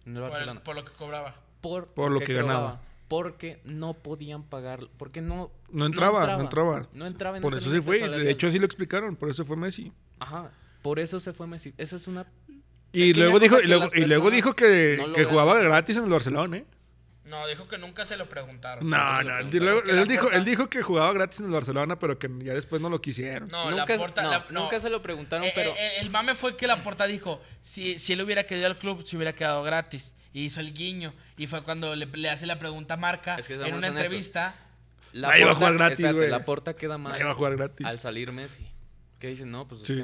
[SPEAKER 3] En el
[SPEAKER 1] Por, el-
[SPEAKER 3] Barcelona.
[SPEAKER 1] por lo que cobraba.
[SPEAKER 3] Por,
[SPEAKER 2] Por lo
[SPEAKER 3] porque
[SPEAKER 2] que ganaba.
[SPEAKER 3] Porque no podían pagar. Porque no.
[SPEAKER 2] No entraba, no entraba.
[SPEAKER 3] No entraba en
[SPEAKER 2] Por
[SPEAKER 3] ese
[SPEAKER 2] eso se
[SPEAKER 3] límite
[SPEAKER 2] fue. y
[SPEAKER 3] salarial.
[SPEAKER 2] De hecho, así lo explicaron. Por eso fue Messi.
[SPEAKER 3] Ajá. Por eso se fue Messi. Esa es una.
[SPEAKER 2] Y
[SPEAKER 3] Pequeña
[SPEAKER 2] luego
[SPEAKER 3] cosa
[SPEAKER 2] dijo, y
[SPEAKER 3] que
[SPEAKER 2] luego,
[SPEAKER 3] las
[SPEAKER 2] y luego
[SPEAKER 3] personas
[SPEAKER 2] dijo que,
[SPEAKER 3] no
[SPEAKER 2] que
[SPEAKER 3] logran.
[SPEAKER 2] jugaba gratis en el Barcelona, ¿eh?
[SPEAKER 1] No, dijo que nunca se lo preguntaron.
[SPEAKER 2] No, no.
[SPEAKER 3] preguntaron.
[SPEAKER 2] y luego-
[SPEAKER 1] Que la
[SPEAKER 2] él, dijo,
[SPEAKER 1] puerta-
[SPEAKER 2] él dijo que jugaba gratis en el Barcelona, pero que ya después no lo quisieron.
[SPEAKER 1] No,
[SPEAKER 3] nunca, se-
[SPEAKER 1] Laporta-
[SPEAKER 3] no,
[SPEAKER 1] la- no.
[SPEAKER 3] nunca se lo preguntaron,
[SPEAKER 1] Eh,
[SPEAKER 3] pero.
[SPEAKER 1] eh, eh, el mame fue que la porta dijo, si, si él hubiera querido al club, se hubiera quedado gratis. Y hizo el guiño. Y fue cuando le, le hace la pregunta a Marca
[SPEAKER 3] Es que
[SPEAKER 1] en
[SPEAKER 3] seamos
[SPEAKER 1] una
[SPEAKER 3] honestos.
[SPEAKER 1] entrevista.
[SPEAKER 3] la
[SPEAKER 2] Nadie va a
[SPEAKER 3] Porta-
[SPEAKER 2] jugar gratis,
[SPEAKER 3] espérate,
[SPEAKER 2] güey.
[SPEAKER 3] La porta queda mal
[SPEAKER 2] Nadie va a jugar gratis.
[SPEAKER 3] al salir Messi. Que dicen, no, pues. es
[SPEAKER 2] Sí.
[SPEAKER 3] que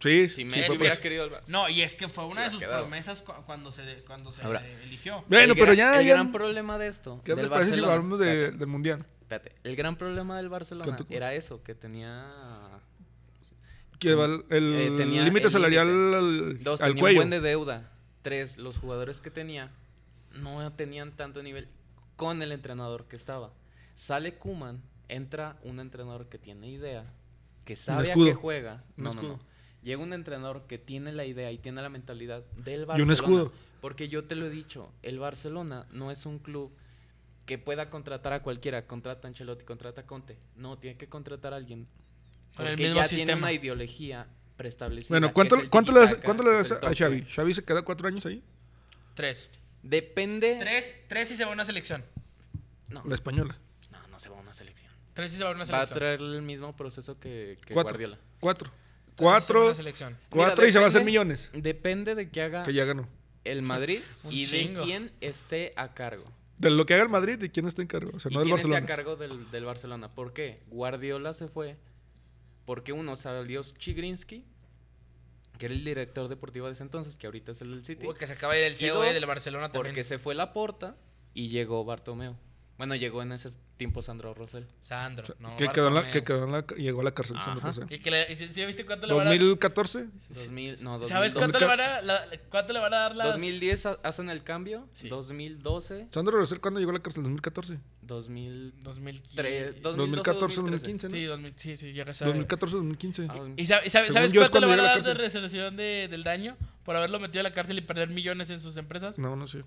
[SPEAKER 2] Sí,
[SPEAKER 3] si
[SPEAKER 2] sí,
[SPEAKER 3] Messi
[SPEAKER 2] fue pues, por
[SPEAKER 3] hubiera
[SPEAKER 2] eso.
[SPEAKER 3] querido al Barça.
[SPEAKER 1] No, y es que fue una
[SPEAKER 3] hubiera
[SPEAKER 1] de sus
[SPEAKER 3] quedado.
[SPEAKER 1] promesas cu- cuando se, cuando se
[SPEAKER 3] Ahora.
[SPEAKER 1] eh, eligió.
[SPEAKER 2] Bueno,
[SPEAKER 3] El
[SPEAKER 2] pero
[SPEAKER 3] gran-
[SPEAKER 2] ya,
[SPEAKER 3] El
[SPEAKER 2] ya.
[SPEAKER 3] gran problema de esto.
[SPEAKER 2] ¿Qué les
[SPEAKER 3] del
[SPEAKER 2] parece si
[SPEAKER 3] Barcelona-
[SPEAKER 2] hablamos de-
[SPEAKER 3] espérate,
[SPEAKER 2] del Mundial?
[SPEAKER 3] espérate. El gran problema del Barcelona
[SPEAKER 2] ¿Cuánto?
[SPEAKER 3] era eso, que tenía.
[SPEAKER 2] Que va el-
[SPEAKER 3] Eh,
[SPEAKER 2] el
[SPEAKER 3] tenía
[SPEAKER 2] límite
[SPEAKER 3] el
[SPEAKER 2] salarial
[SPEAKER 3] límite.
[SPEAKER 2] al,
[SPEAKER 3] Dos,
[SPEAKER 2] al
[SPEAKER 3] tenía
[SPEAKER 2] cuello.
[SPEAKER 3] un buen de deuda. Tres, los jugadores que tenía no tenían tanto nivel con el entrenador que estaba. Sale Kuman, entra un entrenador que tiene idea, que sabe a
[SPEAKER 2] escudo.
[SPEAKER 3] qué juega.
[SPEAKER 2] Un
[SPEAKER 3] No, no,
[SPEAKER 2] escudo.
[SPEAKER 3] no. Llega un entrenador que tiene la idea y tiene la mentalidad del
[SPEAKER 2] Y
[SPEAKER 3] Barcelona.
[SPEAKER 2] un escudo.
[SPEAKER 3] Porque yo te lo he dicho, el Barcelona no es un club que pueda contratar a cualquiera. Contrata a Ancelotti, contrata a Conte. No, tiene que contratar a alguien.
[SPEAKER 1] Con el
[SPEAKER 3] porque
[SPEAKER 1] mismo
[SPEAKER 3] ya tiene
[SPEAKER 1] sistema.
[SPEAKER 3] una ideología preestablecida.
[SPEAKER 2] Bueno,
[SPEAKER 3] que
[SPEAKER 2] ¿cuánto,
[SPEAKER 3] es el
[SPEAKER 2] cuánto le das,
[SPEAKER 3] tiki-taka,
[SPEAKER 2] cuánto le
[SPEAKER 3] que
[SPEAKER 2] das
[SPEAKER 3] es el
[SPEAKER 2] a
[SPEAKER 3] toque.
[SPEAKER 2] Xavi? ¿Xavi se queda cuatro años ahí?
[SPEAKER 1] Tres.
[SPEAKER 3] Depende.
[SPEAKER 1] Tres, tres y se va a una selección.
[SPEAKER 3] No,
[SPEAKER 2] La española.
[SPEAKER 3] no, no se va a una selección.
[SPEAKER 1] Tres y se va a una
[SPEAKER 3] Va a
[SPEAKER 1] selección.
[SPEAKER 3] traer el mismo proceso que, que
[SPEAKER 2] cuatro.
[SPEAKER 3] Guardiola.
[SPEAKER 2] Cuatro.
[SPEAKER 1] Tres y se va a
[SPEAKER 2] Cuatro.
[SPEAKER 1] una selección.
[SPEAKER 2] Cuatro
[SPEAKER 3] Mira,
[SPEAKER 2] y se va a hacer
[SPEAKER 3] depende-
[SPEAKER 2] millones.
[SPEAKER 3] Depende de que haga
[SPEAKER 2] Que ya ganó.
[SPEAKER 3] el Madrid
[SPEAKER 1] Un
[SPEAKER 3] y
[SPEAKER 1] chingo.
[SPEAKER 3] de quién esté a cargo.
[SPEAKER 2] de lo que haga el Madrid y quién está en cargo. O sea,
[SPEAKER 3] ¿Y
[SPEAKER 2] no del
[SPEAKER 3] quién está a
[SPEAKER 2] Barcelona.
[SPEAKER 3] cargo del, del Barcelona? ¿Por qué? Guardiola se fue porque uno salió Chigrinsky, que era el director deportivo de ese entonces, que ahorita es el del City.
[SPEAKER 4] Uy, que se acaba de ir el
[SPEAKER 3] Y
[SPEAKER 1] E
[SPEAKER 4] CEO
[SPEAKER 3] dos,
[SPEAKER 4] del Barcelona también.
[SPEAKER 3] Porque se fue la porta y llegó Bartomeu. Bueno, llegó en ese tiempo Sandro Rosell.
[SPEAKER 4] Sandro, no,
[SPEAKER 2] que, quedó en la,
[SPEAKER 4] Bartomeu.
[SPEAKER 2] que quedó en la- llegó a la cárcel.
[SPEAKER 3] Ajá.
[SPEAKER 2] Sandro Rosell.
[SPEAKER 4] Y que le, y si- si viste cuánto le van a
[SPEAKER 2] 2014.
[SPEAKER 3] 2000, no, 2000,
[SPEAKER 1] ¿Sabes cuánto le, van a, la- cuánto le van a dar las...?
[SPEAKER 3] 2010 ha- hacen el cambio,
[SPEAKER 1] Sí.
[SPEAKER 3] 2012,
[SPEAKER 2] Sandro Rosell, ¿cuándo llegó a la cárcel? 2014.
[SPEAKER 3] 2000,
[SPEAKER 1] 2015.
[SPEAKER 2] 2014,
[SPEAKER 3] 2014, 2013.
[SPEAKER 2] 2015, ¿no?
[SPEAKER 1] Sí, 2000, sí, sí, llegas a...
[SPEAKER 2] 2014, 2015.
[SPEAKER 3] Ah,
[SPEAKER 1] ¿Y sabe- sabe-
[SPEAKER 2] Según
[SPEAKER 1] sabes
[SPEAKER 2] yo, es
[SPEAKER 1] cuánto le van a
[SPEAKER 2] cuando llega
[SPEAKER 1] dar
[SPEAKER 2] la
[SPEAKER 1] de
[SPEAKER 2] cárcel.
[SPEAKER 1] resolución de- del daño por haberlo metido a la cárcel y perder millones en sus empresas?
[SPEAKER 2] No, no sé.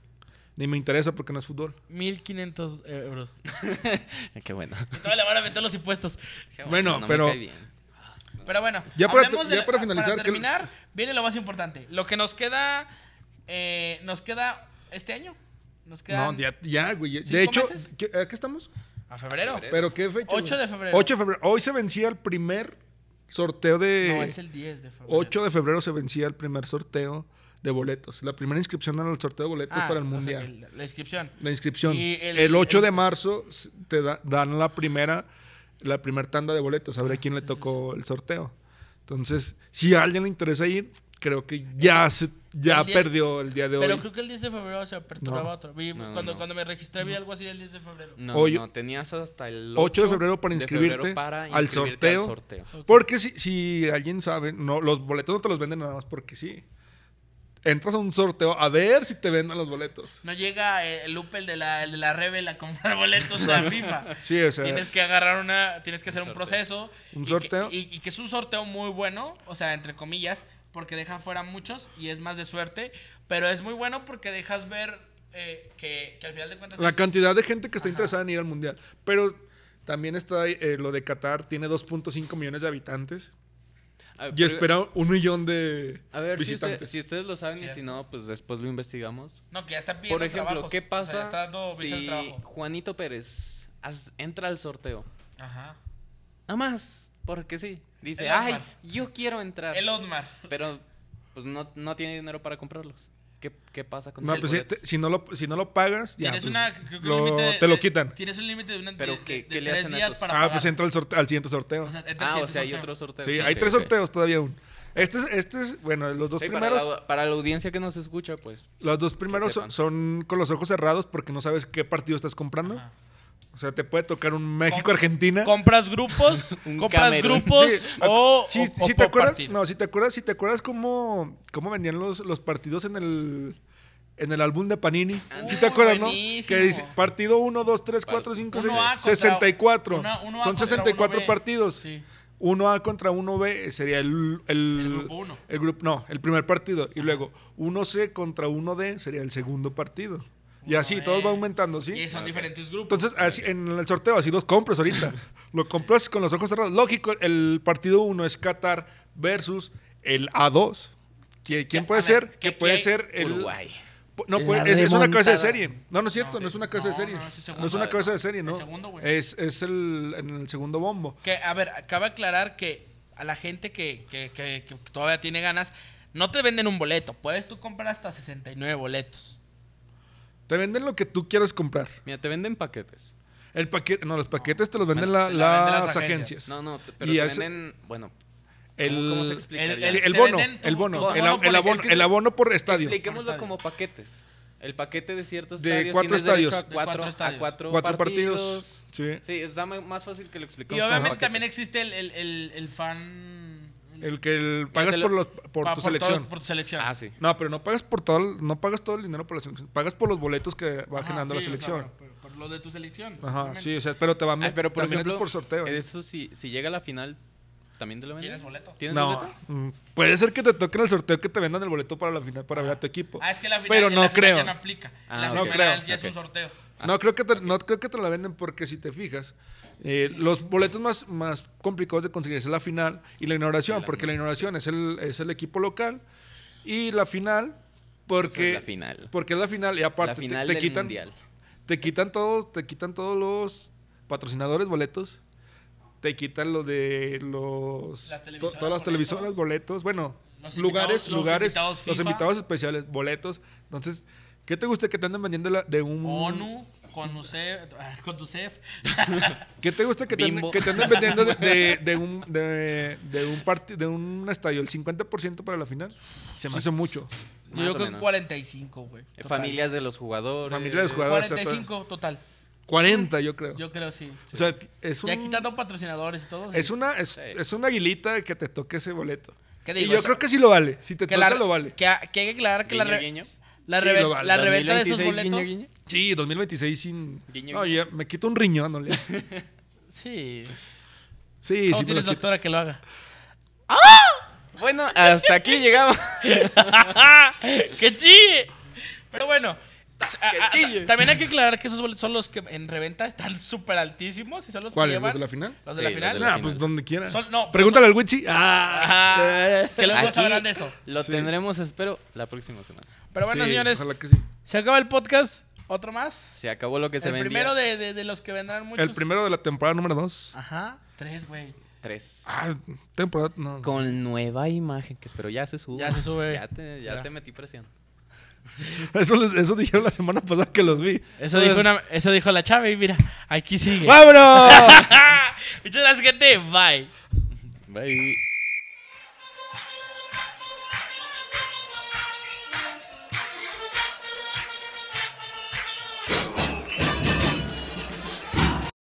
[SPEAKER 2] Ni me interesa porque no es fútbol.
[SPEAKER 1] 1.500 euros.
[SPEAKER 3] Qué bueno.
[SPEAKER 1] Y todavía le van a meter los impuestos.
[SPEAKER 3] Qué
[SPEAKER 2] Bueno,
[SPEAKER 3] me
[SPEAKER 2] pero-
[SPEAKER 3] cae bien.
[SPEAKER 1] Pero bueno,
[SPEAKER 2] Ya para
[SPEAKER 1] hablemos
[SPEAKER 2] te-
[SPEAKER 1] de
[SPEAKER 2] ya
[SPEAKER 1] la-
[SPEAKER 2] para finalizar, ¿qué-
[SPEAKER 1] terminar, viene lo más importante. Lo que nos queda, eh, nos queda este año. Nos queda
[SPEAKER 2] No, ya, ya, güey.
[SPEAKER 1] ¿Cinco
[SPEAKER 2] De hecho,
[SPEAKER 1] meses?
[SPEAKER 2] ¿qué- ¿a qué estamos?
[SPEAKER 1] a febrero.
[SPEAKER 3] Febrero.
[SPEAKER 2] ¿Pero qué fecha?
[SPEAKER 1] 8
[SPEAKER 2] güey?
[SPEAKER 1] de febrero.
[SPEAKER 2] 8 de febrero. Hoy se vencía el primer sorteo de.
[SPEAKER 1] No, es el 10 de febrero.
[SPEAKER 2] 8 de febrero se vencía el primer sorteo de boletos. La primera inscripción al sorteo de boletos
[SPEAKER 1] Ah,
[SPEAKER 2] para el
[SPEAKER 1] o sea,
[SPEAKER 2] mundial.
[SPEAKER 1] el- la inscripción.
[SPEAKER 2] La inscripción.
[SPEAKER 1] Y el-
[SPEAKER 2] el, 8
[SPEAKER 1] el-
[SPEAKER 2] de marzo s- te da- dan la primera la primer tanda de boletos, a
[SPEAKER 1] Ah,
[SPEAKER 2] ver a quién le tocó el sorteo. Entonces, si a alguien le interesa ir, creo que ya se, ya
[SPEAKER 1] El día-
[SPEAKER 2] perdió el día de
[SPEAKER 1] Pero
[SPEAKER 2] hoy.
[SPEAKER 1] creo que el 10 de febrero se aperturaba
[SPEAKER 2] No.
[SPEAKER 1] otro. Vi-
[SPEAKER 3] No, no,
[SPEAKER 1] cuando,
[SPEAKER 3] no.
[SPEAKER 1] cuando me registré vi algo así del 10 de febrero.
[SPEAKER 3] No,
[SPEAKER 2] Hoy-
[SPEAKER 3] no, tenías hasta el
[SPEAKER 2] 8 de febrero para
[SPEAKER 3] de febrero
[SPEAKER 2] inscribirte,
[SPEAKER 3] para
[SPEAKER 2] al,
[SPEAKER 3] inscribirte
[SPEAKER 2] sorteo, Porque si, si alguien sabe, no, los boletos no te los venden nada más porque sí. Entras a un sorteo a ver si te venden los boletos.
[SPEAKER 1] No llega eh, el Lupe, el de la, el de la Rebel, a comprar boletos a la FIFA.
[SPEAKER 2] Sí, o sea,
[SPEAKER 1] Tienes que agarrar una, tienes que hacer un
[SPEAKER 3] sorteo.
[SPEAKER 1] proceso.
[SPEAKER 2] Un
[SPEAKER 1] y que-
[SPEAKER 2] sorteo.
[SPEAKER 1] Y, y que es un sorteo muy bueno, o sea, entre comillas, porque deja fuera muchos y es más de suerte, pero es muy bueno porque dejas ver eh, que, que al final de cuentas...
[SPEAKER 2] la
[SPEAKER 1] es-
[SPEAKER 2] cantidad de gente que está interesada en ir al mundial. Pero también está eh, lo de Qatar, tiene 2.5 millones de habitantes.
[SPEAKER 3] A ver,
[SPEAKER 2] Y
[SPEAKER 3] pero-
[SPEAKER 2] espera un millón de
[SPEAKER 3] A ver, si, usted-
[SPEAKER 2] visitantes.
[SPEAKER 3] si ustedes lo saben y
[SPEAKER 1] Cierto.
[SPEAKER 3] si no, pues después lo investigamos.
[SPEAKER 1] No, que ya está pidiendo
[SPEAKER 3] Por ejemplo,
[SPEAKER 1] trabajos,
[SPEAKER 3] ¿qué
[SPEAKER 1] o sea, ya
[SPEAKER 3] pasa
[SPEAKER 1] está dando visas de
[SPEAKER 3] si
[SPEAKER 1] trabajo.
[SPEAKER 3] Juanito Pérez as- entra al sorteo?
[SPEAKER 1] Ajá.
[SPEAKER 3] Nada más, porque sí. Dice,
[SPEAKER 1] El
[SPEAKER 3] ay,
[SPEAKER 1] Otmar.
[SPEAKER 3] yo quiero entrar.
[SPEAKER 1] El Otmar.
[SPEAKER 3] Pero pues no, no tiene dinero para comprarlos. ¿Qué, qué pasa con
[SPEAKER 2] No,
[SPEAKER 3] esos
[SPEAKER 2] pues, si,
[SPEAKER 3] boletos?
[SPEAKER 2] te- si no lo, si no lo pagas, ya,
[SPEAKER 1] Tienes
[SPEAKER 2] pues,
[SPEAKER 1] una- creo que un
[SPEAKER 2] lo-
[SPEAKER 1] límite de-
[SPEAKER 2] te lo
[SPEAKER 1] de-
[SPEAKER 2] quitan.
[SPEAKER 1] Tienes un límite de, una,
[SPEAKER 3] Pero
[SPEAKER 1] de-
[SPEAKER 3] ¿qué-
[SPEAKER 1] de-
[SPEAKER 3] qué
[SPEAKER 1] de
[SPEAKER 3] le
[SPEAKER 1] tres
[SPEAKER 3] hacen a
[SPEAKER 1] días
[SPEAKER 3] esos?
[SPEAKER 1] para
[SPEAKER 2] Ah,
[SPEAKER 1] pagar.
[SPEAKER 2] pues entra al, sorte- al siguiente sorteo.
[SPEAKER 1] O sea, entra el
[SPEAKER 3] Ah, o
[SPEAKER 1] siguiente
[SPEAKER 3] sea, hay
[SPEAKER 1] sorteo.
[SPEAKER 3] otro sorteo.
[SPEAKER 2] sí, hay
[SPEAKER 3] ok,
[SPEAKER 2] tres
[SPEAKER 3] ok.
[SPEAKER 2] sorteos todavía aún. Este es, este es, bueno, los dos
[SPEAKER 3] Sí, para
[SPEAKER 2] primeros,
[SPEAKER 3] la, para la audiencia que nos escucha, pues.
[SPEAKER 2] los dos primeros son,
[SPEAKER 3] sepan.
[SPEAKER 2] son con los ojos cerrados porque no sabes qué partido estás comprando.
[SPEAKER 1] Ajá.
[SPEAKER 2] O sea, te puede tocar un México-Argentina.
[SPEAKER 1] Compras grupos,
[SPEAKER 3] Un
[SPEAKER 1] compras
[SPEAKER 3] Camerún.
[SPEAKER 1] grupos
[SPEAKER 2] Sí, a-
[SPEAKER 1] o,
[SPEAKER 2] sí,
[SPEAKER 1] o-
[SPEAKER 2] sí
[SPEAKER 1] o
[SPEAKER 2] te
[SPEAKER 1] por
[SPEAKER 2] acuerdas,
[SPEAKER 1] partido.
[SPEAKER 2] no, si te acuerdas, si te acuerdas cómo, cómo venían los, los partidos en el en el álbum de Panini. si te
[SPEAKER 1] Uh,
[SPEAKER 2] acuerdas, ¿no?
[SPEAKER 1] buenísimo.
[SPEAKER 2] Que dice partido 1 2 3 4 5 6
[SPEAKER 1] Uno A contra-
[SPEAKER 2] 64.
[SPEAKER 1] una- uno A
[SPEAKER 2] Son
[SPEAKER 1] contra
[SPEAKER 2] 64
[SPEAKER 1] uno B.
[SPEAKER 2] partidos.
[SPEAKER 1] Sí.
[SPEAKER 2] 1A contra 1B sería el, el,
[SPEAKER 1] El grupo uno.
[SPEAKER 2] el grupo- no, el primer partido. Y luego 1C contra 1D sería el segundo partido. Y
[SPEAKER 1] Uno
[SPEAKER 2] así,
[SPEAKER 1] B.
[SPEAKER 2] todos va aumentando, ¿sí?
[SPEAKER 1] Y son diferentes grupos.
[SPEAKER 2] Entonces, así, en el sorteo, así los compras ahorita. lo compras con los ojos cerrados. Lógico, el partido 1 es Qatar versus el A2. ¿Qui- ¿Quién
[SPEAKER 1] A
[SPEAKER 2] puede
[SPEAKER 1] ver,
[SPEAKER 2] ser?
[SPEAKER 1] ¿qué-
[SPEAKER 2] Que puede
[SPEAKER 1] qué-
[SPEAKER 2] ser el.
[SPEAKER 3] Uruguay.
[SPEAKER 2] No,
[SPEAKER 3] La
[SPEAKER 2] puede- es, es una cabeza de
[SPEAKER 3] remontada.
[SPEAKER 2] serie. No, no es cierto,
[SPEAKER 1] No,
[SPEAKER 2] no, es una cabeza de
[SPEAKER 1] no,
[SPEAKER 2] serie.
[SPEAKER 1] no,
[SPEAKER 2] No,
[SPEAKER 1] es el
[SPEAKER 2] es
[SPEAKER 1] segundo,
[SPEAKER 2] una cabeza de serie,
[SPEAKER 1] el
[SPEAKER 2] ¿no?
[SPEAKER 1] segundo, güey.
[SPEAKER 2] es es el, en el segundo bombo.
[SPEAKER 1] Que, a ver, acaba de aclarar que a la gente que, que- que- que todavía tiene ganas, no te venden un boleto. Puedes tú comprar hasta 69 boletos.
[SPEAKER 2] Te venden lo que tú quieras comprar.
[SPEAKER 3] Mira, te venden paquetes.
[SPEAKER 2] El paquete, no, los paquetes te los venden la-
[SPEAKER 1] te la venden
[SPEAKER 2] las,
[SPEAKER 1] las agencias.
[SPEAKER 2] agencias.
[SPEAKER 3] No, no, te- pero
[SPEAKER 2] Y
[SPEAKER 3] te
[SPEAKER 2] ese-
[SPEAKER 3] venden. Bueno,
[SPEAKER 2] El,
[SPEAKER 3] ¿cómo se explica?
[SPEAKER 1] el-
[SPEAKER 3] Ya.
[SPEAKER 2] sí, el
[SPEAKER 1] te
[SPEAKER 2] bono,
[SPEAKER 1] venden tu-
[SPEAKER 2] el
[SPEAKER 1] tu
[SPEAKER 2] bono,
[SPEAKER 1] abono
[SPEAKER 2] el, a-
[SPEAKER 1] por-
[SPEAKER 2] el abono,
[SPEAKER 1] es que-
[SPEAKER 2] el abono por estadio.
[SPEAKER 1] Por
[SPEAKER 3] Expliquémoslo
[SPEAKER 1] estadio.
[SPEAKER 3] como paquetes. El paquete de ciertos
[SPEAKER 2] De
[SPEAKER 3] estadios
[SPEAKER 2] cuatro
[SPEAKER 3] tienes derecho
[SPEAKER 2] estadios.
[SPEAKER 3] A
[SPEAKER 1] De
[SPEAKER 3] cuatro,
[SPEAKER 1] cuatro estadios.
[SPEAKER 3] A cuatro,
[SPEAKER 2] Cuatro
[SPEAKER 3] partidos.
[SPEAKER 2] partidos. Sí.
[SPEAKER 3] Sí, está ma- más fácil que lo expliquemos.
[SPEAKER 1] Y
[SPEAKER 3] como
[SPEAKER 1] obviamente
[SPEAKER 3] paquetes.
[SPEAKER 1] también existe el, el- el- el fan...
[SPEAKER 2] El que el- pagas
[SPEAKER 3] te lo-
[SPEAKER 2] por, los, Eh, por
[SPEAKER 1] pa-
[SPEAKER 2] tu
[SPEAKER 1] todo-
[SPEAKER 2] selección.
[SPEAKER 1] por tu selección.
[SPEAKER 3] Ah, sí.
[SPEAKER 2] No, pero no pagas por todo, el- no pagas todo el dinero por la selección. Pagas por los boletos que va
[SPEAKER 1] Ajá,
[SPEAKER 2] generando la
[SPEAKER 1] sí, o sea, pues,
[SPEAKER 2] selección.
[SPEAKER 1] por, por- por lo de tu selección.
[SPEAKER 2] Ajá,
[SPEAKER 1] exactamente.
[SPEAKER 2] sí, o sea, pero te van
[SPEAKER 3] Ay, Ah, pero por
[SPEAKER 2] también
[SPEAKER 3] ejemplo,
[SPEAKER 2] es por sorteo. ¿eh?
[SPEAKER 3] Eso si, si llega a la final, ¿también te lo venden?
[SPEAKER 1] ¿Tienes boleto?
[SPEAKER 3] ¿Tienes
[SPEAKER 2] No,
[SPEAKER 3] boleto?
[SPEAKER 2] mm, puede ser que te toquen el sorteo que te vendan el boleto para la final para ver a tu equipo.
[SPEAKER 1] Ah, es que la final,
[SPEAKER 2] pero
[SPEAKER 1] la
[SPEAKER 2] no
[SPEAKER 1] final
[SPEAKER 2] creo.
[SPEAKER 1] ya no aplica.
[SPEAKER 3] Ah,
[SPEAKER 1] la
[SPEAKER 3] ok.
[SPEAKER 1] final
[SPEAKER 2] No creo.
[SPEAKER 1] ya es un
[SPEAKER 3] Ok.
[SPEAKER 1] sorteo.
[SPEAKER 2] No creo que te, no creo que te la venden porque si te fijas, eh, los boletos más, más complicados de conseguir es la final y la inauguración, porque la inauguración es el, es el equipo local y la final porque
[SPEAKER 3] Esa es la final.
[SPEAKER 2] porque es la final y aparte
[SPEAKER 3] la
[SPEAKER 2] te-
[SPEAKER 3] final
[SPEAKER 2] te,
[SPEAKER 3] del
[SPEAKER 2] quitan
[SPEAKER 3] mundial.
[SPEAKER 2] te quitan todos te quitan todos los patrocinadores boletos te quitan lo de los
[SPEAKER 1] Las
[SPEAKER 2] to-
[SPEAKER 1] televisoras,
[SPEAKER 2] todas las
[SPEAKER 1] boletos.
[SPEAKER 2] televisoras boletos bueno
[SPEAKER 1] Los
[SPEAKER 2] lugares
[SPEAKER 1] invitados- los
[SPEAKER 2] lugares
[SPEAKER 1] invitados
[SPEAKER 2] los
[SPEAKER 1] FIFA.
[SPEAKER 2] invitados especiales boletos entonces ¿Qué te gusta que te anden vendiendo la- de un.
[SPEAKER 1] ONU, Conducef, ah, Conducef.
[SPEAKER 2] ¿Qué te gusta que te, anden,
[SPEAKER 3] Bimbo.
[SPEAKER 2] que te anden vendiendo de, de- de un, de, de un parti- de un estadio el 50% para la final? Se me hace mucho.
[SPEAKER 1] Yo
[SPEAKER 3] Más o
[SPEAKER 1] creo que
[SPEAKER 3] menos.
[SPEAKER 1] 45, güey.
[SPEAKER 3] Eh,
[SPEAKER 1] total.
[SPEAKER 3] Familias de los jugadores. eh,
[SPEAKER 2] Familia de los jugadores. o sea,
[SPEAKER 1] 45 total.
[SPEAKER 2] 40, yo creo.
[SPEAKER 1] Yo creo sí.
[SPEAKER 2] o sea, es un.
[SPEAKER 1] Ya quitando patrocinadores y todo. sí.
[SPEAKER 2] Es una, es, es una aguilita que te toque ese boleto.
[SPEAKER 1] ¿Qué digo?
[SPEAKER 2] y yo
[SPEAKER 1] Eso-
[SPEAKER 2] creo que sí lo vale. Si te
[SPEAKER 1] que
[SPEAKER 2] toca,
[SPEAKER 1] la-
[SPEAKER 2] lo vale.
[SPEAKER 1] Que, ha- que hay que aclarar que la, re-
[SPEAKER 3] Guiño, guiño.
[SPEAKER 1] la,
[SPEAKER 2] Sí,
[SPEAKER 1] reve-
[SPEAKER 2] lo vale.
[SPEAKER 1] la reventa de esos
[SPEAKER 3] 2026, guiño,
[SPEAKER 1] boletos.
[SPEAKER 3] guiño.
[SPEAKER 2] Sí, 2026 sin.
[SPEAKER 3] Guiño,
[SPEAKER 2] No,
[SPEAKER 3] guiño.
[SPEAKER 2] ya me quito un riñón, no le hace.
[SPEAKER 1] Sí. ¿Cómo
[SPEAKER 2] Sí, sí, me lo
[SPEAKER 1] tienes
[SPEAKER 2] quito.
[SPEAKER 1] doctora que lo haga?
[SPEAKER 3] Bueno, hasta aquí llegamos.
[SPEAKER 1] ¡Que chille! Pero bueno. a- a-
[SPEAKER 3] chille.
[SPEAKER 1] ta- también hay que aclarar que esos boletos son los que en reventa están súper altísimos y son los que
[SPEAKER 2] ¿Cuáles?
[SPEAKER 1] llevan.
[SPEAKER 2] ¿Los de la final?
[SPEAKER 1] Los de la
[SPEAKER 3] Sí, los
[SPEAKER 1] final.
[SPEAKER 3] de la
[SPEAKER 2] Nah,
[SPEAKER 3] final.
[SPEAKER 2] pues donde quiera.
[SPEAKER 1] Son- no, pero
[SPEAKER 2] Pregúntale al Wichi. Ah.
[SPEAKER 1] Ajá.
[SPEAKER 2] Eh.
[SPEAKER 1] Que luego
[SPEAKER 3] Aquí
[SPEAKER 1] sabrán de eso.
[SPEAKER 3] Lo
[SPEAKER 2] Sí.
[SPEAKER 3] tendremos, espero, la próxima semana.
[SPEAKER 1] Pero bueno,
[SPEAKER 2] Sí,
[SPEAKER 1] señores,
[SPEAKER 2] Ojalá que sí.
[SPEAKER 1] se acaba el podcast. Otro más.
[SPEAKER 3] Se acabó lo que se
[SPEAKER 1] el
[SPEAKER 3] vendía.
[SPEAKER 1] primero de, de- de los que vendrán muchos.
[SPEAKER 2] El primero de la temporada número 2.
[SPEAKER 1] Ajá. Tres, güey.
[SPEAKER 3] Tres.
[SPEAKER 2] Ah, temporada. No.
[SPEAKER 3] Con nueva imagen, que espero ya se sube.
[SPEAKER 1] Ya se sube.
[SPEAKER 3] Ya te, ya
[SPEAKER 1] Ya.
[SPEAKER 3] te metí presión.
[SPEAKER 2] Eso, les- eso dijeron la semana pasada que los vi.
[SPEAKER 1] Eso,
[SPEAKER 3] Pues-
[SPEAKER 1] dijo una- eso dijo la chave y mira, aquí sigue.
[SPEAKER 2] ¡Vámonos!
[SPEAKER 1] Muchas gracias, gente. Bye.
[SPEAKER 3] Bye.